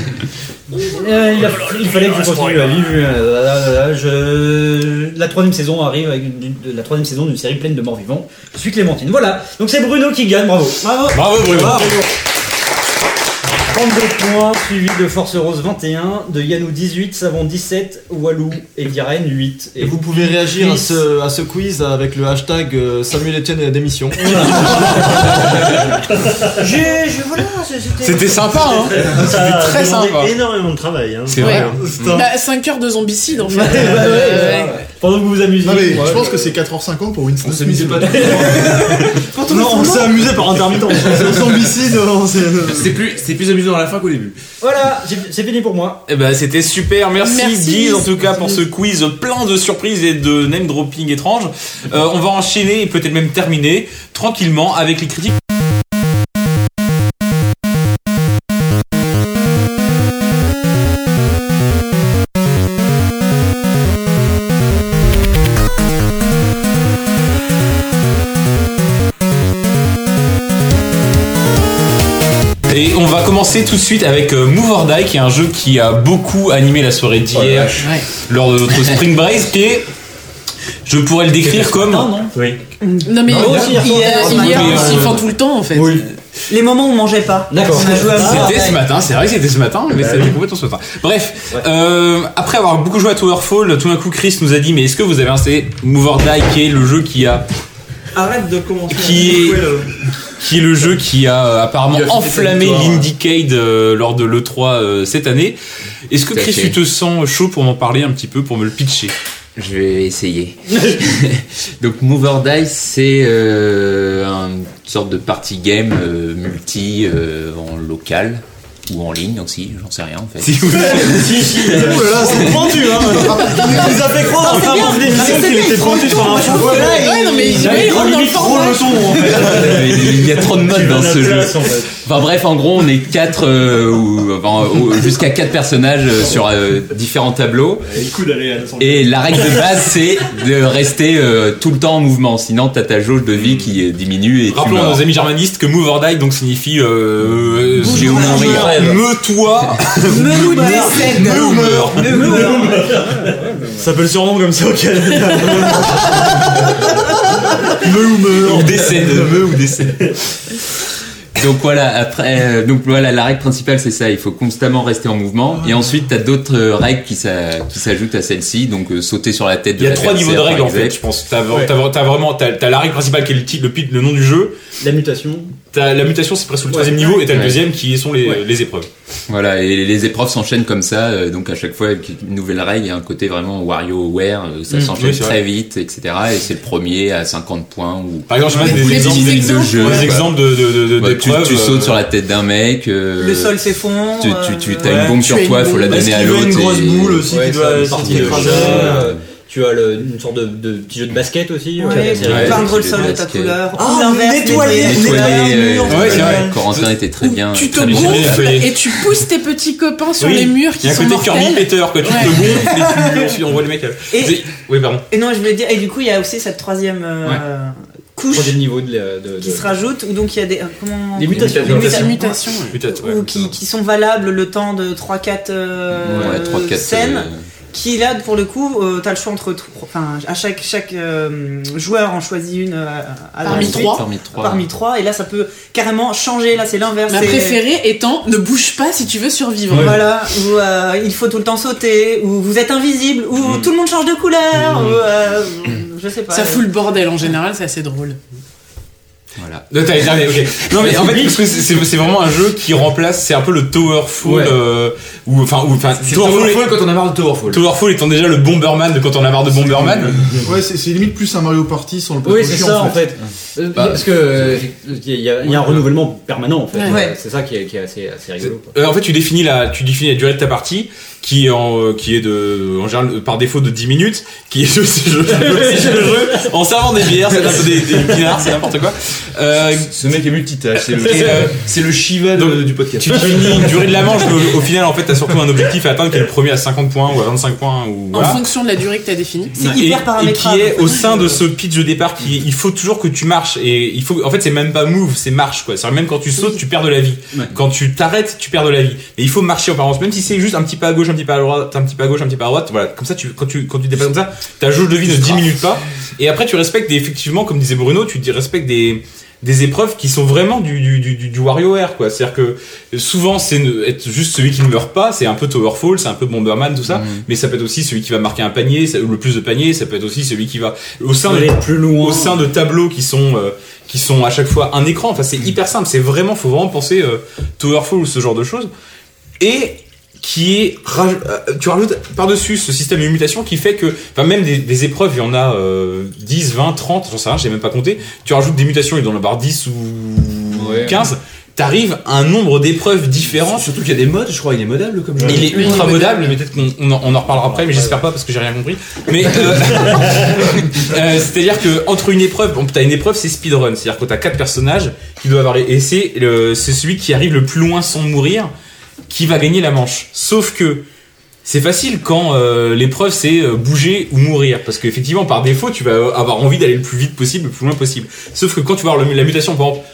S4: Euh, il, a- il fallait que je continue à vivre. euh, là, là, là, je- La troisième saison arrive avec une- de- la troisième saison d'une série pleine de morts vivants. Je suis Clémentine. Voilà. Donc c'est Bruno qui gagne. Bravo.
S1: Bravo Bruno
S4: 32 points, suivi de Force Rose 21, de Yanou 18, Savon 17, Walou et Viren 8.
S3: Et vous pouvez réagir à ce, à ce quiz avec le hashtag euh, Samuel Etienne et la démission.
S8: euh,
S7: J'ai- j'ai-
S5: Ah,
S7: voilà, c'était-
S1: C'était sympa, hein
S8: Ça
S1: C'était
S8: a
S1: très
S8: demandé
S1: sympa.
S8: énormément de travail. Hein.
S1: C'est vrai. Mm.
S5: Ouais. Bah, 5 heures de zombicide en fait.
S4: ouais,
S5: Ouais.
S8: Pendant que vous vous amusiez.
S10: Non mais
S8: ouais.
S10: je pense que c'est 4h50 pour Winston
S9: On
S10: Smith.
S9: s'amusait pas de
S8: Non, on s'est amusé par intermittence.
S10: Zombicide, on s'est-
S9: C'est plus, c'est plus amusant à la fin qu'au début.
S4: Voilà, j'ai- c'est fini pour moi.
S1: Eh ben, c'était super. Merci,
S5: Merci,
S1: Guise, en tout cas,
S5: merci.
S1: pour ce quiz plein de surprises et de name dropping étranges. Euh, on va enchaîner et peut-être même terminer tranquillement avec les critiques. Et on va commencer tout de suite avec euh, Move or Die, qui est un jeu qui a beaucoup animé la soirée d'hier lors de notre Spring Break, qui est, je pourrais le décrire comme.
S8: Oui.
S5: Non mais
S4: Non,
S5: hier,
S4: aussi, hier soir,
S5: hier,
S4: on a
S5: hier,
S1: joué,
S5: aussi,
S1: euh,
S5: enfin tout le temps en fait.
S7: Les moments où on mangeait pas.
S4: D'accord.
S7: On a joué à ça. Bah
S1: C'était ce matin, c'est vrai que c'était ce matin, mais ça fait complètement ce matin. Bref, euh, après avoir beaucoup joué à Towerfall, tout d'un coup Chris nous a dit mais est-ce que vous avez installé Move or Die qui est le jeu qui a
S7: Arrête de commencer.
S1: qui est qui est le jeu qui a euh, apparemment
S9: Il a fait des
S1: enflammé
S9: victoires.
S1: l'Indiecade euh, lors de l'E3 euh, cette année. Est-ce que
S6: Tout à
S1: Chris
S6: fait.
S1: tu te sens chaud pour m'en parler un petit peu pour me le pitcher
S6: Je vais essayer. Donc Move or Die, c'est euh, une sorte de party game euh, multi euh, en local ou en ligne aussi, j'en sais rien en fait.
S1: Si vous-
S8: Oh là là, c'est pendu, hein Il nous a fait croire enfin, en
S5: Ah,
S8: démission qu'il était pendu sur un chou.
S5: Ouais, non mais il
S8: Là,
S5: il rentre dans le
S8: limite trop
S5: format.
S8: le ton, en fait.
S6: Il y a trop de modes dans ce jeu.
S8: en fait.
S6: Enfin bref, en gros, on est quatre euh, ou enfin, ou- jusqu'à quatre personnages euh, sur euh, différents tableaux. Et la règle de base, c'est de rester euh, tout le temps en mouvement. Sinon, t'as ta jauge de vie qui euh, diminue et tu
S1: Rappelons à
S6: meurs.
S1: nos amis germanistes que Move or Die donc signifie euh,
S6: Bouge ou mourir.
S1: Meut-toi,
S7: Me ou décède.
S1: me ou meurs.
S8: Ça peut le surnom comme ça, ok. Me ou
S1: ou décède.
S6: Donc voilà, après, euh, donc voilà, la règle principale c'est ça, il faut constamment rester en mouvement. Et ensuite, t'as d'autres euh, règles qui s'a- qui s'ajoutent à celle-ci, donc euh, sauter sur la tête de
S1: Il y a trois
S6: l'adversaire,
S1: niveaux
S6: par
S1: de règles en fait,
S6: exemple.
S1: je pense. T'as vra- t'as vra- t'as vraiment t'as t'as la règle principale qui est le titre, le, pit- le nom du jeu.
S4: La mutation.
S1: T'as la mutation, c'est presque le troisième niveau, et t'as le
S6: Ouais.
S1: deuxième qui sont les,
S4: Ouais.
S1: les épreuves.
S6: Voilà, et les épreuves s'enchaînent comme ça, euh, donc à chaque fois avec une nouvelle règle, il y a un côté vraiment WarioWare, euh, ça s'enchaîne
S1: Mm. oui, c'est
S6: très vite, etc. Et c'est le premier à 50 points ou
S1: Par exemple, je passe
S5: Mais
S1: des,
S5: des
S1: exemples,
S5: petits
S1: des
S5: exemples.
S6: jeu.
S1: des
S6: quoi.
S1: exemples de, de, de- de-
S6: Bah, tu,
S1: d'épreuves,
S6: tu sautes
S1: euh,
S6: sur la tête d'un mec, euh,
S7: Le sol fait fond.
S6: tu, tu, tu
S7: euh,
S6: as
S2: ouais,
S6: une bombe
S5: tu as
S6: sur
S5: une
S6: toi, faut la
S5: bombe.
S6: donner à
S2: Esquiver
S6: l'autre.
S2: une grosse
S6: et-
S2: boule aussi
S3: Ouais,
S2: qui
S3: ça,
S2: doit
S3: une
S2: essayer
S3: partie
S2: de
S3: de
S2: l'écraser.
S3: jeu.
S2: Euh,
S4: Tu as le- une sorte de, de petit jeu de basket aussi. euh,
S7: Ouais,
S4: c'est vrai.
S6: Ouais,
S7: peindre le
S6: c'est
S7: sol de
S6: le
S7: ta
S6: basket.
S7: couleur.
S4: Oh,
S2: Ah,
S7: ou l'inverse,
S2: nettoyer,
S7: mais-
S6: nettoyer,
S2: nettoyer un mur,
S6: euh,
S1: Ouais, c'est
S2: nettoyer-
S1: vrai.
S6: Corentin était très bien.
S5: tu te
S6: très bien géré.
S5: gonfles
S1: feuillet.
S5: et tu pousses tes petits copains sur
S1: Oui.
S5: les murs
S1: Il y
S5: qui
S1: a un
S5: sont
S1: côté Kirby
S5: mortels.
S1: Peter, que tu
S5: Ouais.
S1: te gonfles et tu- tu envoies les mecs. à-
S7: Et-
S1: euh. Oui, pardon.
S7: Et non, je voulais dire, et du coup, il y a aussi cette troisième euh, couche
S4: Troisième niveau de. la-
S6: Euh,
S4: de- de-
S7: qui se rajoute, où donc il y a des. euh, Comment
S4: Des mutations.
S7: Des
S5: C'est
S7: mutations.
S5: une mutation. ouais.
S1: Putain, ouais.
S7: Ou qui, qui sont valables le temps de 3-4
S6: Ouais, trois, quatre,
S7: scènes.
S6: euh,
S7: Qui là, pour le coup, euh, t'as le choix entre. trois- Enfin, à chaque, chaque euh, joueur en choisit une euh, à la
S5: Parmi
S7: suite.
S5: trois.
S6: Parmi trois.
S7: Parmi trois, et là, ça peut carrément changer. Là, c'est l'inverse.
S5: Ma
S7: c'est-
S5: préférée étant ne bouge pas si tu veux survivre.
S7: Voilà, où euh, il faut tout le temps sauter, où vous êtes invisible, où
S6: Mm.
S7: tout le monde change de couleur, ou, euh, je sais pas.
S5: Ça fout le bordel en général, c'est assez drôle.
S6: Voilà.
S1: Non, t'as les derniers, ok. Non mais en fait parce que c'est c'est- c'est vraiment un jeu qui remplace c'est un peu le Towerfall
S9: Ouais.
S1: euh, ou enfin ou enfin
S9: C'est
S1: Towerfall
S9: Towerfall quand on a marre de Towerfall.
S1: Towerfall étant déjà le Bomberman de quand on a marre de Bomberman.
S10: Ouais, c'est c'est limite plus un Mario Party sans le
S4: Oui,
S10: poteau
S4: c'est
S10: chiant,
S4: ça en fait. Euh,
S6: Bah,
S4: parce que euh, il y, a il y a un renouvellement permanent en fait.
S5: Ouais.
S4: Euh, C'est ça qui est, qui est assez, assez rigolo. quoi.
S1: Euh, en fait, tu définis la, tu définis la durée de ta partie, qui est en, euh, qui est de, en général, euh, par défaut de 10 minutes, qui est de ces jeux, de ces jeux, en servant des bières, c'est un peu des, des pinards, c'est n'importe quoi. Euh,
S9: Ce mec est multitâche, c'est le,
S1: Et, euh,
S9: c'est le Shiva de-
S1: donc,
S9: du podcast.
S1: tu définis une durée de la manche, mais au final, en fait, t'as surtout un objectif à atteindre qui est le premier à 50 points ou à 25 points ou
S5: En
S1: voilà.
S5: fonction de la durée que t'as définie.
S7: C'est
S1: Et, et
S7: hyper
S1: qui
S7: paramétrable.
S1: est au sein de ce pitch de départ qui il faut toujours que tu marches et il faut en fait c'est même pas move c'est marche quoi c'est même quand tu sautes tu perds de la vie
S4: Ouais.
S1: quand tu t'arrêtes tu perds de la vie et il faut marcher en permanence même si c'est juste un petit pas à gauche un petit pas à droite un petit pas à gauche un petit pas à droite voilà comme ça tu quand tu quand tu dépasses comme ça ta jauge de vie ne diminue pas et après tu respectes des, effectivement comme disait Bruno tu dis- respectes des des épreuves qui sont vraiment du, du, du, du- du WarioWare, quoi. C'est-à-dire que souvent, c'est ne- être juste celui qui ne meurt pas, c'est un peu Towerfall, c'est un peu Bomberman, tout ça, mais ça peut être aussi celui qui va marquer un panier, ça- le plus de paniers, ça peut être aussi celui qui va. Au sein, de,
S4: Aller plus loin.
S1: au sein de tableaux qui sont. euh, qui sont à chaque fois un écran. Enfin, c'est hyper simple. C'est vraiment, faut vraiment penser euh, Towerfall ou ce genre de choses. Et qui est raj- euh, tu rajoutes par-dessus ce système de mutation qui fait que enfin même des, des épreuves il y en a euh, 10 20 30 j'en sais rien j'ai même pas compté tu rajoutes des mutations il doit y en avoir 10 ou
S6: Ouais.
S1: 15 t'arrives à un nombre d'épreuves différentes
S9: Surtout qu'il y a des modes, je crois, il est modable comme jeu.
S1: il est ultra modable, mais peut-être qu'on on en, on en reparlera après, mais j'espère pas parce que j'ai rien compris. Mais euh, euh, c'est-à-dire que entre une épreuve, bon, t'as une épreuve, c'est speedrun, c'est-à-dire que t'as quatre personnages qui doivent avoir les, et c'est le- c'est celui qui arrive le plus loin sans mourir qui va gagner la manche. Sauf que c'est facile quand euh, l'épreuve c'est euh, bouger ou mourir parce qu'effectivement par défaut tu vas avoir envie d'aller le plus vite possible, le plus loin possible. Sauf que quand tu vas avoir le- la mutation, par exemple,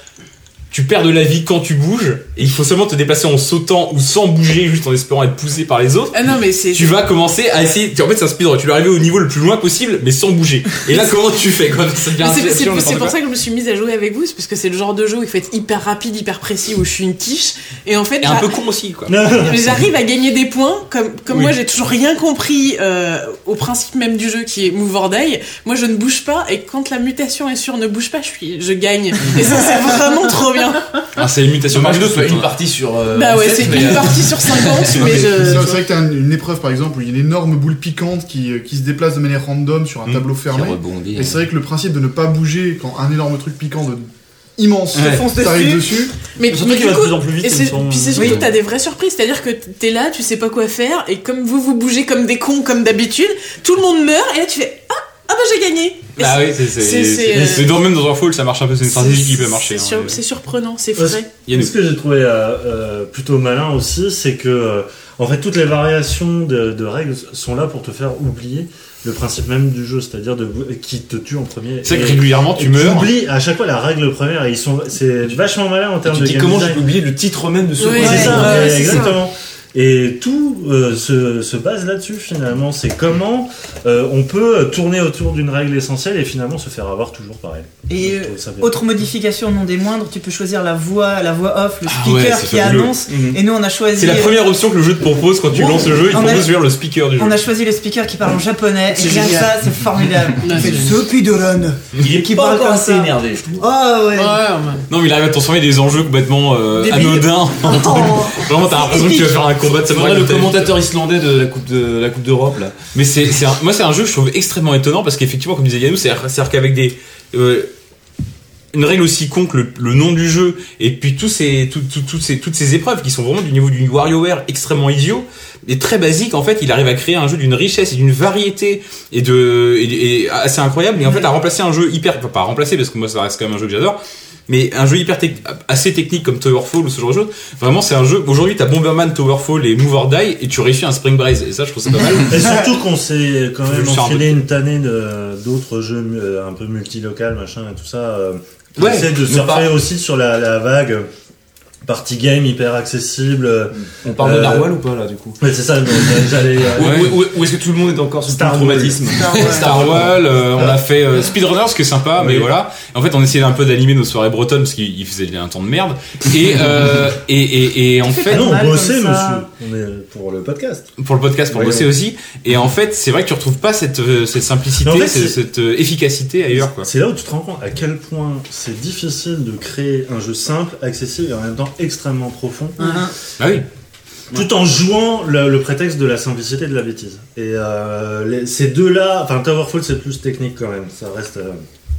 S1: tu perds de la vie quand tu bouges et il faut seulement te déplacer en sautant ou sans bouger juste en espérant être poussé par les autres.
S5: Ah non, mais c'est.
S1: Tu vas commencer à essayer. tu- En fait, c'est un speedrun. Tu dois arriver au niveau le plus loin possible, mais sans bouger. Et là, comment tu fais quoi Ça devient
S5: Mais c'est- C'est
S1: un
S5: c'est pour
S1: n'importe
S5: ça que je me suis mise à jouer avec vous, c'est parce que c'est le genre de jeu où il faut être hyper rapide, hyper précis, où je suis une quiche. Et en fait,
S1: quoi. Et un
S5: j'a-
S1: peu con aussi, quoi.
S5: mais j'arrive à gagner des points. Comme, comme
S1: Oui.
S5: moi, j'ai toujours rien compris euh, au principe même du jeu qui est move or die. Moi, je ne bouge pas. Et quand la mutation est sûre, ne bouge pas, je, suis, je gagne. Et ça, c'est vraiment trop bien.
S1: Ah, c'est une mutation
S9: Dommage
S1: Mario,
S9: que ce soit
S1: toi.
S9: une partie sur. euh,
S5: bah ouais,
S9: sept,
S5: c'est
S9: mais,
S5: une
S9: euh,
S5: partie sur 50, mais
S10: C'est
S5: je.
S10: vrai que t'as une, une épreuve par exemple où il y a une énorme boule piquante qui, qui se déplace de manière random sur un
S1: Mm.
S10: tableau
S6: Mmh, Qui
S10: fermé.
S6: rebondit.
S10: Et c'est vrai que le principe de ne pas bouger quand un énorme truc piquant de immense
S1: Ouais.
S10: fonce t'arrives dessus,
S5: Mais,
S2: Surtout
S5: mais
S2: qu'il
S5: du
S2: va de
S5: coup,
S2: plus en plus vite.
S5: Et c'est,
S2: il me semble.
S5: puis c'est surtout, t'as des vraies surprises. C'est-à-dire que t'es là, tu sais pas quoi faire, et comme vous, vous bougez comme des cons, comme d'habitude, tout le monde meurt, et là tu fais Ah, ah bah j'ai gagné Et
S1: Ah
S5: c'est-
S1: oui, c'est-
S5: c'est-
S1: c'est.
S5: c'est,
S1: c'est-
S5: euh,
S1: Mais dans- même dans un fall, ça marche un peu. C'est une stratégie
S5: c'est-
S1: qui peut marcher.
S5: C'est,
S1: hein,
S5: sur-
S1: mais-
S5: c'est surprenant, c'est
S8: Ouais,
S5: frais.
S1: Il y a
S8: Ce que j'ai trouvé euh, euh, plutôt malin aussi, c'est que euh, en fait toutes les variations de, de règles sont là pour te faire oublier le principe même du jeu, c'est-à-dire de qui te tue en premier.
S1: C'est vrai que
S8: Et-
S1: régulièrement,
S8: et
S1: tu meurs.
S8: oublies à chaque fois la règle première et ils sont c'est vachement malin en termes
S9: Tu
S8: de
S9: te dis
S8: game
S9: comment j'ai
S8: design.
S9: pu oublier le titre même de ce
S5: Ouais,
S8: Oui,
S9: jeu.
S8: c'est ça,
S5: ouais,
S8: ouais,
S5: c'est ça.
S8: exactement. Et tout euh, se, se base là-dessus finalement. C'est comment euh, on peut tourner autour d'une règle essentielle et finalement se faire avoir toujours par elle.
S7: Et,
S8: Je
S7: euh,
S8: trouve ça bien.
S7: Autre modification non des moindres, tu peux choisir la voix, la voix off, le
S9: Ah
S1: ouais,
S7: speaker
S1: c'est
S7: qui
S1: fabuleux.
S7: annonce.
S1: Mhm.
S7: Et nous, on a choisi.
S1: C'est la première option que le jeu te propose quand tu
S7: Ouais.
S1: lances le jeu. Il te
S7: On a-
S1: propose vers le speaker du jeu.
S7: On a choisi le speaker qui parle en japonais.
S5: C'est
S7: Et rien que
S5: génial.
S7: ça, c'est formidable.
S5: Ouais,
S7: Il fait
S5: c'est
S7: ce pidolan.
S9: Il est
S7: Qui
S9: pas
S7: parle
S9: encore
S7: comme
S9: assez
S7: ça.
S9: énervé.
S7: Ah ouais.
S1: Non, mais il arrive à transformer des enjeux complètement euh,
S5: Débile.
S1: anodins. en truc. Vraiment, t'as l'impression que tu vas faire un combat de
S9: C'est
S1: samouraï
S9: le
S1: de ta vie.
S9: commentateur islandais de la Coupe de la Coupe d'Europe là.
S1: Mais c'est, c'est un- moi, c'est un jeu que je trouve extrêmement étonnant parce qu'effectivement, comme disait Yannou, c'est-à-dire, c'est-à-dire qu'avec des. euh, une règle aussi con que le, le nom du jeu et puis tous ces, tout- tout- toutes ces, toutes ces épreuves qui sont vraiment du niveau du WarioWare extrêmement idiot et très basique en fait il arrive à créer un jeu d'une richesse et d'une variété et de et, et assez incroyable et en fait à remplacer un jeu hyper enfin, pas à remplacer parce que moi ça reste quand même un jeu que j'adore mais un jeu hyper tec- assez technique comme Towerfall ou ce genre de choses vraiment c'est un jeu aujourd'hui t'as Bomberman Towerfall et Move or Die et tu réussis un Spring Breeze et ça je trouve ça pas mal
S8: Et surtout qu'on s'est quand même
S1: Faut juste
S8: enfilé une tannée de- d'autres jeux euh, un peu multilocal, machin et tout ça. euh, qui
S1: Ouais,
S8: essaient de
S1: mais
S8: surfer
S1: pas-
S8: aussi sur la, la vague party game hyper accessible.
S9: On parle de
S8: Euh,
S9: Narwhal ou pas là du coup
S8: Ouais, c'est ça, donc, j'allais. euh,
S9: Ou- Ou, ou est-ce que tout le monde est encore sous
S8: Star
S9: le traumatisme
S1: Starwall, euh, on a fait euh, Speedrunner, ce qui est sympa, mais voilà. En fait, on essayait un peu d'animer nos soirées bretonnes parce qu'il il faisait un temps de merde. Et, euh, et, et, et en
S7: fais
S1: fait,
S8: Ah non,
S7: Mal
S8: on
S7: comme
S8: bossait, monsieur.
S7: ça.
S8: On est pour le podcast.
S1: pour le podcast, pour
S8: Voyons.
S1: bosser aussi. Et en fait, c'est vrai que tu retrouves pas cette, euh, cette simplicité,
S8: Mais en fait,
S1: cette,
S8: c'est-
S1: cette, euh, efficacité ailleurs, quoi.
S8: C'est là où tu te rends compte à quel point c'est difficile de créer un jeu simple, accessible et en même temps extrêmement profond.
S4: Ah
S8: Ah
S1: Bah oui.
S8: tout en jouant le, le prétexte de la simplicité et de la bêtise. Et euh, les- ces deux-là, enfin Towerfall c'est plus technique quand même, ça reste euh,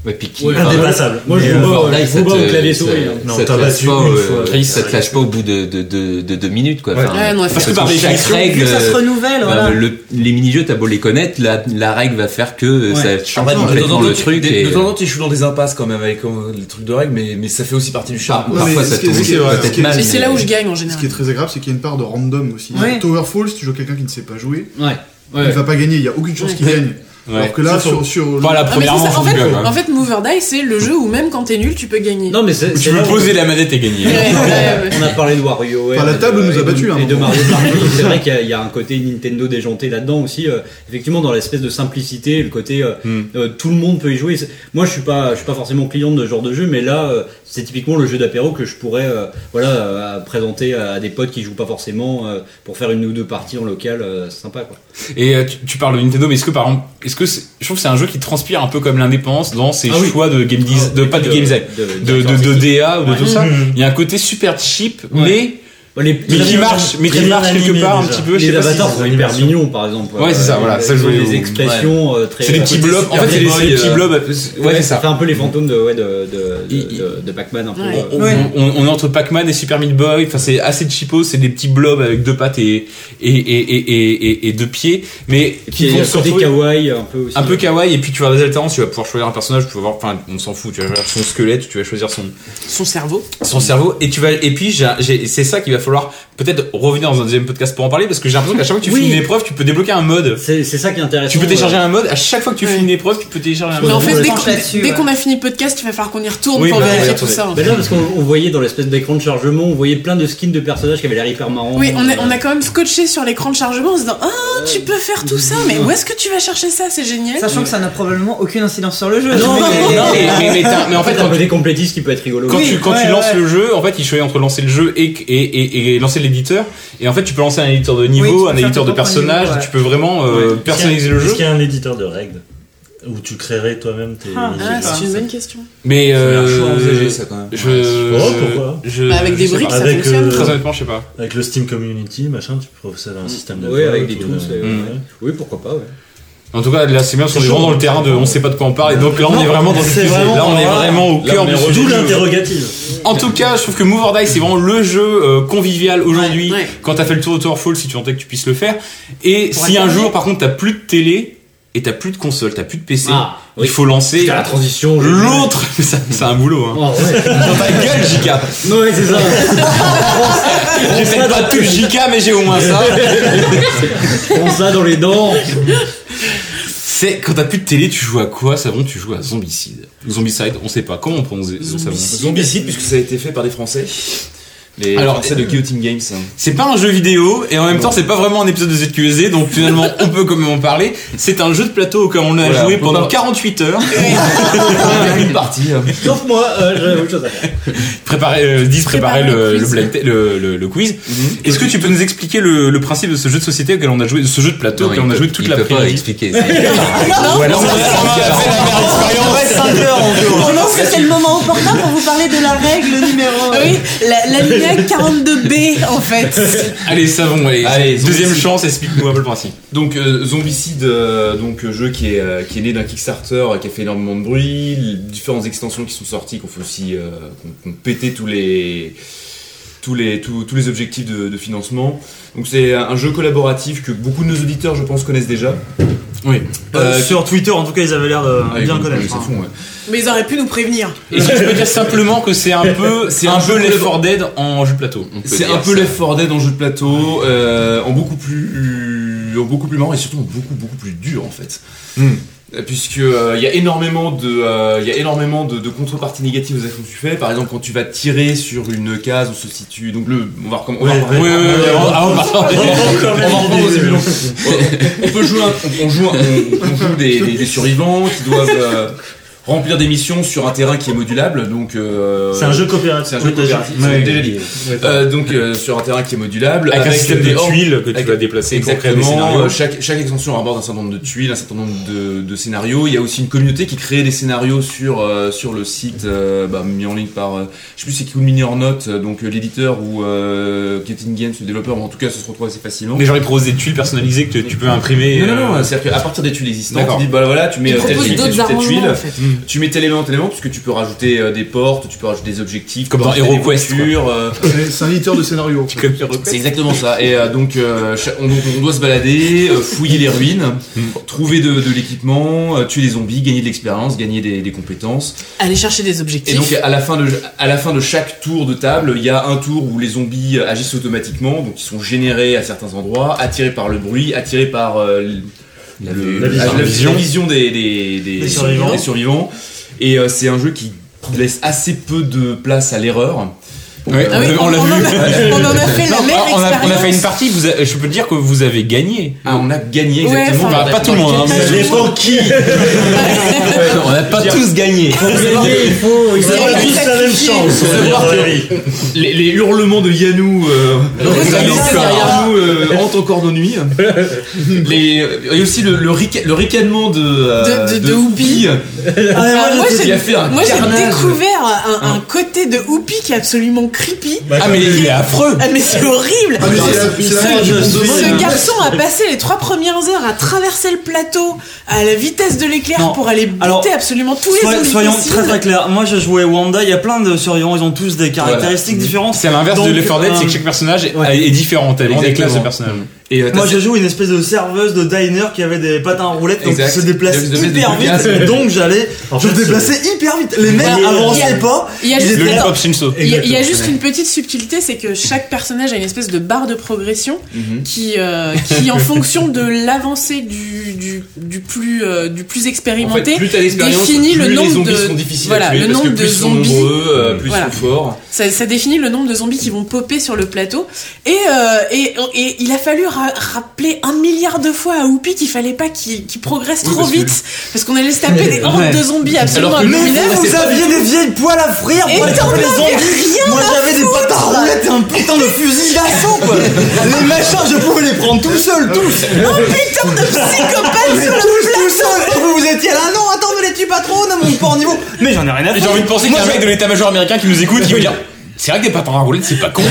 S6: Ouais, puis qui-
S4: Ouais,
S6: enfin,
S8: indépassable.
S4: Moi, je
S8: Mais,
S4: vous
S8: euh,
S4: bats,
S6: Fortnite,
S4: euh, je vous bats
S6: ça
S4: au
S6: te-
S4: clavier
S6: ça-
S4: souris. hein.
S8: Non,
S6: ça te
S8: t'as
S6: lâche
S8: battu
S6: pas,
S8: une
S6: euh,
S8: fois.
S6: Chris, ça te lâche pas au bout de, de, de, de deux minutes, quoi. Enfin,
S5: Ouais, non,
S1: Parce que
S6: Parce
S1: par
S6: que chaque
S1: définition,
S6: règle,
S7: Que ça se
S6: euh,
S7: renouvelle,
S6: enfin,
S7: voilà.
S6: le- les mini-jeux, t'as beau les connaître, la, la règle va faire que euh, ça change
S9: Après, de- de temps en
S6: complètement
S9: temps,
S6: le
S9: tu-
S6: truc.
S9: de-
S6: et-
S9: De temps en temps, je suis dans des impasses quand même avec euh, les trucs de règles, mais, mais ça fait aussi partie du charme.
S10: Non, mais
S6: Parfois,
S10: ce
S6: ça
S10: qui est-
S6: tombe
S10: ce qui est-
S6: peut-être
S10: ce qui est-
S6: mal.
S5: Et c'est
S6: mais-
S5: là où je gagne en
S10: ce qui est
S5: général.
S10: très agréable, c'est qu'il y a une part de random aussi.
S7: Ouais.
S10: Towerfall, si tu joues quelqu'un qui ne sait pas jouer,
S4: Ouais.
S10: il va pas gagner, il y a aucune chance qu'il gagne. Alors que là,
S8: C'est
S10: sur, sur
S6: Pas la
S5: Non, Ah, mais
S6: première
S5: c'est ça.
S6: manche
S5: En
S6: en tout
S5: fait,
S10: hein.
S6: cas.
S5: en
S6: quoi.
S5: fait, Mover Die, c'est le jeu où même quand t'es nul, tu peux gagner.
S4: Non, mais c'est.
S6: Tu
S4: c'est là
S6: peux
S4: où-
S6: poser la manette et
S5: Ouais,
S6: gagner.
S5: ouais, ouais.
S4: On a parlé de WarioWare.
S10: Enfin, la
S4: et de-
S10: table nous a
S4: et de-
S10: battus, hein, à un
S4: Et de
S10: moment.
S4: Mario Party. c'est vrai qu'il y a- il y, a un côté Nintendo déjanté là-dedans aussi. euh, effectivement, dans l'espèce de simplicité, le côté euh,
S6: Hmm.
S4: euh, tout le monde peut y jouer. C'est- Moi, je suis pas, je suis pas forcément client de ce genre de jeu, mais là, euh, c'est typiquement le jeu d'apéro que je pourrais, euh, voilà, euh, présenter à des potes qui jouent pas forcément euh, pour faire une ou deux parties en local. euh, c'est sympa, quoi.
S1: Et euh, tu, tu parles de Nintendo, mais est-ce que par exemple, est-ce que c'est- je trouve que c'est un jeu qui transpire un peu comme l'indépendance dans ses
S4: Ah oui.
S1: choix de game design, de pas de game design, de, de, de DA ou de
S4: Ouais. Mm.
S1: tout ça. Il y a un côté super cheap,
S4: Ouais.
S1: mais mais qui marche, mais qui marche quelque part un petit peu. Je sais
S4: Les
S1: pas si
S4: avatars sont hyper mignons, par exemple.
S1: Ouais, c'est ça,
S4: Euh,
S1: voilà, ça,
S4: ils
S1: je
S4: ont
S1: voulais-
S4: Des expressions euh, très.
S1: c'est des petits blobs. En fait, c'est des c'est des petits blobs. euh, Ouais, c'est ça.
S4: fait un peu les fantômes de, ouais, de, de, de,
S1: Il-
S4: de- de Pac-Man un peu.
S5: Ouais.
S4: euh,
S1: On,
S7: Ouais.
S1: on- on est entre Pac-Man et Super Meat Boy. Enfin, c'est assez cheapo. C'est des petits blobs avec deux pattes et et et et et, et- et deux pieds, mais
S4: qui
S1: qui
S4: est
S1: vont
S4: un
S1: se
S4: côté
S1: retrouver
S4: kawaii un peu aussi.
S1: un peu kawaii. Et puis tu vas avoir des altérances. Tu vas pouvoir choisir un personnage. Tu vas voir. Enfin, on s'en fout. Tu vas choisir son squelette. Tu vas choisir son
S5: Son cerveau.
S1: son cerveau. Et tu vas. Et puis j'ai- j'ai- c'est ça qu'il va falloir peut-être revenir dans un deuxième podcast pour en parler parce que j'ai l'impression qu'à chaque fois que tu
S4: Oui.
S1: finis une épreuve, tu peux débloquer un mode.
S4: C'est c'est ça qui est intéressant.
S1: Tu peux télécharger
S4: euh,
S1: un mode. À chaque fois que tu
S5: Ouais.
S1: finis une épreuve, tu peux télécharger un
S5: Mais
S1: mode.
S5: en fait,
S4: Ouais,
S5: dès
S4: ouais.
S5: qu'on-
S7: là-dessus,
S5: dès
S7: ouais.
S5: qu'on a fini le podcast, il va falloir qu'on y retourne
S1: Oui,
S5: pour
S1: bah,
S5: vérifier
S1: regardez.
S5: tout ça. hein. en
S4: Bah
S5: fait.
S4: non, parce qu'on on voyait dans l'espèce d'écran de chargement, on voyait plein de skins de personnages qui avaient l'air hyper marrants.
S5: Oui, on a, on a quand même scotché sur l'écran de chargement en se disant Ah, tu peux faire tout ça, mais où est-ce que tu vas chercher ça C'est génial.
S7: Sachant que ça n'a probablement aucune incidence sur le jeu.
S4: Non,
S7: Mais-
S1: Non, mais, mais, mais t'as- mais en
S4: En
S1: fait,
S4: fait, un côté complétiste qui peut être rigolo.
S1: Quand
S4: Oui.
S1: tu, quand
S7: ouais,
S1: tu lances
S7: ouais.
S1: le jeu, en fait, il choisit entre lancer le jeu et, et, et, et lancer l'éditeur. Et en fait, tu peux lancer un éditeur de niveau,
S7: Oui, tu peux
S1: un
S7: faire
S1: éditeur
S7: ton
S1: de
S7: propre
S1: personnages,
S7: niveau, ouais.
S1: tu peux vraiment euh, personnaliser le
S8: Est-ce
S1: jeu.
S8: qu'il y a un éditeur de règles où tu créerais toi-même tes.
S7: Ah,
S5: Ah,
S7: ça.
S5: c'est une bonne question.
S1: Mais euh,
S9: ça quand même.
S1: je,
S8: Oh, pourquoi
S1: je,
S5: Bah, avec
S1: je
S5: des
S1: sais
S5: briques,
S1: pas.
S5: ça
S8: Avec,
S5: fonctionne.
S8: euh,
S1: Très honnêtement, je sais pas.
S8: Avec le Steam Community, machin, tu peux faire
S5: Mm.
S8: un système de.
S4: Ouais, avec des
S8: vote ou de-
S4: tools, euh,
S8: Ouais.
S4: Oui, pourquoi pas, ouais.
S1: Mm. En tout cas, là, c'est bien, parce qu'on est vraiment dans le terrain de, on sait pas de quoi on parle, et donc là, on
S8: Non,
S1: est vraiment dans le
S8: c'est
S1: sujet.
S8: vraiment-
S1: Là, on est vraiment au
S8: Là,
S1: cœur
S8: on
S1: du
S8: est revenu. D'où
S1: sujet.
S8: l'interrogative.
S1: En tout cas, je trouve que Move or Die, c'est vraiment le jeu euh, convivial aujourd'hui.
S5: Ouais, ouais.
S1: Quand t'as fait le tour de Towerfall, si tu entends que tu puisses le faire. Et
S5: Pour
S1: si
S5: la
S1: un
S5: terminer.
S1: jour, par contre, t'as plus de télé et t'as plus de console, t'as plus de PC,
S4: Ah, oui.
S1: il faut lancer
S4: Putain, la transition. je-
S1: l'autre. Ça- C'est un boulot. Hein.
S4: Oh, ouais.
S1: Dans ta gueule, Jika.
S4: ouais, c'est ça.
S1: J'ai peut-être pas tout Jika, mais j'ai au moins ça.
S4: Prends ça dans les dents.
S1: C'est quand t'as plus de télé, tu joues à quoi, Savon Tu joues à Zombicide. Zombicide, on sait pas comment on prononce Savon.
S9: Zombicide, puisque ça a été fait par des Français. Les
S1: Alors,
S9: Français de Guillotine Games. hein.
S1: C'est pas un jeu vidéo et en même temps c'est pas vraiment un épisode de ZQSD donc finalement on peut quand même en parler. C'est un jeu de plateau auquel on a
S9: Voilà,
S1: joué
S9: on peut
S1: pendant
S9: pas-
S1: 48 heures.
S9: une partie.
S1: hein.
S4: Sauf moi, euh, j'avais autre chose à faire.
S1: Préparer, euh, disent préparer
S5: Préparer
S1: le,
S5: le
S1: le,
S5: quiz.
S1: blind te- le- le- le quiz. Est-ce que tu peux nous expliquer le, le principe de ce jeu de société auquel on a joué, de ce jeu de plateau
S6: Non,
S1: auquel
S6: il
S1: on a
S6: peut-
S1: joué toute
S6: il
S1: la
S6: peut pas
S1: prairie
S6: expliquer.
S1: Ou alors on a-
S7: Je pense que c'est le moment opportun pour vous parler de la règle numéro.
S5: Ah Oui, la, la ligne 42B en fait.
S1: Allez, savon, allez.
S9: Allez,
S1: Deuxième
S9: Zombicide.
S1: chance, explique-nous un peu le principe.
S9: Donc euh, Zombicide, euh, donc euh, jeu qui est, euh, qui est né d'un Kickstarter, euh, qui a fait énormément de bruit, les différentes extensions qui sont sorties, qu'on fait aussi, euh, qu'on- qu'on pétait tous les tous les tous, tous les objectifs de, de financement. Donc c'est un jeu collaboratif que beaucoup de nos auditeurs, je pense, connaissent déjà.
S1: Oui.
S9: Euh,
S2: Sur Twitter, en tout cas, ils avaient l'air de
S9: Ah,
S2: bien
S9: oui,
S2: connaître.
S9: oui, ça
S2: hein.
S9: fond, ouais.
S5: Mais ils auraient pu nous prévenir.
S1: Est-ce que tu peux dire simplement que c'est un peu, c'est
S9: C'est
S1: un,
S9: un
S1: peu
S9: jeu
S1: Left
S9: collabo-
S1: 4 Dead en jeu de plateau.
S9: C'est un peu Left 4 Dead en jeu de plateau, euh, en beaucoup plus, en beaucoup plus marrant et surtout en beaucoup beaucoup plus dur en fait.
S1: Hmm.
S9: Euh, Puisque il y a énormément de, euh, y a énormément de, de contreparties négatives aux actions que tu fais. Par exemple, quand tu vas tirer sur une case où se situe, donc le, on va recommencer.
S8: Ouais,
S1: Oui,
S8: ouais.
S1: oui, oui. on- ah, on parle-
S9: on peut jouer, un- on, on joue, un- on, on joue des, des- des survivants qui doivent euh, remplir des missions sur un terrain qui est modulable. Donc euh,
S8: C'est un jeu coopératif.
S9: c'est un jeu coopératif,
S8: Oui, t'as-
S9: c'est
S8: oui.
S9: déjà dit. euh, donc euh, sur un terrain qui est modulable
S1: Avec un système
S9: des
S1: de
S9: orques.
S1: tuiles que tu
S9: avec-
S1: vas déplacer pour créer des
S9: Exactement,
S1: scénarios.
S9: euh, chaque, chaque extension aborde un certain nombre de tuiles, un certain nombre de, de scénarios. Il y a aussi une communauté qui crée des scénarios sur, euh, sur le site euh, bah, mis en ligne par, euh, je sais plus c'est qui ou Mini or Not, euh, donc euh, l'éditeur ou euh, Getting Games, le développeur, mais en tout cas ça se retrouve assez facilement.
S1: Les gens ils proposent des tuiles personnalisées que tu- tu peux imprimer.
S9: non, non, non,
S1: euh,
S9: c'est-à-dire qu'à partir des tuiles existantes,
S1: D'accord.
S9: tu dis, bah voilà, tu mets
S5: Ils
S9: euh, telle
S5: proposent
S9: tuile, telle tuile,
S5: d'autres
S9: telle
S5: arrangements
S9: tuile.
S5: en fait.
S1: Mm.
S9: tu mets tel élément, tel élément, parce que tu peux rajouter euh, des portes, tu peux rajouter des objectifs,
S1: Comme
S9: tu peux
S1: dans
S9: rajouter des
S1: HeroQuest, quoi.
S9: voitures, euh,
S10: C'est c'est un éditeur de scénario.
S1: comme sur Rocket.
S9: C'est exactement ça. Et euh, donc, euh, cha- on, donc, on doit se balader, euh, fouiller les ruines,
S1: Mm.
S9: trouver de, de l'équipement, euh, tuer des zombies, gagner de l'expérience, gagner des, des compétences.
S5: Aller chercher des
S9: Et
S5: objectifs.
S9: donc à la fin de à la fin de chaque tour de table, il y a un tour où les zombies agissent automatiquement, donc ils sont générés à certains endroits, attirés par le bruit, attirés par euh, la,
S8: la vision.
S9: la- la
S1: vision.
S9: vision des, des- des-
S8: Des survivants.
S9: des survivants. Et euh, c'est un jeu qui laisse assez peu de place à l'erreur. Euh,
S1: Ouais,
S5: Ah oui,
S1: on l'a
S5: on
S1: vu.
S5: en a- on en a fait la
S1: Non,
S5: même
S1: on, a, on a fait une
S5: expérience.
S1: partie, vous a- je peux dire que vous avez gagné.
S9: Ah, on a gagné
S5: Ouais,
S9: exactement.
S5: enfin,
S1: Bah, pas tout le monde, hein, mais-
S8: Les banquis
S1: on n'a pas tous gagné.
S8: Ils
S5: C'est
S8: avaient tous la même chance. on va dire,
S9: savoir
S8: dans la vie.
S9: les, les hurlements de Yanou euh,
S5: vous avez
S9: Yanou
S5: ça
S9: derrière nous euh, hantent encore nos nuits. les, et aussi le, le, rica- le ricanement de, euh,
S5: De- de- de Whoopi.
S9: Whoopi.
S5: Ah, moi,
S9: Il a
S5: j'ai
S9: fait un
S5: moi, j'ai
S9: carnage.
S5: découvert un, un côté de Whoopi qui est absolument creepy.
S1: Ah, mais il est affreux.
S5: Ah mais c'est horrible
S10: Ah, mais c'est la- c'est la fin du monde demain,
S5: Ce
S10: hein.
S5: garçon a passé les trois premières heures à traverser le plateau à la vitesse de l'éclair
S2: Non.
S5: pour aller buter
S2: Alors,
S5: absolument tous les
S2: Soyons,
S5: zombies
S2: soyons
S5: possibles.
S2: très très clairs. Moi, je jouais Wanda. Il y a plein de survivants. Ils ont tous des caractéristiques différentes.
S1: C'est à l'inverse de
S2: Donc,
S1: Left 4 Dead, c'est que
S2: euh,
S1: chaque personnage est-
S2: ouais.
S1: est différent. T'as vraiment des
S9: Exactement.
S1: classes de personnages.
S9: Et euh, t'as
S2: Moi, je joue une espèce de serveuse de diner qui avait des patins à roulettes, donc
S9: Exact.
S2: qui se déplace
S9: Il y avait des
S2: hyper
S9: boucles.
S2: vite. Donc, j'allais,
S8: En
S2: je
S8: fait,
S2: me
S8: c'est-
S2: déplaçais hyper vite. Les mecs
S5: Voilà. Il y
S2: avançaient
S5: a-
S2: pas.
S5: Il y a
S2: Il
S5: juste,
S1: Le
S5: alors,
S1: hip-hop Shinso.
S5: il y a- il y a juste une petite subtilité, c'est que chaque personnage a une espèce de barre de progression
S2: Mhm.
S5: qui, euh, qui en fonction de l'avancée du, du, du plus, euh, du plus
S9: En fait,
S5: expérimenté,
S9: plus t'as l'expérience, plus
S5: définit le
S9: les
S5: nombre
S9: zombies
S5: de-
S9: sont difficiles
S5: voilà,
S9: à tuer
S5: le
S9: parce que
S5: nombre de
S9: plus ils sont
S5: zombies-
S9: nombreux, euh, plus
S5: Voilà.
S9: ils sont forts.
S5: Ça, ça définit le nombre de zombies qui vont popper sur le plateau. Et, euh, et, et il a fallu ra- rappeler un milliard de fois à Whoopi qu'il fallait pas qu'il qu'il progresse
S9: Oui,
S5: trop
S9: parce que-
S5: vite. Parce qu'on allait se taper des hordes de zombies absolument
S9: Alors que-
S2: Mais
S5: abominables.
S2: vous, vous aviez des vieilles poils à frire
S5: Et
S2: pour
S5: t'en
S2: les zombies.
S5: avais rien
S2: Moi, j'avais des patins à roulettes et un putain de fusil d'assaut, quoi. Les machins, je pouvais les prendre tout seul, tous.
S5: Un putain de psychopathe sur
S2: Tous,
S5: le
S2: tout seul. Et vous, vous étiez là, non, attends, ne les tue pas trop, ne monte pas en niveau. Mais j'en ai rien à
S1: J'ai
S2: faire.
S1: envie de penser qu'il y a un mec de l'état-major américain qui nous écoute, qui veut dire. C'est vrai que des patins à roulettes, c'est pas con.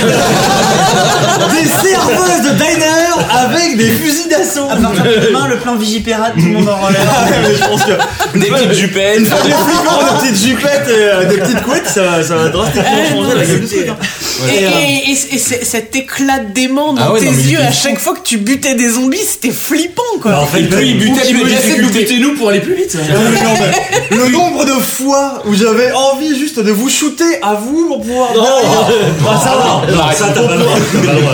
S2: Des serveuses de diner avec des fusils d'assaut.
S7: À partir de demain, le plan Vigipirate, tout le monde en relève.
S9: Ah,
S2: Je pense que
S1: Des petites jupettes.
S2: des flippants, des petites jupettes et euh, des petites couettes, ça, va- ça va drastiquement
S5: Ah, non,
S2: changer la gueule du
S5: c'était-
S2: truc. hein.
S5: Et,
S2: Et, euh,
S5: et- et- et c'est- cet éclat d'aimant dans
S1: Ah ouais,
S5: tes
S1: non, mais il
S5: yeux
S1: était
S5: à
S1: fou.
S5: chaque fois que tu butais des zombies, c'était flippant quoi.
S2: Bah,
S8: En fait,
S1: Lui, il butait,
S9: Imagine
S1: il butait,
S9: de
S1: il butait.
S9: nous pour aller plus vite.
S2: Ah Le nombre de fois où j'avais envie juste de vous shooter à vous pour pouvoir derrière,
S8: Ah, ça va.
S1: Non,
S8: Non, ça, t'as pas le droit. T'as pas le droit.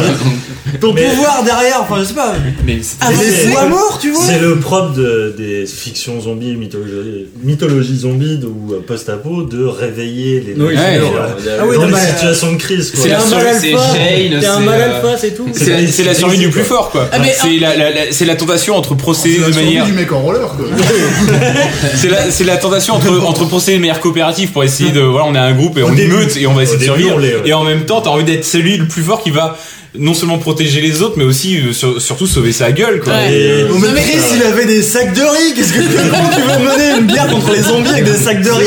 S2: pour
S8: Mais-
S2: pouvoir derrière, enfin je sais pas,
S8: c'est-
S2: les ou amour, tu vois.
S8: C'est le propre de- des fictions zombies, mythologie, mythologie zombie de- ou euh, post-apo de réveiller les euh,
S4: Oui,
S1: Ouais.
S8: dans,
S4: Ah oui,
S8: dans
S4: non,
S8: les
S4: mais-
S2: euh,
S8: situations de crise. quoi.
S1: C'est la
S4: T'es un
S1: seule,
S4: mal alpha,
S9: c'est Jane,
S4: t'es un
S9: c'est,
S4: mal
S9: euh,
S4: alpha, c'est tout.
S1: C'est la, c'est la survie du plus fort, quoi.
S5: Ah, mais-
S1: c'est la, la- la- c'est la tentation entre procéder
S10: la
S1: de
S10: survie
S1: manière.
S10: du mec en roller, quoi.
S1: C'est la, c'est la tentation entre, entre procéder de manière coopérative pour essayer de. Voilà, on est un groupe et on est une
S8: début.
S1: meute et on va essayer
S8: Au
S1: de
S8: début,
S1: survivre.
S8: on l'est, ouais.
S1: Et en même temps, t'as envie d'être celui le plus fort qui va non seulement protéger les autres, mais aussi euh, sur- surtout sauver sa gueule, quoi. euh,
S5: Ouais.
S8: Et-
S2: On me
S5: mais-
S2: Chris, il avait des sacs de riz, qu'est-ce que comment tu veux mener une guerre contre les zombies avec des sacs de riz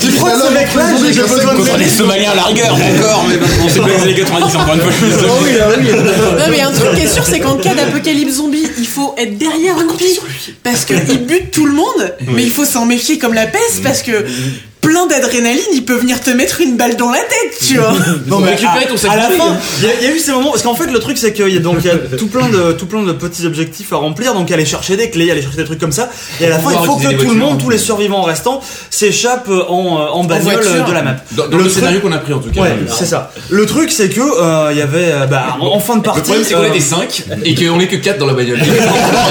S2: Tu crois que ce mec-là, j'ai j'ai besoin de
S1: Contre les Somaliens à la rigueur, d'accord, mais bon, c'est pas les années 90, encore une fois, je suis
S2: Ah
S1: désolé.
S5: Non mais un truc qui est sûr c'est qu'en cas d'apocalypse zombie il faut être derrière Whoopi parce que il bute tout le monde mais il faut s'en méfier comme la peste parce que plein d'adrénaline il peut venir te mettre une balle dans la tête tu vois
S2: Non mais
S9: récupérer
S2: bah, à,
S9: ton sac
S2: à la
S9: de riz,
S2: fin,
S9: hein.
S2: il y, a- il y a eu ces moments parce qu'en fait le truc c'est qu'il y a donc il y a tout plein de tout plein de petits objectifs à remplir donc aller chercher des clés, aller chercher des trucs comme ça et à la fin il
S9: Pouvoir
S2: faut que
S9: utiliser
S2: tout
S9: les
S2: le
S9: voitures. hein.
S2: monde, tous les survivants restants s'échappent en euh, en bagnole
S5: voiture.
S2: de la map.
S9: Dans, dans le,
S2: Le
S9: scénario qu'on a pris en tout cas.
S2: Ouais, c'est ça. Le truc c'est que euh, il y avait euh, bah en en fin de
S9: Le
S2: partie
S9: problème c'est qu'on
S2: euh,
S9: était 5 et qu'on est que 4 dans la bagnole.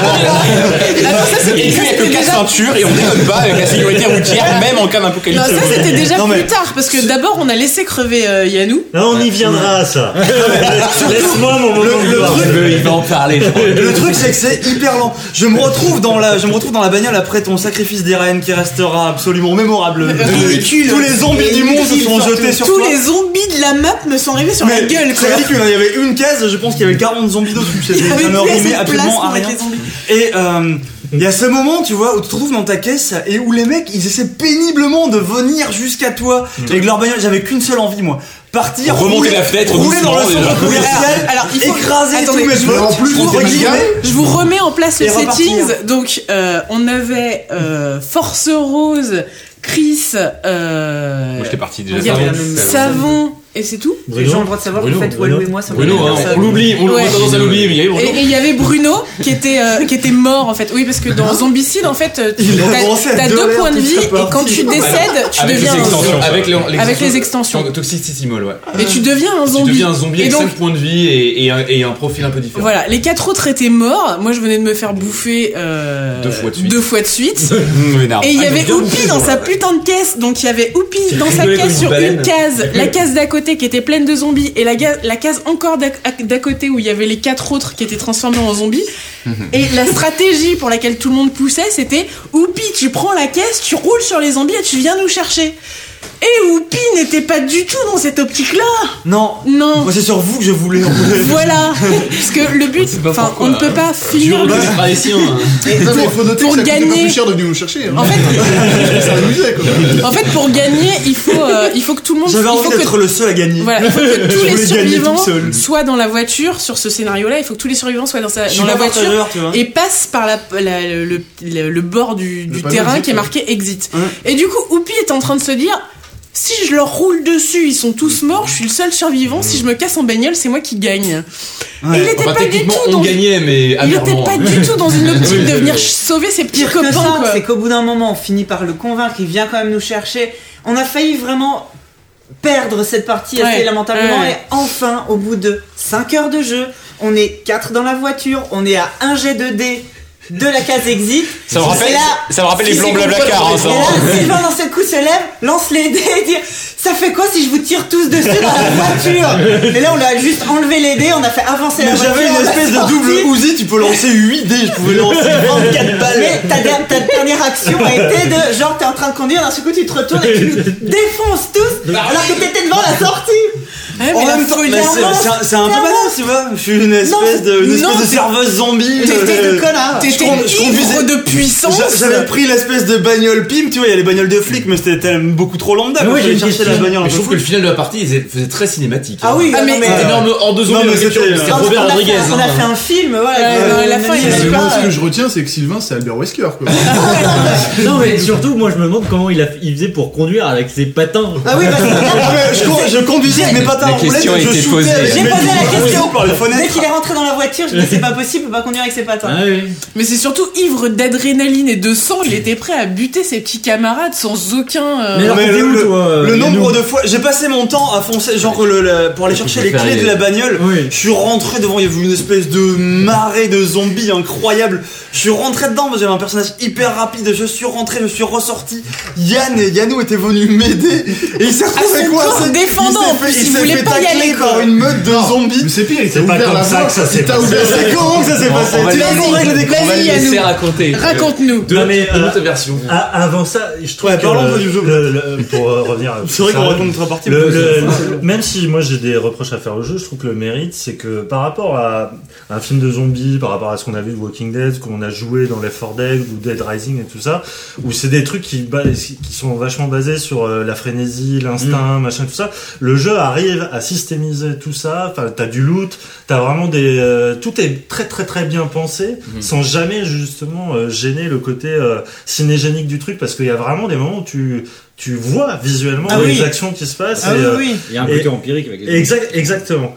S5: Ah non, ça c'était
S1: Et puis,
S5: ça,
S1: il n'y a
S5: c'était
S1: que 4
S5: déjà-
S1: ceintures et on déconne pas avec la sécurité routière, même en cas
S5: non
S1: d'apocalypse.
S5: ça c'était déjà
S2: Non, mais-
S5: plus tard parce que d'abord on a laissé crever euh, Yanou
S8: Là, on y viendra à ça. Laisse-moi mon moment de
S2: le
S8: gloire.
S2: truc-
S6: Il va en parler, je crois.
S2: Le truc c'est que c'est hyper lent. Je me retrouve dans la, je me retrouve dans la bagnole après ton sacrifice des reines qui restera absolument mémorable.
S5: Ridicule.
S2: Tous les zombies du monde se sont jetés sur
S5: tous
S2: toi.
S5: les zombies de la map me sont arrivés sur
S2: Mais
S5: la gueule quoi
S2: C'est ridicule, hein, il y avait une case, je pense qu'il y avait 40 zombies dessus.
S5: Il y
S2: C'était-
S5: avait
S2: Ça ne
S5: plus assez
S2: rimait
S5: de place
S2: absolument à
S5: pour
S2: rien.
S5: mettre les zombies.
S2: Et euh, il y a ce moment, tu vois, où tu te retrouves dans ta caisse et où les mecs, ils essaient péniblement de venir jusqu'à toi avec leur bagnole. J'avais qu'une seule envie, moi. Partir,
S1: Mmh. Remonter
S2: rouler-
S1: la fenêtre
S2: rouler dans le
S1: doucement, déjà.
S2: centre commercial,
S5: Alors, il faut-
S2: écraser
S5: Attendez,
S2: tous mes
S5: je-
S2: potes.
S10: en plus,
S2: entre
S10: on était
S2: guillemets.
S10: malgaches.
S5: Je vous remets en place le
S2: Et hein. repartir.
S5: settings. Donc, euh, on avait euh, Force Rose, Chris, euh,
S1: Moi, j'étais parti déjà.
S5: il y avait
S1: Savon.
S5: Savon, Et c'est tout
S7: Les
S8: Bruno,
S7: gens ont le droit de savoir qu'en
S8: Bruno,
S7: fait,
S8: Bruno.
S7: Walou et moi, ça
S9: Bruno, hein, on l'oublie, on
S5: Ouais.
S9: a tendance à l'oublier, mais il y a eu Bruno.
S5: Et et il y avait Bruno qui était, euh, qui était mort en fait. Oui, parce que dans Zombicide, en fait, euh,
S2: Il a commencé à
S5: t'as t'as
S2: deux
S5: deux
S2: heures
S5: points de
S2: toute
S5: vie
S2: sa
S5: et
S2: partie.
S5: quand tu décèdes, tu
S9: avec les
S5: deviens un
S9: extensions.
S1: zombie.
S9: Avec les,
S5: Avec les extensions.
S9: Toxicity Mall, ouais.
S5: Et tu deviens un
S9: Tu
S5: zombie.
S9: deviens un zombie
S5: Et
S9: avec
S5: donc-
S9: 5 points de vie et, et un, et un profil un peu différent.
S5: Voilà, les quatre autres étaient morts. Moi, je venais de me faire bouffer euh,
S9: Deux fois de suite.
S5: deux fois de suite.
S1: Hum, vénard.
S5: Et il y
S9: Ah,
S5: avait
S9: mais bien
S5: Oupi
S9: joué,
S5: dans
S9: ouais.
S5: sa putain de caisse. Donc il y avait Oupi
S9: C'est
S5: dans sa
S9: rigolé comme
S5: caisse
S9: une
S5: sur
S9: baleine.
S5: une case, la case d'à côté qui était pleine de zombies et la, ga- la case encore d'à d'à côté où il y avait les quatre autres qui étaient transformés en zombies. Et la stratégie pour laquelle tout le monde poussait, c'était Oupi, tu prends la caisse, tu roules sur les zombies et tu viens nous chercher. Et Oupi n'était pas du tout dans cette optique-là.
S2: Non,
S5: Non.
S2: moi c'est sur vous que je voulais.
S5: Voilà, parce que le but, enfin, on ne peut pas finir le
S10: Non, mais il faut noter
S5: pour
S10: que ça coûtait pas
S5: gagner-
S10: plus cher de venir nous chercher. hein.
S5: En fait,
S10: ça amusait quoi.
S5: en fait, pour gagner, il faut, euh, il faut que tout le monde, il
S2: J'avais envie
S5: faut que
S2: d'être le seul à gagner.
S5: Voilà, il faut que
S2: Je
S5: tous les
S2: voulais gagner
S5: survivants
S2: tout seul.
S5: soient dans la voiture sur ce scénario-là. Il faut que tous les survivants soient dans, sa-
S2: Je suis
S5: dans la
S2: pas
S5: voiture
S2: partageur, tu vois.
S5: et passent par la, la- le, le- le- le bord du, du
S10: panneau
S5: terrain
S10: exit,
S5: qui est
S10: ouais.
S5: marqué exit. Et du coup, Oupi est en train de se dire. Si je leur roule dessus, ils sont tous morts, je suis le seul survivant, si je me casse en bagnole, c'est moi qui gagne. Et il n'était
S9: Enfin,
S5: pas du
S9: techniquement,
S5: tout
S9: on
S5: dans...
S9: gagnait, mais
S5: Il était
S9: amèrement.
S1: hein.
S5: pas du tout dans une optique de venir sauver ses petits
S7: Pire que
S5: copains,
S7: ça,
S5: quoi.
S7: c'est qu'au bout d'un moment, on finit par le convaincre, il vient quand même nous chercher. On a failli vraiment perdre cette partie assez
S5: Ouais,
S7: lamentablement,
S5: ouais.
S7: et enfin, au bout de 5 heures de jeu, on est 4 dans la voiture, on est à 1 jet de dés de la case exit.
S6: Ça me rappelle,
S7: Et là,
S6: ça me rappelle les
S7: si
S6: blancs
S7: c'est
S6: blablacar. Hein,
S7: Et
S6: ça.
S7: là, Sylvain d'un seul coup se lève, lance les dés et dit Ça fait quoi si je vous tire tous dessus dans la voiture Mais là, on a juste enlevé les dés, on a fait avancer la
S2: Mais
S7: voiture.
S2: J'avais une
S7: on l'a
S2: espèce de
S7: sorti.
S2: double Uzi, tu peux lancer 8 dés, je pouvais lancer 24 balles.
S7: Mais ta, der- ta dernière action a été de genre t'es en train de conduire, d'un seul coup tu te retournes et tu nous défonces tous alors que t'étais devant la sortie.
S5: Ouais, Eh, mais
S2: En
S5: la
S2: même temps,
S5: folie,
S2: bah, c'est-
S7: Clairement,
S2: c'est un- c'est un peu
S7: clairement.
S2: malin, tu vois. Je suis une espèce de, une
S5: non,
S2: espèce de
S5: t'es-
S2: serveuse zombie.
S5: t'étais
S2: euh,
S5: de connard.
S2: je
S5: T'étais
S2: conduis- je conduisais-
S5: ivre de puissance.
S2: J'a- J'avais pris l'espèce de bagnole pim, tu vois, il y a les bagnoles de flics, mais c'était tellement- beaucoup trop lambda.
S4: moi,
S2: Moi,
S4: j'ai
S2: j'ai
S4: une
S2: cherché la
S4: question.
S2: bagnole un
S9: Mais
S2: peu
S9: je trouve que
S2: fou.
S9: le final de la partie il faisait très cinématique. hein.
S7: Ah oui,
S5: Ah,
S7: non,
S5: mais-
S7: mais-
S9: C'était en, en deux
S2: Non,
S9: secondes,
S2: mais
S9: il y avait quelque
S2: c'était- euh,
S9: chose, c'était
S7: Ah, parce
S9: Robert
S7: qu'on a fait-
S9: Rodriguez.
S7: On a
S9: hein.
S7: fait un film,
S5: Ouais,
S7: voilà.
S5: non, la fin, il y a
S10: Mais
S5: du
S10: moi,
S5: pas,
S10: ce
S5: euh,
S10: que je retiens, c'est que Sylvain, c'est Albert Wesker quoi.
S4: Non, mais surtout, moi, je me demande comment il, a, il faisait pour conduire avec ses patins.
S7: Ah oui, parce que
S2: Ah, mais je, con- je conduisais avec mes patins
S6: La
S2: en roulette,
S6: question a
S2: je
S6: été
S2: shootais
S6: posée.
S2: avec
S7: J'ai
S2: mes
S7: posé la
S2: patins
S7: question.
S2: par les
S7: dès
S2: fenêtres.
S7: qu'il est rentré dans la voiture, je dis c'est pas possible, il peut pas conduire avec ses patins.
S4: Ah oui.
S5: Mais c'est surtout ivre d'adrénaline et de sang, il était prêt à buter ses petits camarades sans aucun. euh,
S4: Mais alors,
S2: Mais
S4: t'étais
S2: le,
S4: où,
S2: le-
S4: toi euh,
S2: le nombre
S4: Yannou
S2: de fois, j'ai passé mon temps à foncer, genre le- le- pour aller chercher
S6: peux
S2: les
S6: faire
S2: clés
S6: les-
S2: de la bagnole.
S4: Oui.
S2: Je suis rentré devant, il y avait une espèce de marée de zombies incroyable. Je suis rentré dedans, moi, j'avais un personnage hyper rapide. Je suis rentré, je suis ressorti. Yann et Yannou étaient venus m'aider. Et il s'est retrouvé
S5: son
S2: quoi
S5: corps
S2: c'est-
S5: défendant, en
S2: Il s'est fait,
S5: plus, il
S2: s'est
S5: voulait
S2: fait
S5: pas y
S2: tacler
S5: aller, quoi.
S2: par une meute de
S10: Mais
S2: zombies.
S10: c'est pire, il t'a
S8: C'est pas
S10: ouvert
S8: comme
S10: la
S8: ça
S10: voie.
S8: que ça s'est
S10: Il t'a
S8: passé.
S10: ouvert la
S2: C'est
S10: voie.
S2: comment que ça s'est passé Tu l'as
S5: laisser-
S2: compris, le
S5: on va
S2: décor
S5: le laisser
S6: C'est raconté.
S5: Raconte-nous.
S8: Non, mais, euh,
S9: Deux versions.
S8: a- avant ça, je trouve
S2: Ouais,
S8: que.
S2: parlons
S8: le-
S2: du jeu.
S8: le- le- pour euh, revenir.
S2: C'est vrai qu'on
S8: ça,
S2: raconte partie.
S8: Le- le- même si moi j'ai des reproches à faire au jeu, je trouve que le mérite, c'est que par rapport à un film de zombies, par rapport à ce qu'on a vu de Walking Dead, qu'on a joué dans Left 4 Dead ou Dead Rising et tout ça, où c'est des trucs qui, ba- qui sont vachement basés sur euh, la frénésie, l'instinct,
S2: Mm.
S8: machin, tout ça, le jeu arrive à systémiser tout ça. Enfin, t'as du loot, t'as vraiment des, euh, tout est très très très bien pensé,
S2: Mm-hmm.
S8: sans jamais justement euh, gêner le côté euh, cinégénique du truc, parce qu'il y a vraiment des moments où tu tu vois visuellement
S7: Ah
S8: les
S7: oui.
S8: actions qui se passent.
S7: Ah
S8: et,
S7: oui,
S8: euh,
S7: oui.
S4: Il y a un côté empirique avec les
S8: Exact, exactement.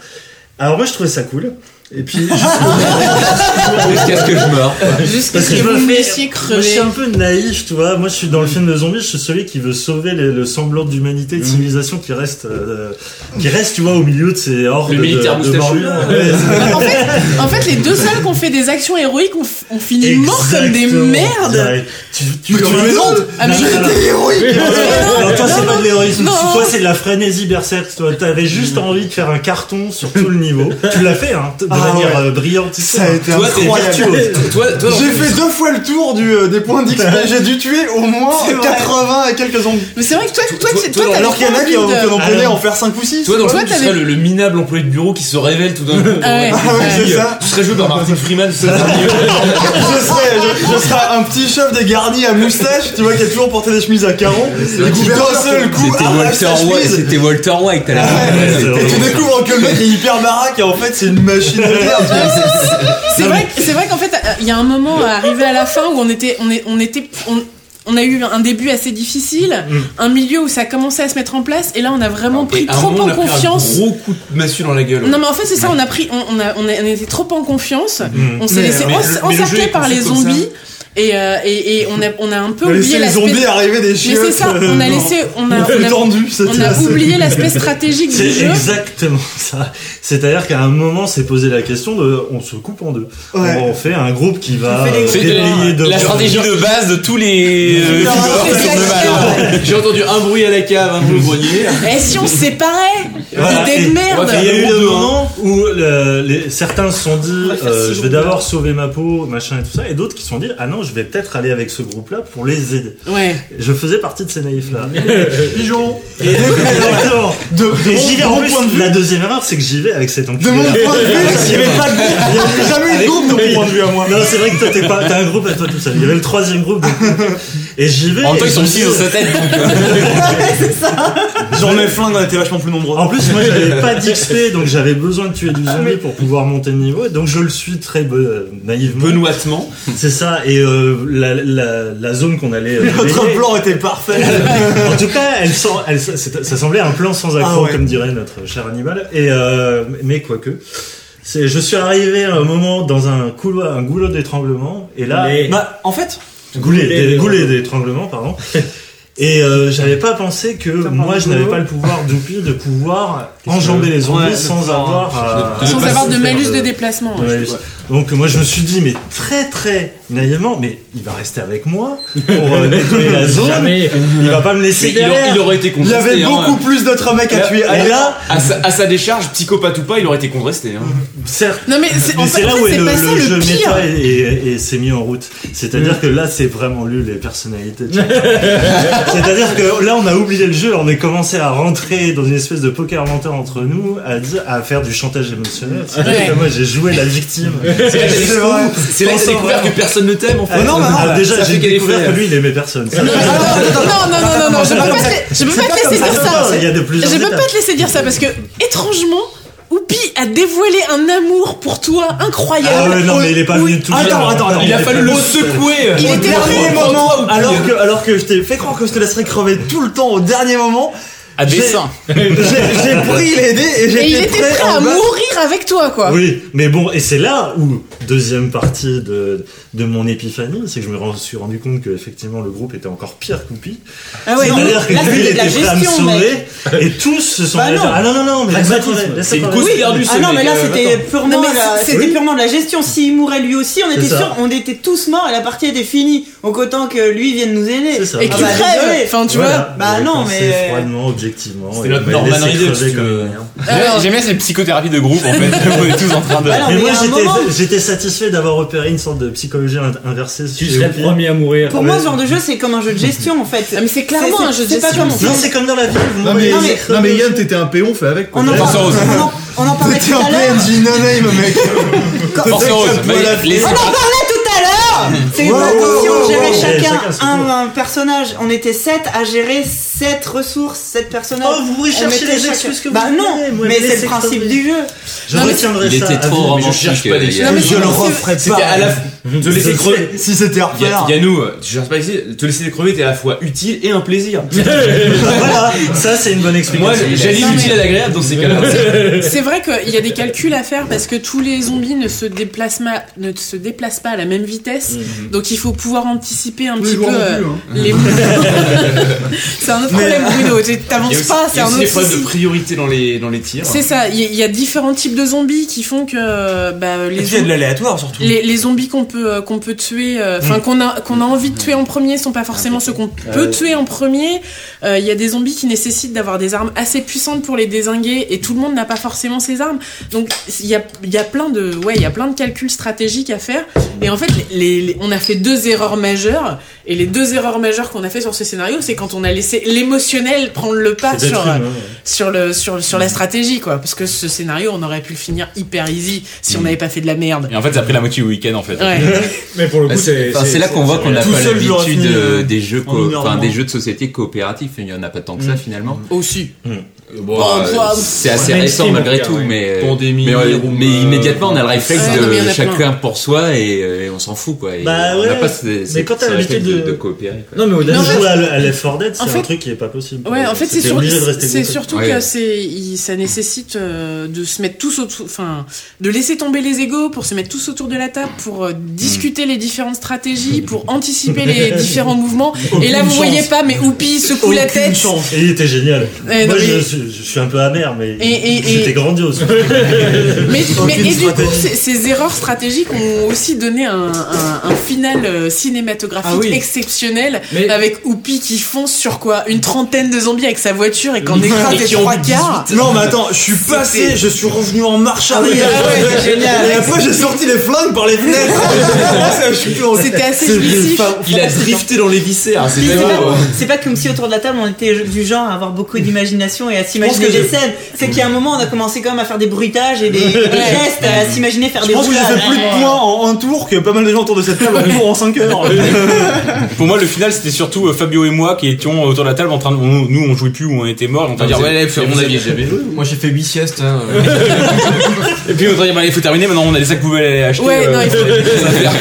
S8: Alors moi je trouvais ça cool. Et puis
S6: Jusqu'à ce que je meure.
S5: Jusqu'à
S8: parce
S5: ce
S8: que
S5: que
S8: je
S5: vous
S8: me
S5: me
S8: fais-
S5: laissiez
S8: moi, je suis
S5: crever.
S8: un peu naïf, tu vois. Moi je suis dans le film de zombie, je suis celui qui veut sauver les- le semblant d'humanité, de
S4: Mhm.
S8: civilisation qui reste, euh, qui reste, tu vois, au milieu de ces hordes
S6: Le
S8: de,
S6: militaire
S8: de
S6: moustachu,
S8: barbus.
S6: là.
S8: Ouais, c'est-
S5: En fait, en fait, les deux seuls qui ont fait des actions héroïques ont, f- ont fini morts comme des
S8: Exactement.
S5: merdes.
S8: Ouais. Tu, tu,
S2: Mais tu
S8: me
S2: plaisantes
S5: Ah, mais
S8: Non, non, non.
S2: J'étais héroïque.
S8: Non, toi,
S5: non,
S8: c'est pas de l'héroïsme.
S5: non.
S8: Toi, c'est de la frénésie berserk. Toi, t'avais juste envie de faire un carton sur tout le niveau. Tu l'as fait, hein, de
S2: Mm. Ah,
S8: manière euh, brillante.
S2: Ça a été
S9: Toi, t'es
S2: incroyable.
S9: virtuose. Toi, toi, en
S2: J'ai
S9: plus,
S2: fait deux fois le tour du, euh, des points d'XP, j'ai dû tuer au moins
S5: C'est vrai.
S2: 80 et quelques zombies.
S5: Mais c'est vrai que toi, toi,
S9: toi-
S5: tu-
S9: toi,
S5: toi, t'as
S2: Alors qu'il y en a qui
S5: trop
S2: en
S5: envie
S2: qui
S5: de-
S2: en prenaient
S8: Alors-
S2: en faire 5 ou 6.
S9: Toi, dans le
S5: Toi,
S9: jeu, tu
S5: t'avais-
S9: serais le, le minable employé de bureau qui se révèle tout d'un coup.
S5: Ah ouais.
S9: Dans la
S5: Ah ouais,
S9: vie,
S2: c'est
S9: euh,
S2: ça.
S9: Tu serais joué par Martin Freeman, ce serait
S2: je, serais, je, je serais un petit chef des garnis à moustache, tu vois, qui a toujours porté des chemises à carreaux, et qui d'un seul coup Ah,
S6: C'était
S2: arrache
S6: Walter
S2: sa
S6: White.
S2: chemise.
S6: C'était Walter White. T'as la
S8: Ouais,
S2: Et tu découvres que le mec est hyper baraque et en fait c'est une machine de merde. tu vois.
S5: C'est vrai, que- c'est vrai qu'en fait, euh, il y a un moment arrivé à la fin où on était, on est, on était, on- on a eu un début assez difficile, un milieu où ça commençait à se mettre en place, et là on a vraiment
S9: Après,
S5: pris
S9: Mm. à un
S5: trop
S9: moment,
S5: en
S9: on a pris un
S5: confiance.
S9: gros coup de massue dans la gueule. ouais.
S5: Non mais en fait c'est ça, on a pris, on, on a, on a- on était trop en confiance,
S8: Mhm.
S5: on s'est
S9: Mais,
S5: laissé
S9: mais
S5: encer-
S9: le- mais le jeu
S5: encercler
S9: est
S5: par les
S9: conçu comme
S5: zombies et, euh, et, et on a on a un peu oublié
S2: Laisser les
S5: l'aspect.
S2: zombies arriver des
S5: Mais
S2: chiottes.
S5: c'est ça, on a
S8: Non.
S5: laissé, on a, on a-
S2: tendu, c'était
S5: on a
S2: assez-
S5: oublié l'aspect stratégique du
S8: C'est
S5: jeu.
S8: exactement ça. C'est-à-dire qu'à un moment, c'est posé la question de on se coupe en deux.
S2: Ouais.
S8: On fait un groupe qui va
S7: fait les
S8: euh,
S7: groupes.
S6: C'est de
S8: déblayer
S6: la,
S8: de-
S6: la stratégie de base de tous les. euh,
S5: Non,
S6: youtubeurs
S5: c'est
S6: qui sont de
S5: la-
S6: mal, hein.
S9: J'ai entendu un bruit à la cave, un bruit au grenier.
S5: Et Eh, si on se séparait
S8: Voilà,
S5: Idée de
S8: et-
S5: merde
S8: Et Il y a eu
S9: Pour
S8: un
S2: hein.
S9: deux,
S8: moment où le- les- certains se sont dit
S7: va faire
S8: euh,
S7: six
S8: je vais
S7: groupes,
S8: d'abord sauver ma peau, machin et tout ça, et d'autres qui se sont dit ah non, je vais peut-être aller avec ce groupe-là pour les aider.
S5: Ouais.
S8: Je faisais partie de ces naïfs-là.
S2: Pigeon.
S8: Et Exactement.
S2: de
S8: Et
S2: mon-
S8: j'y vais
S2: de
S8: en
S2: mon
S8: plus,
S2: point de vue-
S8: la deuxième erreur, c'est que j'y vais avec cet
S2: De mon
S8: enculé-là.
S2: point de vue, il y avait pas de groupe, il y avait jamais eu de groupe de mon
S8: Oui.
S2: point de vue à moi.
S8: Non, c'est vrai que toi, t'es pas, t'as un groupe à toi tout seul. Il y avait le troisième groupe. donc- Et j'y vais.
S6: En même
S8: et
S6: temps, ils
S8: je
S6: sont
S8: me dis,
S6: 6 dans sa tête. euh.
S2: Dans mes flingues, on était vachement plus nombreux.
S8: En plus, moi, j'avais pas d'XP, donc j'avais besoin de tuer du zombie pour pouvoir monter de niveau. Donc, je le suis très be- euh, naïvement.
S9: Benoîtement.
S8: C'est ça. Et euh, la, la, la zone qu'on allait. euh,
S2: Notre
S8: délayer-
S2: plan était parfait.
S8: en tout cas, elle sent- elle- c'est- ça semblait un plan sans accent,
S2: Ah ouais.
S8: comme dirait notre cher animal. Et euh, mais quoique. C'est, je suis arrivé à un moment dans un couloir, un goulot d'étranglement, et là,
S4: Mais-
S2: Bah, en fait,
S8: goulet,
S4: Goulet,
S8: des-
S4: ouais.
S8: goulet d'étranglement, pardon. Et euh, j'avais pas pensé que Euh, moi, je n'avais pas le pouvoir d'Oupi de pouvoir enjamber les zombies
S2: Ouais, de
S8: sans
S2: pouvoir-
S8: avoir à-
S5: Sans
S8: à
S5: avoir de
S8: faire
S5: malus de déplacement.
S8: Ouais, juste. Donc moi je me suis dit mais très très naïvement mais il va rester avec moi pour euh, nettoyer la zone.
S4: Jamais.
S8: Il va pas me laisser
S9: Mais il, aurait-
S8: derrière.
S9: il aurait été
S2: il y
S9: contesté.
S2: avait
S9: hein.
S2: beaucoup plus d'autres mecs à tuer.
S8: Et
S2: Et là, Mm-hmm.
S8: là,
S9: À sa, à sa décharge, psychopathe ou pas, il aurait été contesté. Hein.
S8: certes,
S5: Non mais c'est en
S8: mais c'est
S5: fait
S8: là
S5: en
S8: où
S5: fait,
S8: est
S5: c'est
S8: le,
S5: pas ça
S8: le jeu
S5: le pire.
S8: méta et, et- et s'est mis en route. C'est-à-dire que là, c'est vraiment lu les personnalités. de chacun. C'est-à-dire que là, on a oublié le jeu, on est commencé à rentrer dans une espèce de poker menteur entre nous, à, dire- à faire du chantage émotionnel. C'est-à-dire
S5: Ouais.
S8: que moi, j'ai joué la victime.
S2: c'est vrai.
S9: C'est là que t'as
S8: Pensant
S9: découvert
S8: vraiment.
S9: que personne ne t'aime en fait.
S2: Mais non, mais non,
S8: Ah,
S9: ça
S8: déjà,
S9: fait
S8: j'ai
S9: qu'elle est
S8: découvert
S9: frère.
S8: que lui, il aimait personne. Ça,
S5: Non, non, non, non, non, non, je peux pas te- je peux pas te laisser
S8: ça,
S5: dire ça.
S8: ça, il y a de plus en
S5: Je peux pas te laisser dire ça parce que étrangement, Oupi a dévoilé un amour pour toi
S8: Ah
S5: incroyable.
S8: ouais, non, mais il est pas
S2: Oui.
S8: venu de tout
S2: Attends,
S8: seul.
S2: attends, attends,
S8: Il
S9: Il a
S8: est
S9: fallu
S8: pas-
S9: le secouer.
S5: Il était
S2: au
S5: là.
S2: dernier moment, alors que, alors que je t'ai fait croire que je te laisserais crever tout le temps au dernier moment,
S1: À dessin.
S2: j'ai j'ai pris les dés et
S5: Et il
S2: j'étais
S5: était prêt à
S2: en bas.
S5: mourir avec toi, quoi.
S8: Oui, mais bon, et c'est là où, deuxième partie de, de mon épiphanie, c'est que je me rends- suis rendu compte que effectivement le groupe était encore pire qu'Oupi.
S7: Ah ouais, non, là,
S8: C'est-à-dire que lui, il
S7: c'était de la
S8: était prêt à me
S7: gestion, mec.
S8: sauver, et tous se sont
S7: Bah
S8: allés
S7: non.
S8: faire, Ah non, non, non, mais
S4: Pragmatisme.
S8: C'est une
S9: cause perdue,
S7: Ah
S9: ce
S7: non,
S9: mec,
S7: mais là,
S9: euh,
S7: c'était
S5: Non,
S7: purement,
S5: mais
S7: la-
S5: c'est-
S7: c'était
S5: oui.
S7: purement de la gestion. S'il mourait lui aussi, on était
S8: ça.
S7: sûrs, on était tous morts et la partie était finie. Donc autant que lui vienne nous aider.
S8: C'est ça.
S5: Et que
S7: Ah
S5: tu
S7: bah,
S5: crèves.
S7: désolé.
S5: Enfin, tu vois.
S7: Bah non, mais-
S8: froidement, objectivement.
S9: C'était
S8: et
S9: notre
S8: on m'a
S9: Norman
S8: laissé
S9: Reedus,
S8: crever hein.
S9: tu
S8: comme
S9: veux.
S8: rien.
S5: Alors-
S1: J'aime bien ces psychothérapies de groupe en fait. On est tous en train de.
S5: Bah
S7: Ah non,
S8: Mais
S7: mais
S8: moi,
S7: il y a un
S8: j'étais-
S7: moment-
S8: j'étais satisfait d'avoir repéré une sorte de psychologie in- inversée.
S4: Tu
S8: chez
S4: serais le
S8: Oupi.
S4: premier à mourir.
S7: Pour moi, ce genre de jeu, c'est comme un jeu de gestion en fait.
S5: Ah, mais c'est clairement
S7: C'est-
S5: un jeu de
S7: c'est pas
S5: gestion.
S7: comme-
S8: Non, c'est comme dans la vie. vous
S10: Non
S8: voyez,
S10: mais,
S7: non,
S8: c'est
S7: mais-
S8: crevé.
S10: non, mais Yann, t'étais un péon, fait
S5: Oh,
S10: avec. quoi.
S7: On en,
S1: Force
S7: parle-
S1: rose.
S7: on en- on en parlait
S2: T'étais
S7: tout
S2: un
S7: à l'heure.
S2: PNJ no-name, mec.
S6: Force Rose,
S2: Peut-être que
S6: mais
S2: la-
S6: les-
S7: On en parlait tout à l'heure C'est une
S2: Wow,
S7: attention,
S2: wow,
S7: on gérait
S8: wow,
S7: chacun,
S8: chacun son
S7: un,
S8: tour.
S7: un personnage. On était 7 à gérer 7 ressources, 7 personnages.
S8: Oh, vous pouvez
S7: On
S8: chercher
S7: mettait
S8: les
S7: chacun-
S8: excuses que vous
S7: Bah
S8: voulez,
S7: non,
S8: moi,
S7: mais
S8: me
S7: c'est
S8: laissez
S7: le principe
S8: crever.
S7: du jeu.
S8: Je
S5: Non, mais-
S8: retiendrai
S6: Il
S8: ça.
S6: était
S8: à
S6: trop
S8: vie.
S6: romantique.
S9: cherche pas
S6: euh,
S9: des
S6: il y a-
S5: Non, mais
S2: Je le
S5: c'est-
S2: referais
S9: C'était à la
S2: pas.
S9: f- te laisser crever.
S2: Si c'était à refaire.
S9: Yann- Yannou, euh, je sais pas ici, te laisser crever, t'es à la fois utile et un plaisir.
S8: voilà, ça c'est une bonne
S9: Moi,
S8: explication.
S9: j'allie
S5: Non, mais-
S9: l'utile à l'agréable dans ces cas-là.
S5: C'est vrai qu'il y a des calculs à faire parce que tous les zombies ne se déplacent, ma- ne se déplacent pas à la même vitesse.
S8: Mhm.
S5: Donc il faut pouvoir anticiper un
S10: Tous les
S5: petit peu
S10: joueurs non
S5: euh,
S10: plus, hein.
S5: les
S9: Mhm.
S5: c'est un autre problème, Bruno.
S9: Il
S5: tu-
S9: y a
S5: T'avances
S9: aussi-
S5: pas,
S9: il y
S5: c'est
S9: a
S5: un
S9: aussi
S5: autre
S9: des problèmes de
S5: souci.
S9: priorité dans les dans les tirs.
S5: C'est ça, il y, il y a différents types de zombies qui font que euh, bah,
S2: Et
S5: les,
S2: puis, il y a de
S5: zombies,
S2: l'aléatoire surtout.
S5: les, les zombies qu'on peut, euh, qu'on peut tuer, euh, enfin qu'on a, qu'on a envie de tuer en premier, sont pas forcément ceux qu'on peut tuer en premier. Euh, Il y a des zombies qui nécessitent d'avoir des armes assez puissantes pour les désinguer et tout le monde n'a pas forcément ses armes. Donc il y a, il y a plein de ouais, il y a plein de calculs stratégiques à faire. Et en fait, les, les- on a fait deux erreurs majeures. Et les deux erreurs majeures qu'on a fait sur ce scénario, c'est quand on a laissé l'émotionnel prendre le pas
S8: C'est
S5: sur
S8: d'être
S5: euh,
S8: humain, ouais.
S5: sur le sur, sur la stratégie quoi parce que ce scénario on aurait pu le finir hyper easy
S8: Mm.
S5: si on n'avait pas fait de la merde
S1: Et en fait, ça a pris la moitié du week-end en fait.
S5: ouais
S4: Mais pour le
S6: Bah,
S4: coup,
S6: C'est
S4: c'est.
S6: enfin, c'est là qu'on voit qu'on n'a
S2: Tout
S6: pas
S2: seul, j'aurais
S6: l'habitude
S2: fini,
S6: euh,
S2: euh,
S6: des jeux,
S2: en
S6: co-
S2: une heure
S6: enfin
S2: moins.
S6: des jeux de société coopératifs. Il n'y en a pas tant que ça finalement.
S5: aussi
S4: Hmm.
S9: Bon,
S5: Oh,
S9: euh,
S5: quoi,
S6: C'est assez
S8: Ouais,
S6: récent
S8: mainstream, en
S6: malgré
S8: tout cas,
S6: tout,
S8: ouais.
S6: mais, euh,
S9: Pandémie,
S6: mais, ouais,
S9: Room,
S6: mais
S9: euh,
S6: immédiatement on a le réflexe
S5: Ouais, non, mais il y en
S6: de
S5: a
S6: chacun pour soi et, euh, on s'en fout quoi. Et euh,
S8: Bah
S6: on n'a
S8: ouais,
S6: pas ce- ce-
S8: mais quand t'as
S6: ce
S8: l'habitude
S6: réflexe
S8: de-
S6: coopérer. quoi.
S8: Non, mais au-delà
S5: Mais
S8: de
S5: en fait-
S8: jouer à le- à Left 4 Dead, c'est
S5: en
S8: un
S5: fait-
S8: truc qui est pas possible.
S5: Ouais, en fait, c'est
S8: C'était
S5: sur-
S8: obligé de rester
S5: c'est
S8: bloqué.
S5: surtout
S6: Ouais.
S5: que c'est, il- ça nécessite euh, de se mettre tous autour, enfin, de laisser tomber les égaux pour se mettre tous autour de la table, pour euh, discuter les différentes stratégies, pour anticiper les différents mouvements. Et là,
S8: Aucune
S5: vous voyez
S8: chance.
S5: pas, mais Oupi secoue
S8: Aucune
S5: la tête.
S8: chance. Et il était génial.
S5: Eh, non,
S8: Moi, je,
S5: mais-
S8: suis- je suis un peu amer, mais
S5: Et- et-
S8: c'était
S5: et-
S8: grandiose.
S5: Mais, mais- et du coup,
S8: stratégie.
S5: ces, ces erreurs stratégiques ont aussi donné un, un- un final euh, cinématographique
S4: Ah oui.
S5: exceptionnel
S4: Mais-
S5: avec Oupi qui fonce sur quoi Une trentaine de zombies avec sa voiture et qu'en écrase les trois quarts.
S2: Non mais attends, je suis passé, je suis revenu en marche arrière.
S9: ah
S2: Et après j'ai sorti les flingues par les fenêtres. je suis plus en
S5: C'était assez jouissif.
S9: Il a drifté dans les viscères, hein, c'est
S7: Puis c'est
S9: vraiment. euh,
S7: pas- C'est pas comme si autour de la table on était du genre à avoir beaucoup d'imagination et à
S2: pense
S7: s'imaginer
S2: que
S7: des
S2: je-
S7: scènes. C'est qu'à un moment on a commencé quand même à faire des bruitages et des, et des gestes, à s'imaginer faire
S2: Je
S7: des
S2: pense que j'ai
S7: roulades.
S2: fait plus de points en un tour que pas mal de gens autour de cette table en tour en 5 heures.
S1: Pour moi, le final, c'était surtout euh, Fabio et moi qui étions autour de la table en train de. on- nous, on jouait plus ou on était morts. On était dire, ouais,
S9: à mon avis, jamais joué.
S3: Moi j'ai fait 8 siestes. hein.
S1: Et puis, on va dire, bah, il faut terminer, maintenant on a les sacs poubelles à aller acheter.
S5: Ouais,
S1: euh,
S5: non, il faut,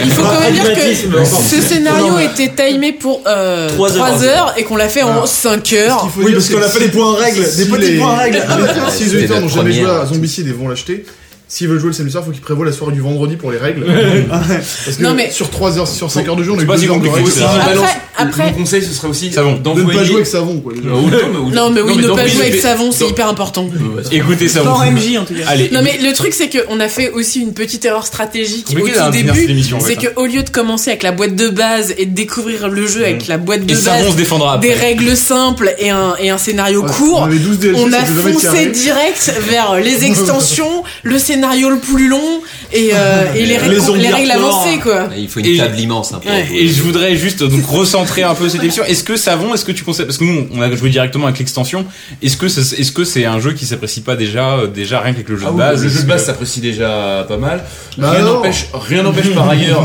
S5: il faut quand même dire que ce scénario
S2: Non, mais-
S5: était timé pour euh,
S2: Trois
S5: 3 heures,
S2: heures.
S5: et qu'on l'a fait en 5 heures.
S2: Oui, parce qu'on a fait des points règles, des petits points règles.
S1: Ah,
S10: Si
S6: C'était
S10: les auditeurs n'ont
S6: notre
S10: jamais joué
S6: première.
S10: à Zombicide et vont l'acheter, s'ils veulent jouer le samedi soir, faut qu'ils prévoient la soirée du vendredi pour les règles. Parce que
S5: Non, mais-
S10: sur 3 heures, sur 5 heures de jour, on a eu
S1: C'est pas si
S10: deux ans de
S1: compliqué
S10: règles.
S1: que ça.
S5: Après-
S9: Balance.
S5: après-
S9: Mon conseil, ce serait aussi
S1: Ça va.
S10: De ne pas jouer avec
S9: d'envoyer.
S10: savon, quoi. déjà.
S9: Ou- ou-
S5: Non, mais oui,
S9: mais
S5: ne
S9: donc,
S5: pas
S9: oui,
S5: jouer
S9: je
S5: avec
S9: vais-
S5: savon, c'est
S9: donc-
S5: hyper important.
S1: Écoutez ça,
S7: Pas
S1: vous.
S7: en MJ en tout cas.
S1: Allez.
S5: Non mais le truc c'est qu'on a fait aussi une petite erreur stratégique
S1: Compliqué,
S5: au
S1: hein,
S5: tout
S1: de finir cette
S5: début,
S1: émission, en
S5: c'est
S1: fait,
S5: qu'au lieu de commencer avec la boîte de base et de découvrir le jeu avec la boîte de
S1: Et ça, on se
S5: base,
S1: défendra
S5: des
S1: après.
S5: règles simples et un, et un scénario
S10: Ouais, On
S5: court,
S10: avait 12 DLC,
S5: on
S10: ça
S5: a
S10: devait jamais
S5: foncé
S10: tirer.
S5: direct vers les extensions, le scénario le plus long et, euh, et les, règles,
S2: zombies
S5: les règles
S2: hardcore.
S5: avancées quoi.
S6: Il faut une
S1: Et-
S6: table immense hein, pour
S5: Ouais.
S6: jouer.
S1: Et je voudrais juste donc recentrer un peu cette émission. Est-ce que Savon, est-ce que tu conseilles parce que nous on a joué directement avec l'extension. Est-ce que c'est- est-ce que c'est un jeu qui s'apprécie pas déjà euh, déjà rien qu'avec le jeu
S9: Ah
S1: de
S9: oui,
S1: base
S9: le jeu de base
S1: Est-ce que-
S9: s'apprécie déjà pas mal.
S10: Bah
S9: rien
S10: non.
S9: n'empêche, rien n'empêche par ailleurs,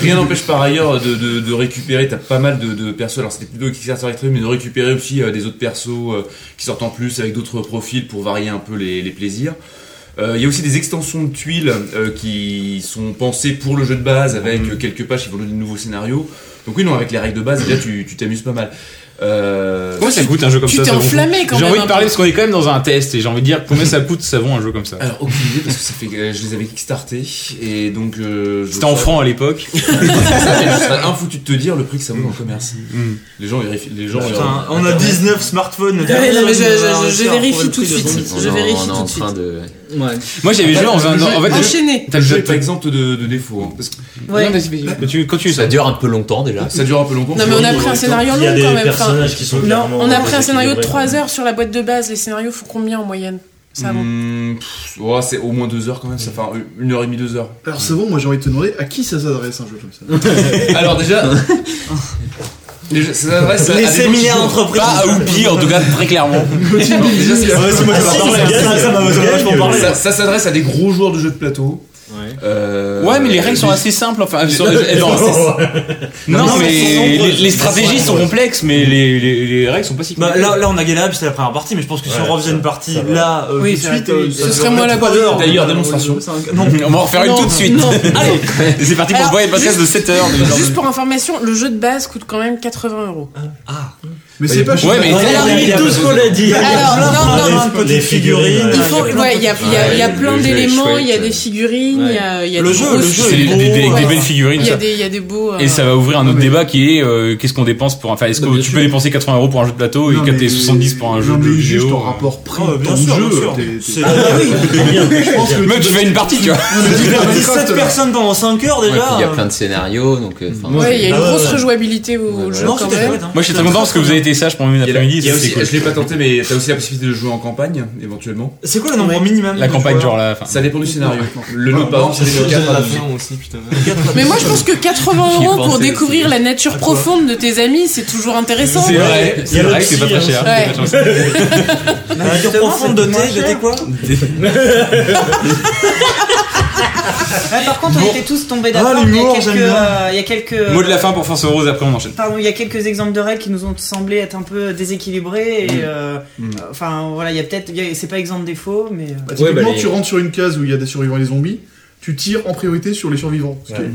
S9: rien n'empêche par ailleurs de, de, de récupérer. T'as pas mal de, de persos. Alors c'était plutôt Kickstarter Extreme, mais de récupérer aussi euh, des autres persos euh, qui sortent en plus avec d'autres profils pour varier un peu les, les plaisirs. Euh, Il y a aussi des extensions de tuiles euh, qui sont pensées pour le jeu de base avec
S10: Mhm.
S9: euh, quelques pages qui vont donner de nouveaux scénarios. Donc oui, non, avec les règles de base, déjà tu tu t'amuses pas mal. Euh,
S1: Combien ça coûte un jeu comme
S5: tu
S1: ça
S5: t'es
S1: Savon
S5: enflammé quand
S1: J'ai
S5: même
S1: envie
S5: un
S1: de
S5: peu.
S1: parler parce qu'on est quand même dans un test et j'ai envie de dire combien ça coûte Savon un jeu comme ça.
S9: alors aucune idée parce que ça fait, euh, je les avais kickstartés et donc euh, je
S1: C'était en
S9: saurais-
S1: francs à l'époque.
S9: Ça serait un foutu de te dire le prix que ça vaut dans le commerce. Les gens, ils réf- les gens.
S2: Putain,
S9: ils-
S2: on a 19 smartphones.
S5: Ouais, non, mais je- je- je
S2: Pour le
S5: vérifie
S2: prix
S5: tout de
S2: de
S5: suite.
S2: zombie.
S6: On
S5: je
S6: est en-
S5: vérifie
S6: on est
S5: tout
S6: en
S5: de
S6: train
S5: suite.
S6: de.
S4: Ouais.
S1: Moi j'avais joué en faisant en fait le jeu-
S5: Enchaîné.
S1: t'as le
S9: Je
S1: jeu
S9: n'ai pas exemple de, de défaut. hein, parce que
S7: Ouais.
S1: Continue, continue ça.
S6: Ça dure un peu longtemps déjà.
S9: ça dure un peu longtemps.
S5: Non mais on a pris un scénario
S8: Il y a
S5: long
S8: des
S5: quand même. enfin,
S8: personnages qui sont clairement-
S5: on a pris un scénario de
S8: équilibrés.
S5: 3 heures sur la boîte de base, les scénarios font combien en moyenne Ça va.
S9: Hum, pff, ouais, c'est au moins deux heures quand même. Ça fait un- une heure et demie, deux heures.
S10: Alors c'est bon, moi j'ai envie de te demander à qui ça s'adresse un jeu comme ça.
S9: Alors déjà. déjà, ça s'adresse à
S2: Les
S9: des gens qui
S2: séminaires
S9: jouent-
S2: d'entreprise.
S1: Pas à Oupi en tout cas très clairement.
S9: Déjà, ça-
S2: Ah ouais, c'est moi, je vais en parler. Ça, ça m'a vachement parlé.
S9: Ça, ça s'adresse à des gros joueurs de jeux de plateau.
S4: Ouais.
S9: Euh,
S1: Ouais mais les règles sont assez simples enfin elles sont- elles sont assez Eh ben, Non,
S2: Non,
S1: mais
S2: mais elles sont
S1: les,
S2: nombreuses.
S1: les stratégies sont complexes, mais les, les, les règles sont pas si
S2: Bah,
S1: complexes.
S2: là, là, on a galéré, puis c'était la première partie, mais je pense que si
S8: Ouais,
S2: on refaisait
S8: ça-
S2: une partie
S8: ça va.
S2: là, euh,
S7: Oui,
S2: tout
S7: ça-
S2: de suite, euh, ça
S7: ce
S2: durerait
S5: serait moi la
S2: trois
S5: bonne.
S2: heures.
S9: D'ailleurs, démonstration.
S2: Non,
S1: on va en refaire une
S5: Non,
S1: tout de suite.
S5: non.
S1: Allez, c'est parti pour
S5: Alors,
S1: le podcast de 7 heures.
S5: Juste pour information, le jeu de base coûte quand même 80 euros.
S10: Mais c'est pas
S1: Ouais, mais
S10: cher.
S5: Alors,
S8: Il y a tout ce qu'on a dit.
S5: Alors, non, non, non,
S2: plein de
S8: Les
S2: petites figurines.
S8: figurines.
S5: Il
S2: Il
S5: faut, ouais, il y a, il y a, il y a plein
S6: le jeu est
S5: d'éléments, il y a
S6: chouette.
S5: des figurines, il y a, il y a
S2: Le
S5: des
S2: jeu,
S5: grosses-
S2: le jeu
S1: C'est des, des- des-
S5: Ouais.
S1: des belles figurines.
S5: il y a
S1: ça.
S5: des, il y a des beaux.
S1: Et
S5: euh,
S1: ça va ouvrir un autre débat qui est euh, qu'est-ce qu'on dépense pour un. Enfin, est-ce que
S10: Non, bien
S1: tu
S10: sûr.
S1: peux dépenser 80 euros pour un jeu de plateau et
S10: Non,
S1: 4
S10: mais-
S1: et 70 pour un jeu
S10: Non
S1: de
S10: mais
S1: vidéo euh.
S10: juste en rapport prix,
S2: Ah, bien
S10: temps
S2: sûr,
S10: de
S2: bien
S10: jeu.
S2: sûr.
S10: t'es-
S2: C'est-
S10: t'es-
S2: Ah, oui.
S10: Je pense que
S1: Mais tu fais une partie, tu vois.
S2: y a 17 personnes pendant 5 heures
S6: Ouais, puis
S2: déjà.
S6: il y a plein de scénarios donc. euh, enfin,
S5: Ouais, il y a une
S8: Ah ouais,
S5: grosse
S8: ouais.
S5: rejouabilité au
S6: Ouais,
S5: jeu
S2: Non,
S5: quand
S2: c'était
S5: même.
S2: chouette, hein.
S1: Moi, je suis très content parce que vous avez été sage pendant une
S9: Il y a la-
S1: après-midi.
S9: il y a
S1: ça,
S9: aussi,
S1: c'est cool.
S9: Je l'ai pas tenté, mais t'as aussi la possibilité de jouer en campagne, éventuellement.
S2: C'est quoi le nombre minimum
S1: La
S2: de
S1: campagne,
S2: joueurs
S1: genre là. enfin.
S9: Ça dépend du scénario. Le nombre par an, ça dépend de
S3: J'ai à la
S9: 4
S3: fin aussi, putain.
S5: Mais moi, je pense que 80
S6: J'y ai
S5: euros pour
S6: pensé,
S5: découvrir
S6: c'est-
S5: la nature profonde de tes amis, c'est toujours intéressant.
S1: C'est vrai,
S8: Il y
S1: c'est
S8: a
S1: vrai
S8: le
S1: que c'est pas
S8: psy,
S1: très
S8: hein,
S1: cher.
S5: Ouais.
S2: La nature profonde de thé, de thé quoi
S7: Ouais, par contre, on était tous tombés
S2: Ah,
S7: d'accord. il y a
S2: l'humour,
S7: quelques,
S2: j'aime bien.
S7: euh, il y a quelques.
S1: Mot de la fin pour Force Rose, après on enchaîne.
S7: Pardon, il y a quelques exemples de règles qui nous ont semblé être un peu déséquilibrées. Et,
S4: Mm.
S7: euh, euh, Enfin, voilà, il y a peut-être. il y a- C'est pas exemple défaut, mais. euh,
S10: Bah, typiquement,
S4: Ouais, bah, les-
S10: tu rentres sur une case où il y a des survivants et des zombies, tu tires en priorité sur les survivants. Ce qui
S8: Ouais.
S10: est-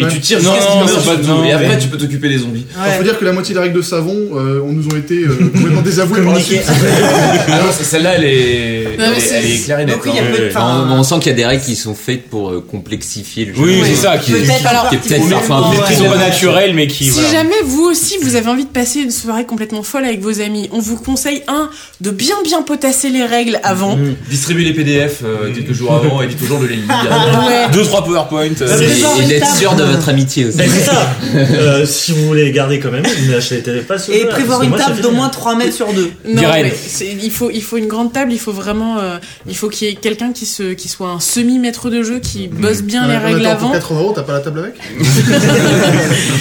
S9: Et
S10: Ouais.
S9: tu tires
S1: Non,
S9: jusqu'à ce qu'ils
S1: non,
S9: meurent
S1: c'est
S9: pas
S1: pas-
S9: de
S1: non,
S9: tout. Et après,
S1: ouais.
S9: tu peux t'occuper des zombies.
S10: Alors, faut
S7: ouais.
S10: dire que la moitié des règles de savon euh, on nous ont été euh, complètement désavouées par la suite.
S9: Ah non, c'est- celle-là, elle est,
S5: mais
S9: elle est,
S5: c'est-
S9: elle est éclairée
S7: Donc, oui,
S9: nettement.
S7: il y a peu de. enfin,
S6: On, on sent qu'il y a des règles qui sont faites pour euh, complexifier le jeu.
S1: Oui,
S6: Ouais.
S1: c'est ça, qui,
S5: Peut-être, alors,
S6: qui est peut-être parfois un peu
S1: qui
S6: trop
S1: sont pas naturels, mais qui.
S5: Si
S1: voilà.
S5: jamais vous aussi vous avez envie de passer une soirée complètement folle avec vos amis, on vous conseille un de bien bien potasser les règles avant.
S9: Mmh. Distribue Mm. les PDF euh, quelques jours avant, évite toujours de les lire.
S7: Ah
S5: Ouais.
S1: Deux, trois PowerPoint. euh,
S8: Ah, mais
S6: Et-
S8: genre,
S6: Et, d'être
S7: retard.
S6: sûr de votre amitié aussi.
S2: Ben,
S8: Mais c'est ça Euh, Si vous voulez garder quand même, n'achetez pas ce
S7: Et
S8: jeu-là,
S7: prévoir
S8: parce que
S7: une
S8: moi,
S7: table
S8: c'est
S7: d'au
S8: fini.
S7: moins 3 mètres sur 2.
S5: Non,
S1: Guérel.
S5: mais c'est- il faut il faut une grande table, il faut vraiment euh, il faut qu'il y ait quelqu'un qui se qui soit un semi maître de jeu qui bosse bien
S10: Mmh. On
S5: les
S10: attend
S5: règles
S10: pour
S5: avant,
S10: 80 euros, t'as pas la table avec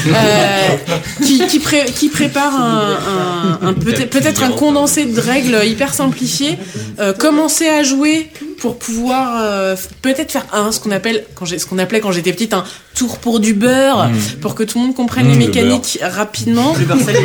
S5: euh, qui qui, pré- qui prépare un, un- un- peut-être peut-être un condensé de règles hyper simplifié, euh, commencer à jouer pour pouvoir euh, f- peut-être faire un ce qu'on appelle quand j'ai ce qu'on appelait quand j'étais petite un tour pour du beurre pour que tout le monde comprenne les
S1: le
S5: mécaniques rapidement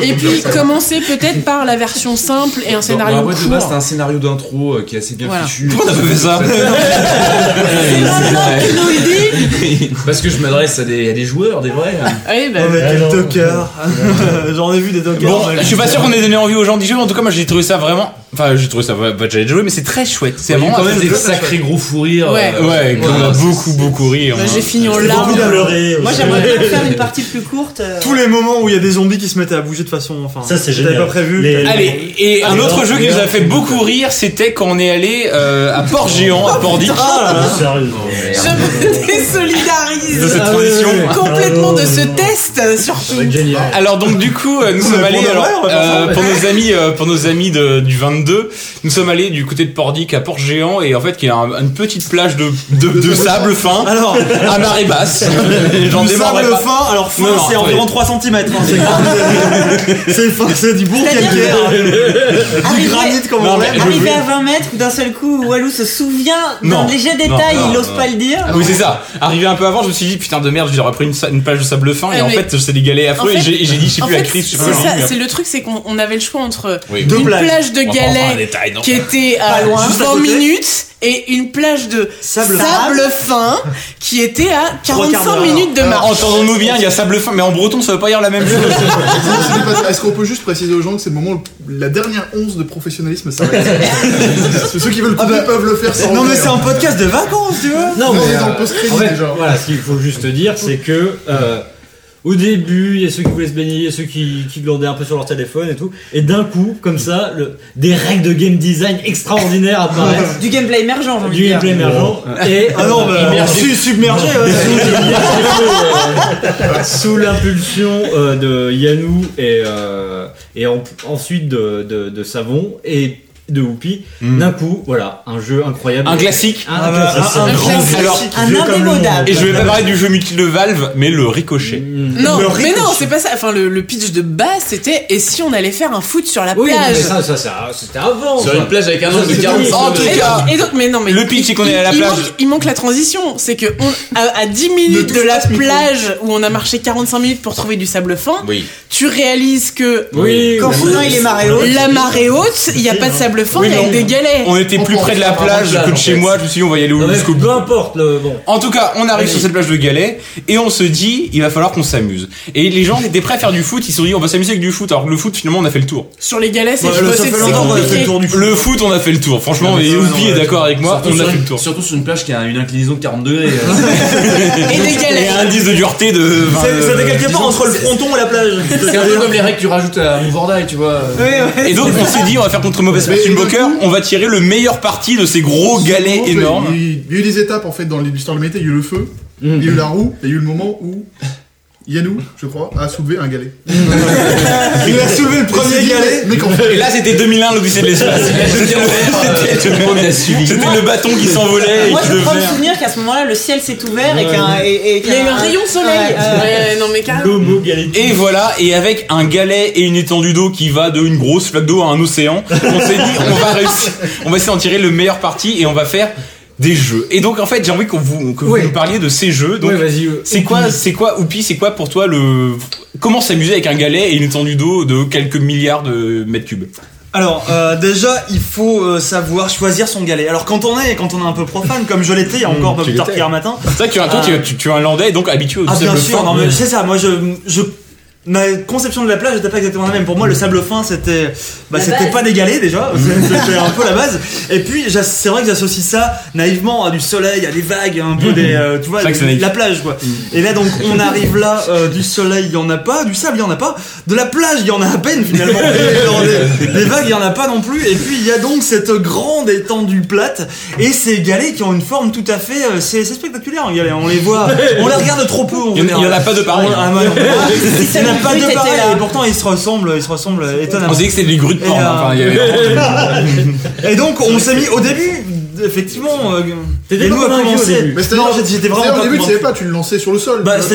S5: et puis commencer peut-être par la version simple et un scénario
S9: Dans la boîte de base,
S5: court.
S9: t'as un scénario d'intro euh, qui est assez bien
S5: Voilà.
S9: fichu.
S1: Pourquoi on a pas fait ça
S9: Parce que je m'adresse à des, à des joueurs, des vrais. hein.
S5: Oui,
S1: ben,
S5: bah,
S2: Oh, mais
S8: Ah,
S2: quel
S8: non.
S2: tocard J'en ai vu des tocards.
S1: Bon, je suis pas sûr qu'on ait donné envie aux gens d'y jouer, mais en tout cas, moi j'ai trouvé ça vraiment. Enfin, j'ai trouvé ça pas pas déjà joué, mais c'est très chouette. C'est
S9: Il y a
S1: vraiment.
S9: quand même
S1: assez-
S9: des sacrés gros fous rires.
S5: Ouais.
S9: euh,
S1: Ouais, qu'on a beaucoup, beaucoup ri. hein. on
S5: Bah,
S1: a-
S5: j'ai fini en larmes.
S8: Beaucoup pleuré.
S7: Moi, j'aimerais bien faire une partie plus courte. euh,
S2: Tous les moments où il y a des zombies qui se mettaient à bouger de façon. Enfin,
S8: Ça, c'est
S2: t'avais
S8: génial.
S2: pas prévu.
S8: Les-
S2: t'avais-
S1: Allez, et un
S8: Alors,
S1: autre jeu qui nous a
S8: regarde.
S1: fait beaucoup rire, c'était quand on est allé euh, à Port-Géant, à Ah, Pordic.
S8: Ah, Sérieux.
S5: Je me désolidarise
S1: De cette
S8: Ah,
S1: transition.
S8: ouais, ouais, ouais.
S5: complètement de ce
S8: Ah, non, non, non.
S5: test euh, surtout.
S8: C'est génial.
S1: Alors donc du coup euh, nous sommes allés
S2: de
S1: alors,
S2: vrai, on va faire
S1: euh, pour nos amis euh, pour nos amis de, du 22 nous sommes allés du côté de Pordic à Port Géant et en fait il y a un- une petite plage de de, de sable fin
S2: Alors,
S1: à marée basse j'en
S2: du
S1: démordrai
S2: sable
S1: pas
S2: fin, alors fin
S1: Non, non,
S2: c'est
S1: attendez.
S2: environ hein, 3 cm. c'est fin, c'est du bon
S7: C'est-à-dire
S2: calcaire. euh, Du
S7: arriver-
S2: granit comme
S1: Non,
S2: on
S1: mais
S2: l'aime.
S1: je
S7: Arrivé
S1: veux-
S7: à 20 mètres, où d'un seul coup, Walou se souvient
S1: Non.
S7: d'un léger
S1: Non,
S7: détail,
S1: non,
S7: il n'ose
S1: non. Ah
S7: pas le dire.
S1: oui c'est ça arrivé un peu avant je me suis dit putain de merde j'aurais pris une, sa- une plage de sable fin et
S5: Ah,
S1: en
S5: mais-
S1: fait c'est des galets affreux
S5: en fait-
S1: et j'ai- et j'ai dit je sais
S5: En
S1: plus
S5: fait,
S1: à Chris je sais
S5: c'est
S1: plus à
S5: ça,
S1: qui, mais-
S5: c'est le truc, c'est qu'on on avait le choix entre
S1: hein. Oui.
S2: Deux
S5: une
S2: plages.
S5: plage de
S1: On va pas rentrer dans les
S5: galets
S1: détails, non.
S5: qui était
S2: Pas
S5: à
S2: loin. Juste à
S5: 20
S2: côté.
S5: minutes et une plage de
S2: Sable.
S5: sable, fin qui était à
S2: Trois quarts
S5: 45
S2: d'heure.
S5: minutes de marche.
S1: Entendons-nous bien, il y a sable fin, mais en breton ça veut pas dire la même chose.
S10: Ça, c'est pas ça. Est-ce qu'on peut juste préciser aux gens que c'est le moment où la dernière once de professionnalisme s'arrête Ceux qui veulent couper peuvent le faire sans.
S2: Ah bah, Non, mais
S10: le
S2: c'est
S10: faire.
S2: un podcast de vacances, tu vois.
S10: Non,
S4: Non, mais,
S10: mais dans
S4: euh,
S10: le post-crédit,
S4: en fait,
S10: déjà.
S4: Voilà, ce qu'il faut juste dire, c'est que euh, au début, il y a ceux qui voulaient se baigner, il y a ceux qui, qui glandaient un peu sur leur téléphone et tout. Et d'un coup, comme ça, le- des règles de game design extraordinaires apparaissent.
S7: Du gameplay émergent, j'ai envie
S4: Du
S7: de dire.
S4: gameplay émergent et
S2: Ah non,
S4: euh,
S2: bah,
S4: immergé.
S2: su- submergé. ouais.
S4: sous l'impulsion euh, de Yanou et, euh, et en- ensuite de, de, de Savon et de Whoopi, d'un coup, voilà, un jeu incroyable.
S1: Hmm. Un classique.
S4: Un,
S2: Ah bah,
S4: classique.
S2: ça,
S4: Un-
S2: c'est
S4: un
S1: grand.
S4: classique.
S1: Alors,
S7: Un
S8: Vieux comme le monde.
S7: indémodable.
S1: Et je vais pas parler du jeu multi de Valve, mais le ricochet.
S5: Non,
S2: Le
S5: mais
S2: ricochet.
S5: non, c'est pas ça. Enfin, le, le pitch de base, c'était et si on allait faire un foot sur la
S4: Oui, non, mais
S5: plage
S4: ça, ça, ça c'était avant.
S9: Sur
S4: ça.
S9: une plage avec un nombre de
S4: C'est
S9: 40
S4: fini.
S1: En tout
S5: Et
S1: cas,
S5: donc- et donc- mais non, mais
S1: Le pitch, c'est qu'on
S5: il-
S1: est à la
S5: il
S1: plage.
S5: manque- il manque la transition, c'est que on, à, à 10 minutes de la plage où on a marché 45 minutes pour trouver du sable fin,
S6: Oui.
S5: tu réalises que
S4: Oui,
S7: Quand
S4: oui.
S7: soudain il est marée haute.
S5: la marée haute, il n'y a pas de sable fin,
S1: Oui,
S5: il y a
S1: mais
S5: que des galets.
S1: On était plus
S10: On
S1: près de la
S10: pense
S1: plage
S4: vraiment
S1: que de
S4: en
S1: chez
S4: fait.
S1: moi, je me suis dit on va y aller au-
S4: Ouais,
S1: jusqu'au bout.
S4: peu importe le bon.
S1: En tout cas, on arrive sur cette plage de galets et on se dit il va falloir qu'on s'amuse. Et les gens étaient prêts à faire du foot, ils se sont dit on va s'amuser avec du foot. Alors que le foot finalement on a fait le tour.
S5: Sur les galets, c'est
S2: Bah,
S5: je
S2: le-
S5: sais,
S2: ça fait
S5: c'est
S2: longtemps qu'on a fait
S5: compliqué.
S2: le tour du foot.
S1: Le foot on a fait le tour. Franchement,
S9: Non, mais
S1: et
S9: ça, non,
S1: Oupi est
S9: ouais,
S1: d'accord avec moi,
S9: Surtout
S1: on a
S9: sur
S1: fait
S9: une-
S1: le tour.
S9: Surtout sur une plage qui a une inclinaison de 40 degrés. euh,
S5: Et des
S1: Et
S5: galets.
S1: un indice de dureté de. enfin,
S2: C'est- euh,
S1: de-
S2: C'était quelque part entre le fronton et la plage.
S9: C'est un peu comme les règles que tu rajoutes à Mouvordaille, tu vois.
S1: Et donc on s'est dit on va faire contre mauvaise
S10: Mais-
S1: fortune
S10: mais-
S1: Boker, on va tirer le meilleur parti de ces gros galets
S10: Il y a eu-
S1: énormes.
S10: Il y a eu des étapes en fait dans l'histoire de l'humanité. Il y a eu le feu,
S2: Mm.
S10: il y a eu la roue, et il y a eu le moment où Yannou, je crois, a soulevé un galet.
S2: Il a soulevé le premier galet.
S10: Mais quand
S1: Et là c'était 2001 l'Odyssée de l'espace. C'était le- c'était le- c'était le bâton qui s'envolait et
S7: Moi
S1: qui
S7: je crois me
S1: devenait.
S7: souvenir qu'à ce moment-là le ciel s'est ouvert et qu'un. et- et
S5: Il y a eu
S7: qu'un-
S5: un rayon de soleil.
S7: Ouais, ouais, ouais.
S5: Ouais, non, mais carrément.
S4: L'homo galétique.
S1: Et voilà, et avec un galet et une étendue d'eau qui va de une grosse flaque d'eau à un océan, on s'est dit on va réussir, on va essayer d'en tirer le meilleur parti et on va faire des jeux. Et donc en fait, j'ai envie qu'on vous, que
S4: Ouais.
S1: vous nous parliez de ces jeux. Donc,
S4: Ouais, vas-y. euh,
S1: c'est quoi,
S4: Oupi.
S1: c'est quoi, Oupi, c'est quoi pour toi le, comment s'amuser avec un galet et une étendue d'eau de quelques milliards de mètres cubes
S2: Alors euh, déjà, il faut euh, savoir choisir son galet. Alors quand on est, quand on est un peu profane, comme je Hmm, l'étais il y a encore pas
S1: tu
S2: plus tard
S1: l'étais.
S2: qu'hier matin.
S1: C'est vrai que tu es un, toi,
S2: Ah.
S1: tu, es- tu- tu es un landais et donc habitué au
S2: Ah bien
S1: sable
S2: sûr,
S1: fin.
S2: non mais c'est ça. Moi, je, je, ma conception de la plage n'était pas exactement la même. Pour moi, le sable fin, c'était, bah,
S11: La
S2: c'était
S11: base.
S2: pas des galets déjà. C'était un peu la base. Et puis, j'as- c'est vrai que j'associe ça naïvement à du soleil, à des vagues, un peu des, euh, tu vois,
S1: C'est vrai que c'est naïf. Mm.
S2: la plage quoi. Et là donc, on arrive là, euh, du soleil, il y en a pas, du sable, il y en a pas, de la plage, il y en a à peine finalement. Et dans les- des vagues, il y en a pas non plus. Et puis, il y a donc cette grande étendue plate et ces galets qui ont une forme tout à fait, euh, c'est c'est spectaculaire. hein. les galets. On les voit, on les regarde trop peu. on
S1: Il y en- il y en a pas de pareil.
S2: ah, ouais, non.
S7: ça
S2: Il n'y en a
S7: vous
S2: pas
S7: fait,
S2: de
S7: t'étais
S2: pareil,
S7: là.
S2: et pourtant ils se ressemblent, ils se ressemblent
S1: On
S2: étonnamment.
S1: se dit que c'est des grues de porc.
S2: Et, euh,
S1: Enfin, il y avait-
S2: Et donc on s'est mis au début, effectivement, euh,
S4: T'étais
S2: et
S4: pas
S2: nous a
S4: convaincu au
S2: commencé.
S4: début.
S10: Mais
S2: Non,
S10: c'est-à-dire-
S2: j'étais- j'étais vraiment
S10: c'est-à-dire,
S2: pas
S10: au début, tu savais
S2: convaincu.
S10: pas, tu le lançais sur le sol.
S2: Bah, c'est-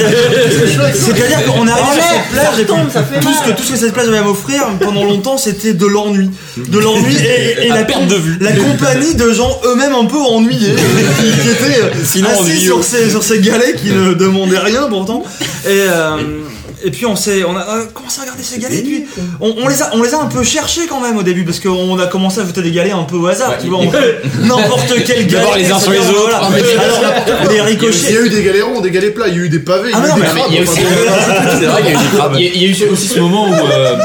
S2: C'est-à-dire qu'on arrive
S10: Oh,
S2: sur cette plage et puis
S7: ça fait
S2: tout ce que tout ce que cette plage avait à m'offrir pendant longtemps c'était de l'ennui, de l'ennui et, et
S1: À
S2: la
S1: perte de vue.
S2: la compagnie de gens eux-mêmes un peu ennuyés qui, qui étaient euh,
S1: Sinon,
S2: assis
S1: ennuyeux.
S2: sur ces sur ces galets qui ne demandaient rien pourtant et euh, et puis on s'est on a euh, commencé à regarder ces galets et puis on, on les a on les a un peu cherchés quand même au début parce qu'on a commencé à jeter des galets un peu au hasard tu vois on- n'importe quel galet
S1: D'abord les uns sur les
S2: etc.,
S1: autres,
S2: voilà.
S1: embêter
S2: alors les
S10: Il y
S2: ricochets
S10: a eu des galets ronds, des galets plats, il y a eu des pavés,
S2: Ah,
S10: il y a
S2: non,
S10: eu
S2: mais
S10: des crabes.
S6: Il
S2: il
S6: y a aussi,
S10: bah,
S6: c'est vrai qu'il y a eu des crabes.
S9: Il y, a- il y a eu aussi ce moment où, euh,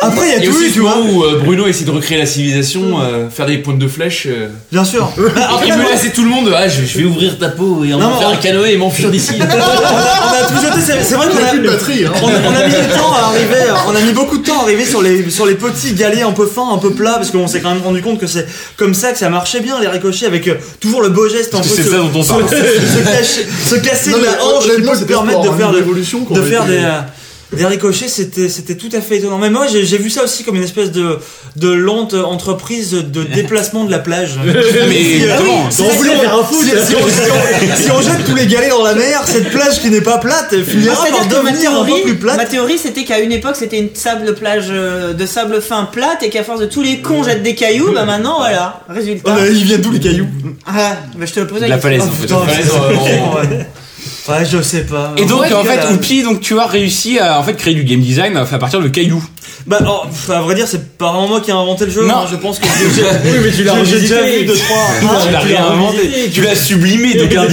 S2: après il
S9: il
S2: y
S9: y
S2: a
S9: a
S2: tout
S9: aussi
S2: eu
S9: ce
S2: tu vois
S9: moment où euh, Bruno essaie de recréer la civilisation, euh, faire des pointes de flèche. euh.
S2: bien sûr Bah, après,
S9: il
S2: moi,
S9: me laissait tout le monde. Ah, je, je vais ouvrir ta peau et on
S2: Non,
S9: va
S2: non,
S9: faire
S2: on-
S9: un canoë et m'enfuir d'ici.
S2: on a, on a tout jeté c'est- c'est vrai qu'on
S10: On a plus de
S2: a
S10: batterie, hein.
S2: on, a- on a mis du temps à arriver, euh, on a mis beaucoup de temps à arriver sur les, sur les petits galets un peu fins, un peu plats, parce qu'on s'est quand même rendu compte que c'est comme ça que ça marchait bien, les ricochets, avec euh, toujours le beau geste un peu.
S1: Parce que c'est
S2: se-
S1: ça dont on parle.
S2: se, se cacher- se casser
S10: Non, mais
S2: la hanche qui
S10: honnêtement,
S2: peut te
S10: c'était
S2: permettre
S10: sport,
S2: de
S10: hein,
S2: faire,
S10: une
S2: de,
S10: évolution qu'on
S2: de
S10: avait
S2: faire
S10: fait.
S2: des, euh, des ricochets, c'était, c'était tout à fait étonnant. Mais moi, j'ai, j'ai vu ça aussi comme une espèce de, de lente entreprise de déplacement de la plage.
S1: Mais
S2: Ah oui,
S1: comment
S2: si on- si- si on- si on- Si on jette tous les galets dans la mer, cette plage qui n'est pas plate finira par
S7: Ah, C'est-à-dire que ma
S2: devenir un peu
S7: théorie,
S2: plus plate.
S7: ma théorie, c'était qu'à une époque c'était une sable plage euh, de sable fin plate et qu'à force de tous les cons jettent des cailloux, bah maintenant voilà, résultat.
S2: Oh, ils viennent tous les cailloux.
S7: Ah, bah je te le posais.
S1: De la falaise.
S2: Oh,
S1: en fait.
S2: putain,
S9: falaise,
S2: c'est-
S9: euh,
S2: ouais. Ouais, Ah, je sais pas.
S1: Et donc
S2: Ouais,
S1: en
S2: gars,
S1: fait,
S2: là.
S1: Oupi, donc tu as réussi à en fait créer du game design à partir de cailloux.
S2: Bah, oh, pff, à vrai dire, c'est pas vraiment moi qui ai inventé le jeu.
S1: Non.
S2: hein, je pense que j'ai
S4: Oui, mais tu l'as
S2: j'ai déjà
S4: revisité.
S2: vu deux trois.
S1: Ah, tu l'as réinventé, tu l'as sublimé de
S2: Ah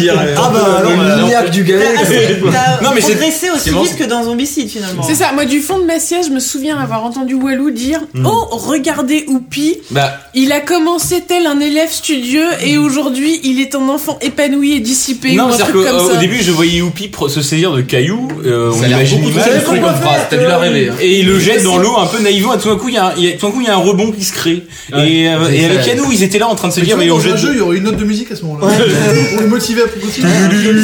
S2: bah alors, bah, alors.
S4: du galet.
S1: Non,
S7: non
S1: mais
S7: mais
S1: c'est-
S7: progressé aussi vite que dans Zombicide finalement.
S5: C'est ça, moi du fond de ma siège, je me souviens avoir entendu Walou dire
S1: Mm.
S5: Oh, regardez Oupi,
S1: Bah,
S5: il a commencé tel un élève studieux et
S7: Mmh.
S5: aujourd'hui il est un enfant épanoui et dissipé.
S1: non,
S5: ou un
S1: c'est-à-dire
S5: truc
S1: qu'au
S5: comme
S7: euh,
S5: ça.
S1: début, je voyais Oupi pro- se saisir de cailloux, euh, on
S6: Ça a l'air
S1: imagine
S6: beaucoup
S1: l'image.
S6: plus construit comme phrase. T'as dû la rêver. hein.
S1: Et il le jette dans l'eau un peu naïvement, et tout d'un coup, il y a un, il y a- tout d'un coup, il y a un rebond qui se crée. Et, euh, et avec Yannou, ils étaient là en train de se
S10: Mais tu
S1: dire,
S10: vois,
S1: mais on
S10: dans
S1: jette.
S10: un jeu, il y aurait une note de musique à ce moment-là. On les motivait à continuer.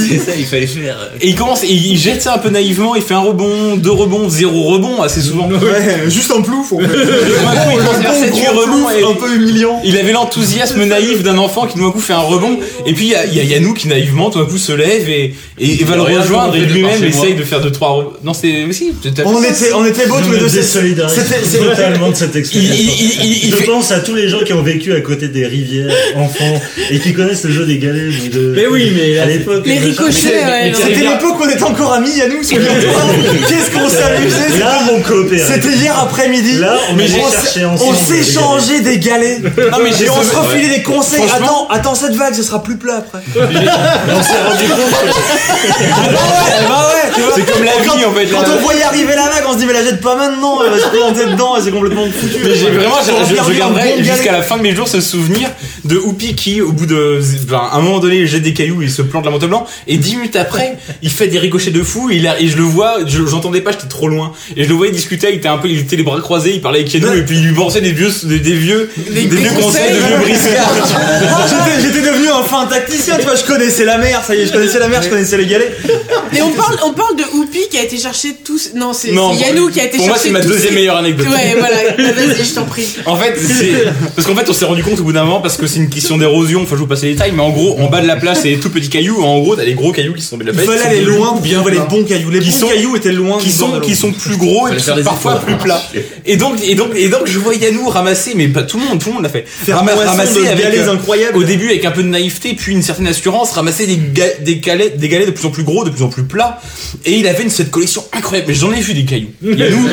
S6: C'est ça, il fallait faire.
S1: Et il commence, et il jette ça un peu naïvement, il fait un rebond, deux rebonds, zéro rebond, assez souvent.
S2: Ouais, juste un plouf. en fait.
S1: Et tout d'un coup, il commence à faire
S2: Un
S1: sept, huit
S2: gros
S1: rebonds,
S2: plouf,
S1: et-
S2: un peu humiliant.
S1: Il avait l'enthousiasme naïf d'un enfant qui tout d'un coup fait un rebond. Et puis il y a, il y a Yannou qui naïvement tout d'un coup se lève et, et, et va le
S6: Regarde
S1: rejoindre
S6: comment on
S1: et
S6: fait de par
S1: lui-même
S6: chez moi.
S1: essaye de faire deux trois rebonds. Non c'est mais si t'as fait
S2: On
S1: ça.
S2: était, on était beaux tous les deux. c'est- C'était,
S8: C'était
S2: c'était-
S8: totalement de cette
S1: Il,
S8: expérience.
S1: il, il, il- il
S8: je
S1: fait-
S8: pense à tous les gens qui ont vécu à côté des rivières, enfants, et qui connaissent le jeu des galets. donc de-
S4: Mais oui, mais
S8: à l'époque.
S5: Les
S8: je-
S5: ricochets, ouais. non.
S2: C'était l'époque où on était encore amis, Yannou, souviens-toi. Qu'est-ce qu'on s'amusait. c'était-
S8: Là, on coopérait.
S2: C'était hier après-midi.
S8: Là, on
S2: Mais
S8: allait
S2: on
S8: chercher
S2: s'est-
S8: ensemble
S2: on
S8: des
S2: s'échangeait des galets. Non, mais
S1: j'ai
S2: on se
S1: sauvé-
S2: refilait des conseils.
S1: Franchement-
S2: Attends, attends cette vague, ce sera plus plat après. bah ouais, tu vois.
S1: c'est comme la vie en fait.
S2: Quand
S1: là.
S2: on voyait arriver la vague, on se dit mais la jette pas maintenant, elle va se planter dedans et c'est complètement foutu.
S1: Mais j'ai vraiment, je,
S2: On
S1: je- je
S2: regardait un
S1: garderai
S2: bon
S1: jusqu'à
S2: galet.
S1: la fin de mes jours ce souvenir de Oupi qui, au bout de, enfin, à un moment donné, il jette des cailloux, il se plante la monte blanc, et dix minutes après, il fait des ricochets de fou, et, il a- et je le vois, je- j'entendais pas, j'étais trop loin, et je le voyais discuter, il était un peu, il était les bras croisés, il parlait avec Yannou, et puis il lui balançait des vieux, des, des vieux, des, vieux conseils, de vieux briscards.
S2: J'étais- J'étais devenu un fin tacticien, tu vois, je connaissais la mer, ça y est, je connaissais la mer, je connaissais les galets.
S5: Mais on parle, on parle de Oupi qui a été chercher tous. Non, c'est
S1: Non,
S5: c'est Yannou qui a été
S1: pour moi,
S5: chercher
S1: c'est ma
S5: tous
S1: deuxième
S5: ces
S1: meilleure anecdote.
S5: Ouais, voilà, Ah, vas-y, je t'en prie.
S1: En fait, c'est parce qu'en fait, on s'est rendu compte au bout d'un moment parce que c'est une question d'érosion. Enfin, je vous passe les détails, mais en gros, en bas de la place, c'est des tout petits cailloux. En gros, t'as des gros cailloux qui sont de la
S2: Il
S1: place,
S2: fallait
S1: qui sont
S2: aller
S1: des
S2: loin
S1: loups
S2: pour trouver les bons cailloux. Les
S1: Qui
S2: bons
S1: sont-
S2: cailloux étaient loin
S1: qui
S2: du bord
S1: sont
S2: de l'eau.
S1: qui sont plus gros
S6: Fallait
S1: et qui
S6: faire
S1: sont
S6: des
S1: Oh, parfois
S6: efforts.
S1: plus plats. Et donc et donc et donc je vois Yannou ramasser mais pas tout le monde, tout le monde l'a fait.
S2: Faire
S1: Rama-
S2: moisson de galets
S1: euh,
S2: incroyables.
S1: au début avec un peu de naïveté puis une certaine assurance, ramasser des ga- des galets des galets de plus en plus gros, de plus en plus plats et il avait une cette collection incroyable. Mais j'en ai vu des cailloux. Yannou,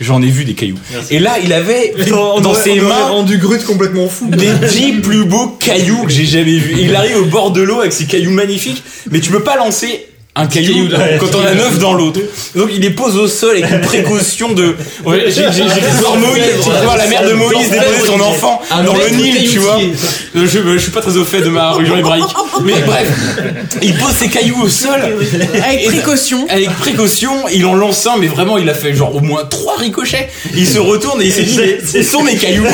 S1: j'en ai vu des cailloux. Et là, il avait
S2: On
S1: dans
S2: aurait-
S1: ses
S2: on aurait
S1: mains
S2: rendu Grut complètement fou.
S1: les 10 plus beaux cailloux que j'ai jamais vus. Et il arrive au bord de l'eau avec ses cailloux magnifiques, mais tu peux pas lancer un caillou quand on a neuf dans l'autre. Donc il les pose au sol avec une précaution de. Ouais, J'ai j'ai- j'ai cru voir Moïse, tu vois, la mère de Moïse déposer son enfant dans le Nil, tu vois. Euh, Je, je suis pas très au fait de ma religion hébraïque. Mais bref, il pose ses cailloux au sol.
S5: Avec précaution.
S1: Avec précaution, il en lance un, mais vraiment, il a fait genre au moins trois ricochets. Il se retourne et il s'est dit, mais où sont mes cailloux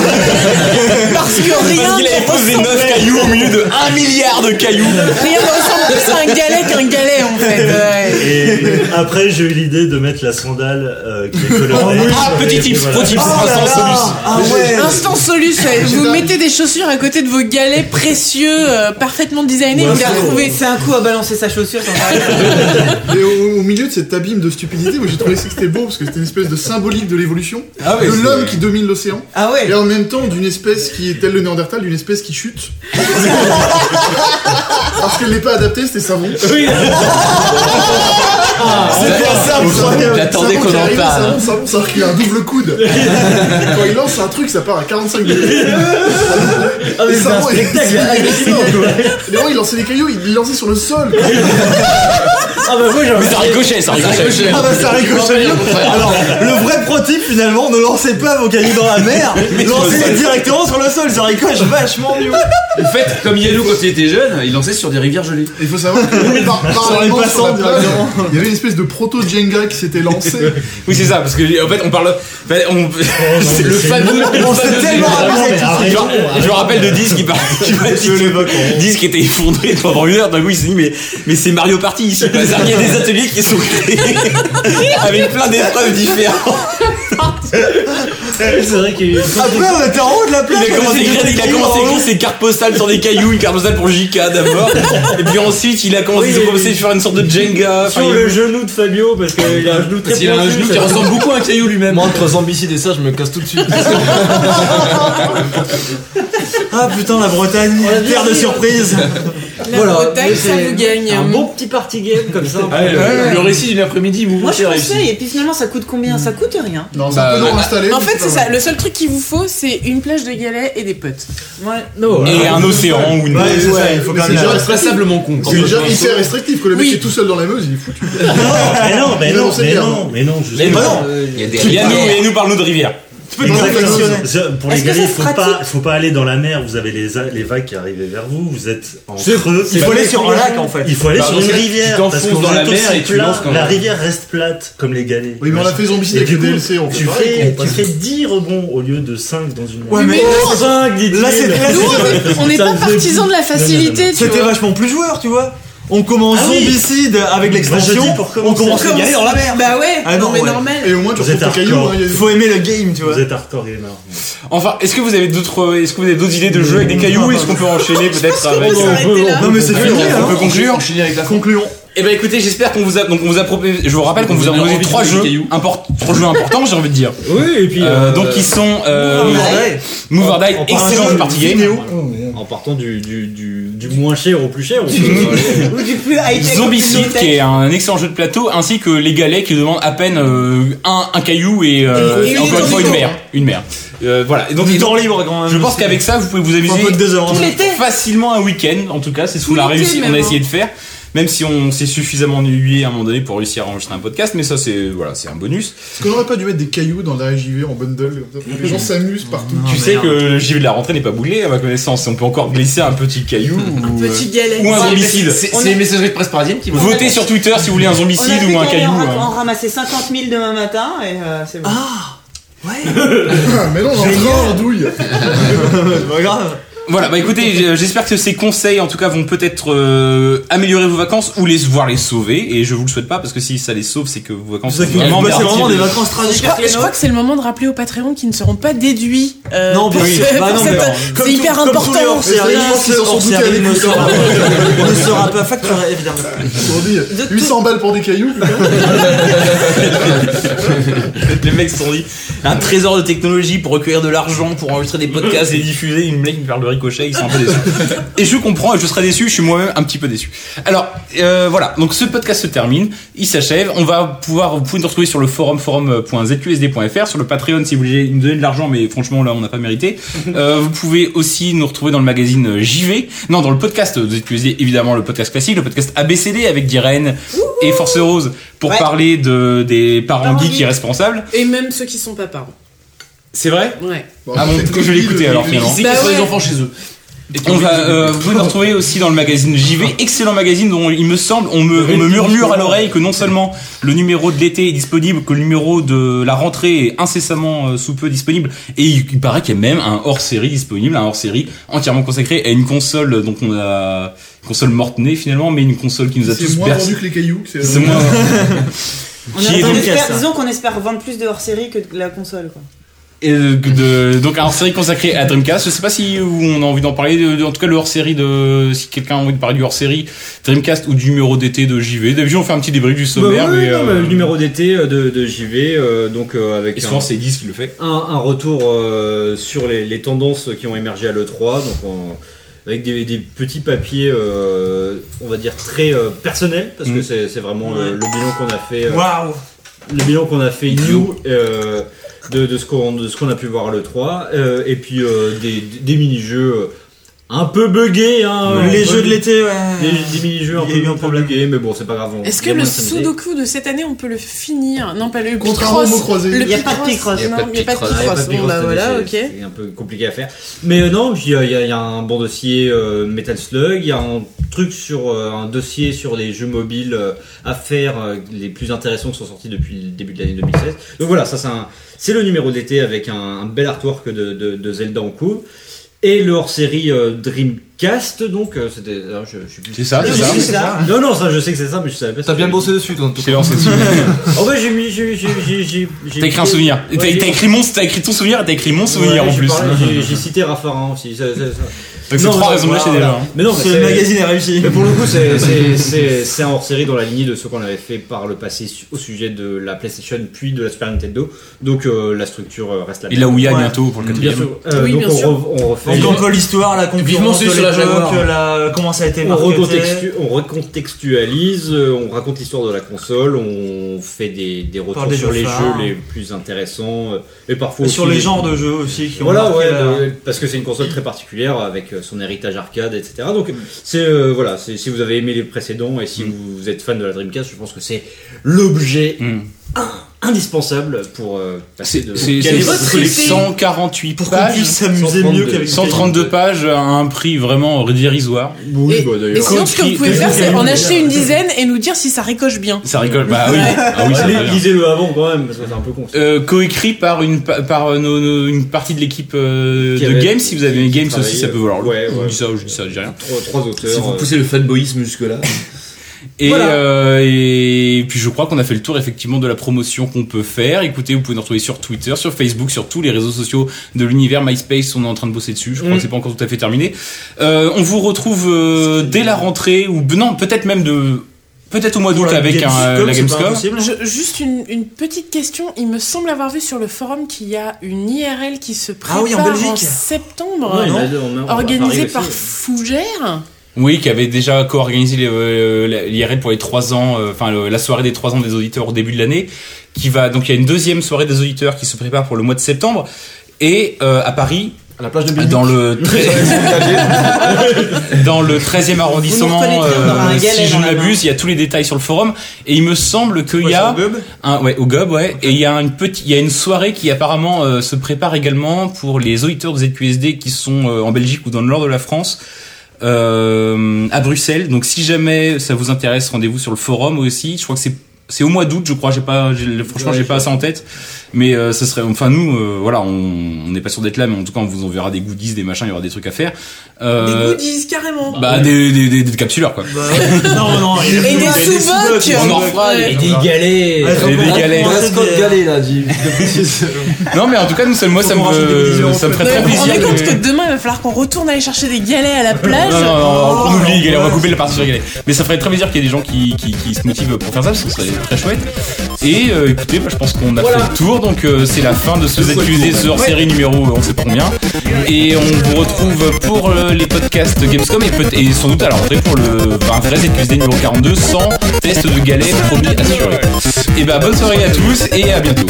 S5: Parce que
S1: parce
S5: rien
S1: qu'il
S5: ne
S1: avait posé 9 cailloux au milieu de 1 milliard de cailloux.
S5: Rien ne ressemble plus à un galet qu'un galet en fait. Ouais.
S8: Et après, j'ai eu l'idée de mettre la sandale euh, qui est colorée.
S1: Ah, petit
S8: Et
S1: tips,
S8: voilà.
S1: pro tips,
S5: Oh
S1: instant solus.
S2: Ah ouais.
S5: Instant solus, ouais. vous
S10: dingue.
S5: mettez des chaussures à côté de vos galets précieux, euh, parfaitement designés, vous les retrouvez.
S7: C'est un coup à balancer sa chaussure quand t'arrives.
S10: Et au, au milieu de cet abîme de stupidité, moi j'ai trouvé que c'était beau parce que c'était une espèce de symbolique de l'évolution,
S1: Ah ouais,
S10: de
S1: c'est-
S10: l'homme qui domine l'océan,
S7: Ah ouais
S10: et en même temps d'une espèce qui est telle le Néandertal, d'une espèce qui chute. parce qu'elle n'est pas adaptée, c'était savon.
S4: Ah
S2: C'était assez incroyable.
S6: J'attendais qu'on en parle.
S10: Savon, savon, savon, qu'il a un double coude. Quand il lance un truc, ça part à 45 degrés.
S4: Ah, mais
S10: Et
S4: c'est un
S10: savon, il-
S4: spectacle hein, hallucinant, quoi.
S10: Et vraiment, il lançait les cailloux, il les lançait sur le sol.
S4: Ah, bah, moi, j'ai
S1: Mais ça ricochet, ça ricochet.
S2: Ah bah ça ricochet mieux. Alors, le vrai pro tip finalement, ne lancez pas vos cailloux dans la mer, lancez-les directement sur le sol, ça ricoche vachement mieux.
S9: En fait, comme Yannou quand il était jeune, il lançait sur des rivières gelées.
S10: Il faut savoir que par, par-
S2: Sur les
S10: par-
S2: passants,
S10: sur la plage,
S2: directement.
S10: il y avait une espèce de proto Jenga qui s'était lancé.
S1: Oui, c'est ça, parce que en fait, on parle. enfin, on- c'est le fameux.
S2: On s'est tellement amusé avec tout ça.
S1: Genre, je me rappelle de Disque qui, par- qui, m'a dit que- Disque était effondré pendant une heure. D'un coup, il s'est dit mais, mais c'est Mario Party ici. quoi. C'est-à-dire qu'il y a des ateliers qui sont créés avec plein d'épreuves différentes.
S8: C'est vrai qu'il y a eu-
S2: Après on était en haut de la plage.
S1: Il a
S2: on
S1: commencé à
S2: était
S1: écrire, il a
S2: cailloux
S1: commencé à
S2: dans l'eau.
S1: écrire ses cartes postales sur des cailloux, une carte postale pour JK d'abord. Et puis ensuite, il a commencé, ils ont commencé à faire une sorte de Jenga. Enfin,
S8: Sur
S1: il-
S8: le genou de Fabio, parce qu'il a un genou très
S9: Il a un
S8: pointu,
S9: genou qui
S8: ça-
S9: ressemble beaucoup à un caillou lui-même.
S3: Moi, entre zombicide et ça, je me casse tout de suite.
S2: Ah putain la Bretagne, terre de surprise.
S5: La
S4: Voilà,
S5: Bretagne,
S4: mais
S5: ça
S4: c'est
S5: vous gagne.
S4: Un bon petit party game comme ça.
S9: Ah, le- Le récit d'une après-midi, vous
S7: Moi je
S9: vous réussi.
S7: conseille, et puis finalement ça coûte combien Ça coûte rien.
S10: Non, c'est
S6: Bah,
S10: un peu
S6: bah,
S10: non installé.
S5: En
S10: mais
S5: fait,
S10: pas
S5: c'est
S10: mal.
S5: ça. Le seul truc qu'il vous faut, c'est une plage de galets et des potes.
S7: Ouais.
S4: Non,
S1: Et un océan ou une.
S2: Ouais, c'est ça, il faut quand
S10: Mais
S2: même.
S10: c'est
S2: la-
S10: genre-
S9: Passablement con.
S10: C'est déjà hyper restrictif que le mec
S5: Oui.
S10: qui est tout seul dans la Meuse, il est foutu.
S8: Mais non, mais
S10: Il
S8: non,
S10: annonçait
S8: mais
S10: bien.
S8: non, mais non, justement.
S1: Mais non,
S6: Il y a des
S1: Il y a nous,
S6: rivières.
S1: et nous parle-nous de rivière.
S8: Exactement.
S2: confectionner.
S8: C'est- Pour les
S7: Est-ce que
S8: galets, il
S7: ça se
S8: faut
S7: pratique
S8: pas, faut pas aller dans la mer. Vous avez les, a- les vagues qui arrivent vers vous. Vous êtes en creux.
S2: Il faut aller sur un lac en fait.
S8: Il faut aller
S9: Bah,
S8: sur
S9: dans
S8: une
S9: ce cas, tu
S8: rivière.
S9: t'enfonces
S8: parce qu'on
S9: dans la
S8: est
S9: mer
S8: aussi
S9: et tu
S8: plat.
S9: lances quand
S8: La
S9: même.
S8: rivière reste plate, comme les galets.
S10: Oui, mais on l'a fait zombicide
S8: Et
S10: avec
S8: du
S10: le
S8: coup,
S10: DLC, on fait
S8: Tu
S10: pareil,
S8: fais,
S10: on
S8: tu
S10: passe-
S8: fais 10 rebonds au lieu de 5 dans une
S2: Ouais, mais
S5: Mais
S2: non,
S8: 5, dit-il.
S2: Là, c'est- là,
S5: Nous, on est- on n'est pas partisans de la facilité, tu
S2: c'était
S5: vois.
S2: vachement plus joueur, tu vois. On commence
S8: oui.
S2: zombicide avec l'extension,
S8: Moi, je dis pour
S2: on
S8: commencer.
S2: commence à
S5: Comme
S2: galer dans la mer.
S5: Bah ouais,
S2: Ah
S5: non,
S2: non,
S5: mais
S2: ouais.
S5: normal.
S10: Et au moins, tu
S8: Vous êtes
S10: retrouves tes cailloux.
S8: hardcore.
S10: hein, il y a des-
S2: Faut aimer le game, tu vois.
S8: Vous êtes hardcore gamer.
S1: Enfin, est-ce que vous avez d'autres, est-ce que vous avez d'autres idées de jeux avec des cailloux Est-ce qu'on peut enchaîner peut-être avec
S5: peut s'arrêter là.
S2: Non mais c'est fini,
S1: on peut
S2: hein.
S1: conclure.
S9: Enchaîner avec la fin.
S2: Concluons.
S1: Eh ben écoutez, j'espère qu'on vous a donc on vous a proposé. Je vous rappelle qu'on
S9: Vous
S1: vous a
S9: avez
S1: proposé
S9: envie de
S1: trois
S9: jouer des
S1: jeux
S9: cailloux
S1: import- trois jeux importants, j'ai envie de dire.
S4: Oui, et puis.
S1: Euh,
S4: euh,
S1: donc qui sont euh,
S2: Ouais.
S1: Move or Die,
S4: en parlant
S1: excellente
S4: de
S1: partie game.
S4: En partant du, du, du, du moins cher au plus cher, on peut.
S7: Ou du plus high-tech. au
S1: Zombicide
S7: plus low-tech.
S1: qui est un excellent jeu de plateau ainsi que les galets qui demandent à peine euh, un, un caillou et, euh,
S5: Et une
S1: encore une fois une
S5: tornado.
S1: mer une mer Euh, voilà et donc
S2: Du temps libre quand même.
S1: je pense qu'avec ça vous pouvez vous
S2: un peu de
S1: amuser
S2: deux heures. hein.
S5: Tout l'été.
S1: facilement un week-end en tout cas c'est ce
S5: Tout
S1: qu'on a
S5: l'été,
S1: réussi
S5: même,
S1: on a
S5: hein.
S1: essayé de faire même si on s'est suffisamment ennuyé à un moment donné pour réussir à enregistrer un podcast mais ça c'est voilà c'est un bonus
S10: Est-ce qu'on aurait pas dû mettre des cailloux dans la JV en bundle comme ça, pour que Les gens s'amusent partout.
S1: tu sais que le JV de la rentrée n'est pas bouclé à ma connaissance on peut encore glisser un petit caillou ou, euh,
S5: Petit galet.
S1: ou un
S5: Ouais.
S1: zombicide
S9: C'est c'est les messageries de presse parisienne qui vont.
S1: votez sur Twitter si vous voulez un
S7: On
S1: zombicide
S7: a
S1: ou un caillou
S7: en, ra-
S1: hein.
S7: en ramasser 50 000 demain matin et euh, c'est bon.
S10: Ah, mais non, on est en douille.
S2: Pas grave.
S1: Voilà, bah écoutez, j- j'espère que ces conseils en tout cas vont peut-être euh, améliorer vos vacances ou les voir les sauver et je vous le souhaite pas parce que si ça les sauve, c'est que vos vacances sont vraiment
S2: Bah, c'est
S1: parties
S2: vraiment
S1: de-
S2: des vacances
S5: Je
S2: tragiques.
S5: crois, je crois que c'est le moment de rappeler aux Patreons qui ne seront pas déduits. euh,
S2: Non,
S5: pour
S2: bah oui.
S5: ce-
S2: Bah
S5: pour
S2: non, mais
S5: cette-
S2: alors, comme
S5: C'est
S2: tous-
S5: hyper
S2: comme tous les
S5: important.
S2: hors-séries,
S5: C'est-
S2: hors-séries,
S10: c'est
S2: hors-séries
S10: douté
S2: ne
S10: avec
S2: sera pas- ne sera pas facturé, évidemment.
S10: Aujourd'hui,
S7: De tout-
S10: 800 balles pour des cailloux, putain.
S1: Les mecs se sont dit un trésor de technologie pour recueillir de l'argent, pour enregistrer des podcasts, les diffuser. Une blague me parle de ricochet, ils sont un peu déçus. Et je comprends, et je serais déçu, je suis moi-même un petit peu déçu. Alors euh, voilà, donc ce podcast se termine, il s'achève. On va pouvoir, vous pouvez nous retrouver sur le forum euh, forum.zqsd.fr, sur le Patreon si vous voulez nous donner de l'argent, mais franchement là on n'a pas mérité. Euh, vous pouvez aussi nous retrouver dans le magazine euh, JV, non dans le podcast euh, de ZQSD, évidemment le podcast classique, le podcast ABCD avec Diren et Force Rose pour
S5: Ouais.
S1: parler de des parents
S5: Parents
S1: geeks
S5: geeks.
S1: irresponsables.
S5: Et même ceux qui sont pas parents.
S1: C'est vrai
S5: Ouais.
S10: Bon,
S1: Ah bon,
S10: c'est
S1: que je vais l'écouter,
S10: le-
S1: alors,
S10: le-
S1: finalement.
S10: le-
S5: Bah
S10: qui sont
S5: ouais.
S10: les enfants chez eux.
S1: On va, euh, vous pouvez nous retrouver aussi dans le magazine
S10: Ah.
S1: JV, excellent magazine dont il me semble, on me, on me murmure à l'oreille que non seulement le numéro de l'été est disponible, que le numéro de la rentrée est incessamment euh, sous peu disponible, et il, il paraît qu'il y a même un hors-série disponible, un hors-série entièrement consacré à une console, donc on a une console morte-née finalement, mais une console qui nous a
S10: C'est
S1: tous
S10: moins
S1: bercé.
S10: vendu que les cailloux.
S1: C'est moins.
S7: On
S1: Qui est
S7: espère-
S1: donc-
S7: espère- disons qu'on espère vendre plus de hors-série que de la console. Quoi.
S1: Et euh, de- donc un hors-série consacré à Dreamcast. Je sais pas si on a envie d'en parler. de- de- En tout cas, le hors-série de si quelqu'un a envie de parler du hors-série Dreamcast ou du numéro d'été de JV. D'habitude, on fait un petit débrief du
S4: Bah
S1: sommaire,
S4: ouais,
S1: mais,
S4: non,
S1: euh,
S4: mais le numéro d'été euh, de, de JV, euh, donc euh, avec
S1: et
S4: un,
S1: souvent c'est 10 qui le fait.
S4: un- un retour euh, sur les, les tendances qui ont émergé à l'E3, donc en- avec des, des petits papiers, euh, on va dire très euh, personnels, parce que
S1: Mm.
S4: c'est c'est vraiment le,
S2: Ouais.
S4: le bilan qu'on a fait. euh,
S2: Waouh!
S4: le bilan qu'on a fait nous euh, de, de ce qu'on de ce qu'on a pu voir le 3 euh, et puis euh, des, des mini-jeux euh, un peu buggés hein,
S2: Les
S4: un peu-
S2: jeux de l'été, ouais.
S4: des, des mini-jeux un
S2: Il y
S4: peu,
S2: a eu un
S4: un peu
S2: problème.
S4: buggés mais bon c'est pas grave on-
S5: Est-ce
S4: il y
S5: que
S4: a
S5: le
S4: moins de samedi.
S5: Sudoku de cette année, on peut le finir Non, pas le
S10: Contrairement
S5: Picross.
S10: au mot croisé.
S5: Le
S7: Il n'y a pas de
S5: Picross.
S7: Picross.
S6: Il y a
S5: Non,
S6: pas de
S5: il n'y a pas de
S6: Picross.
S4: Ah, il y a pas
S5: Picross.
S4: de
S5: Bon,
S4: Picross,
S5: bah voilà,
S4: c'est-
S5: ok.
S4: c'est un peu compliqué à faire. Mais euh, non, puis euh, il y, a- il y a un bon dossier euh, Metal Slug, il y a un truc sur euh, un dossier sur les jeux mobiles euh, à faire euh, les plus intéressants qui sont sortis depuis le début de l'année 2016. Donc voilà, ça c'est un- c'est le numéro d'été avec un, un bel artwork de, de- de Zelda en cours. Et le hors-série euh, Dreamcast, donc euh, c'était. alors, Je, je suis plus...
S1: C'est ça, c'est ça.
S7: C'est ça.
S4: Non, non, ça je sais que c'est ça, mais je savais pas.
S3: T'as bien bossé dessus, toi, en tout
S1: C'est
S3: cas.
S1: lancé dessus.
S4: En vrai, j'ai mis. j'ai- j'ai- j'ai- j'ai- j'ai-
S1: T'as écrit un souvenir. T'as t'as
S4: Ouais,
S1: écrit mon, t'as écrit ton souvenir, et t'as écrit mon souvenir
S4: Ouais,
S1: en
S4: j'ai
S1: plus.
S4: parlé-
S1: Donc
S4: j'ai- J'ai cité Raffarin aussi. ça- ça- ça.
S1: c'est
S4: Non,
S1: trois
S4: non,
S1: raisons de
S4: voilà,
S1: lâcher
S4: voilà.
S1: déjà. hein.
S4: Mais non, mais
S2: C'est-
S4: c'est-
S2: Le magazine est réussi.
S4: Mais pour le coup, c'est- c'est- c'est c'est un hors-série dans la lignée de ce qu'on avait fait par le passé su- au sujet de la PlayStation puis de la Super Nintendo. Donc euh, la structure euh, reste la
S1: Et
S4: même.
S1: là où il y a
S2: Ouais.
S1: bientôt pour le
S4: Bien
S1: quatrième.
S4: sûr. Euh,
S5: Oui,
S4: donc
S5: bien
S4: on,
S5: sûr.
S4: re- on refait.
S2: Donc encore l'histoire, la
S9: Vivement
S2: concurrence,
S9: celui sur
S2: les
S9: la Jaguar.
S2: blocs, la... comment ça a été
S4: On,
S2: marketé.
S4: recontextu- on recontextualise, euh, on raconte l'histoire de la console, on fait des, des retours
S2: Parle des
S4: sur
S2: jeux
S4: les
S2: phares.
S4: jeux les plus intéressants euh, et parfois
S2: Sur
S4: aussi
S2: les
S4: des-
S2: genres de jeux aussi qui ont
S4: Voilà,
S2: marqué
S4: ouais,
S2: la-
S4: euh, parce que c'est une console très particulière avec euh, son héritage arcade, etc.
S2: Mm.
S4: Donc, c'est euh, voilà, c'est- si vous avez aimé les précédents et si vous, vous êtes fan de la Dreamcast, je pense que c'est l'objet
S1: Hmm.
S4: indispensable pour euh, passer
S1: C'est
S4: de.
S1: c'est-
S4: Quel est
S1: c'est-
S4: votre
S1: c'est
S4: essai
S1: 148
S2: Pour qu'on puisse
S1: pages.
S2: s'amuser
S4: 132.
S2: mieux qu'avec
S1: 132 pages à un prix vraiment dérisoire.
S4: Oui, bah,
S5: Et
S4: d'ailleurs.
S5: sinon, ce que vous pouvez
S4: Coach,
S5: faire, c'est
S4: coach,
S5: en
S4: coach.
S5: acheter une dizaine et nous dire si ça ricoche bien.
S1: Ça rigole. Bah oui. Ah oui, ça
S4: Allez,
S1: rigole.
S4: lisez-le avant quand même, parce que c'est un peu con. ça.
S1: Euh, coécrit par une pa- par euh, nos- nos- une partie de l'équipe euh,
S4: Qui
S1: de
S4: avait-
S1: Games si vous avez
S4: qui-
S1: aimé
S4: qui
S1: Games aussi
S4: travaillait,
S1: ça peut valoir le
S4: ouais,
S1: coup.
S4: ouais.
S1: je dis ça je dis ça je dis rien
S4: Trois, trois auteurs.
S9: Si vous
S4: euh,
S9: poussez le fanboyisme jusque-là.
S1: et,
S4: Voilà.
S1: euh, et puis je crois qu'on a fait le tour effectivement de la promotion qu'on peut faire écoutez vous pouvez nous retrouver sur Twitter sur Facebook sur tous les réseaux sociaux de l'univers MySpace on est en train de bosser dessus je crois
S4: Mm.
S1: que c'est pas encore tout à fait terminé euh, on vous retrouve euh, dès la rentrée ou non peut-être même de peut-être au mois d'août avec un, euh, la Gamescom
S5: Je- juste une, une petite question. Il me semble avoir vu sur le forum qu'il y a une IRL qui se prépare
S2: Ah oui, en Belgique.
S5: septembre,
S4: ouais, on a- on a- on a-
S5: organisée
S4: Paris
S5: par
S4: aussi.
S5: Fougère.
S1: Oui, qui avait déjà co-organisé les, euh, la- l'IRL pour les trois ans, euh, enfin le- la soirée des trois ans des auditeurs au début de l'année, qui va donc il y a une deuxième soirée des auditeurs qui se prépare pour le mois de septembre et euh, à Paris
S3: À la plage de
S1: dans le treize- dans le 13e arrondissement, euh,
S7: Vous nous reconnaîtrez, on aura un galet
S1: si je
S7: dans
S1: ne
S7: la main.
S1: m'abuse, il y a tous les détails sur le forum et il me semble qu'il y a un, ouais, au Gob, ouais. Et il y a une petite, il y a une soirée qui apparemment euh, se prépare également pour les auditeurs de ZQSD qui sont euh, en Belgique ou dans le nord de la France. Euh, à Bruxelles. Donc si jamais ça vous intéresse, rendez-vous sur le forum aussi. Je crois que c'est c'est au mois d'août, je crois. J'ai pas, j'ai- franchement, j'ai pas ça en tête. Mais euh, ça serait, enfin nous, euh, voilà, on on n'est pas sûr d'être là, mais en tout cas, on vous enverra des goodies, des machins, il y aura des trucs à faire.
S5: Des
S1: Euh,
S5: goodies, carrément.
S1: bah des, des, des, des capsuleurs quoi.
S8: Bah, non, non, il
S5: Et des sous-bocs.
S1: On en refera,
S5: Ah, Ouais.
S4: des galets.
S1: Et des galets.
S8: Des-
S2: là, dit.
S1: Non mais en tout cas, nous, ça- moi, ça me,
S2: Faut qu'on rachète des goodies,
S1: ça me ferait
S5: Non, mais
S1: très
S5: vous vous
S1: plaisir.
S5: rendez compte que demain il va falloir qu'on retourne aller chercher des galets à la plage.
S1: Non, non, non, on oublie les galets, on va couper la partie sur les galets. Mais ça ferait très plaisir qu'il y ait des gens qui, qui, qui se motivent pour faire ça, parce que ce serait très chouette. Et euh, écoutez, bah, je pense qu'on a fait le tour, donc euh, c'est la fin de ce ZQSD sur série numéro euh, on sait pas combien. Et on vous retrouve pour euh, les podcasts Gamescom et, peut- et sans doute à la rentrée pour le bah, un vrai ZQSD numéro 42 sans test de galets promis assuré. Et bah bonne soirée à tous et à bientôt.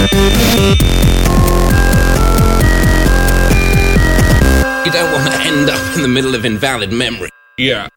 S11: You don't want to end up in the middle of invalid memory. Yeah.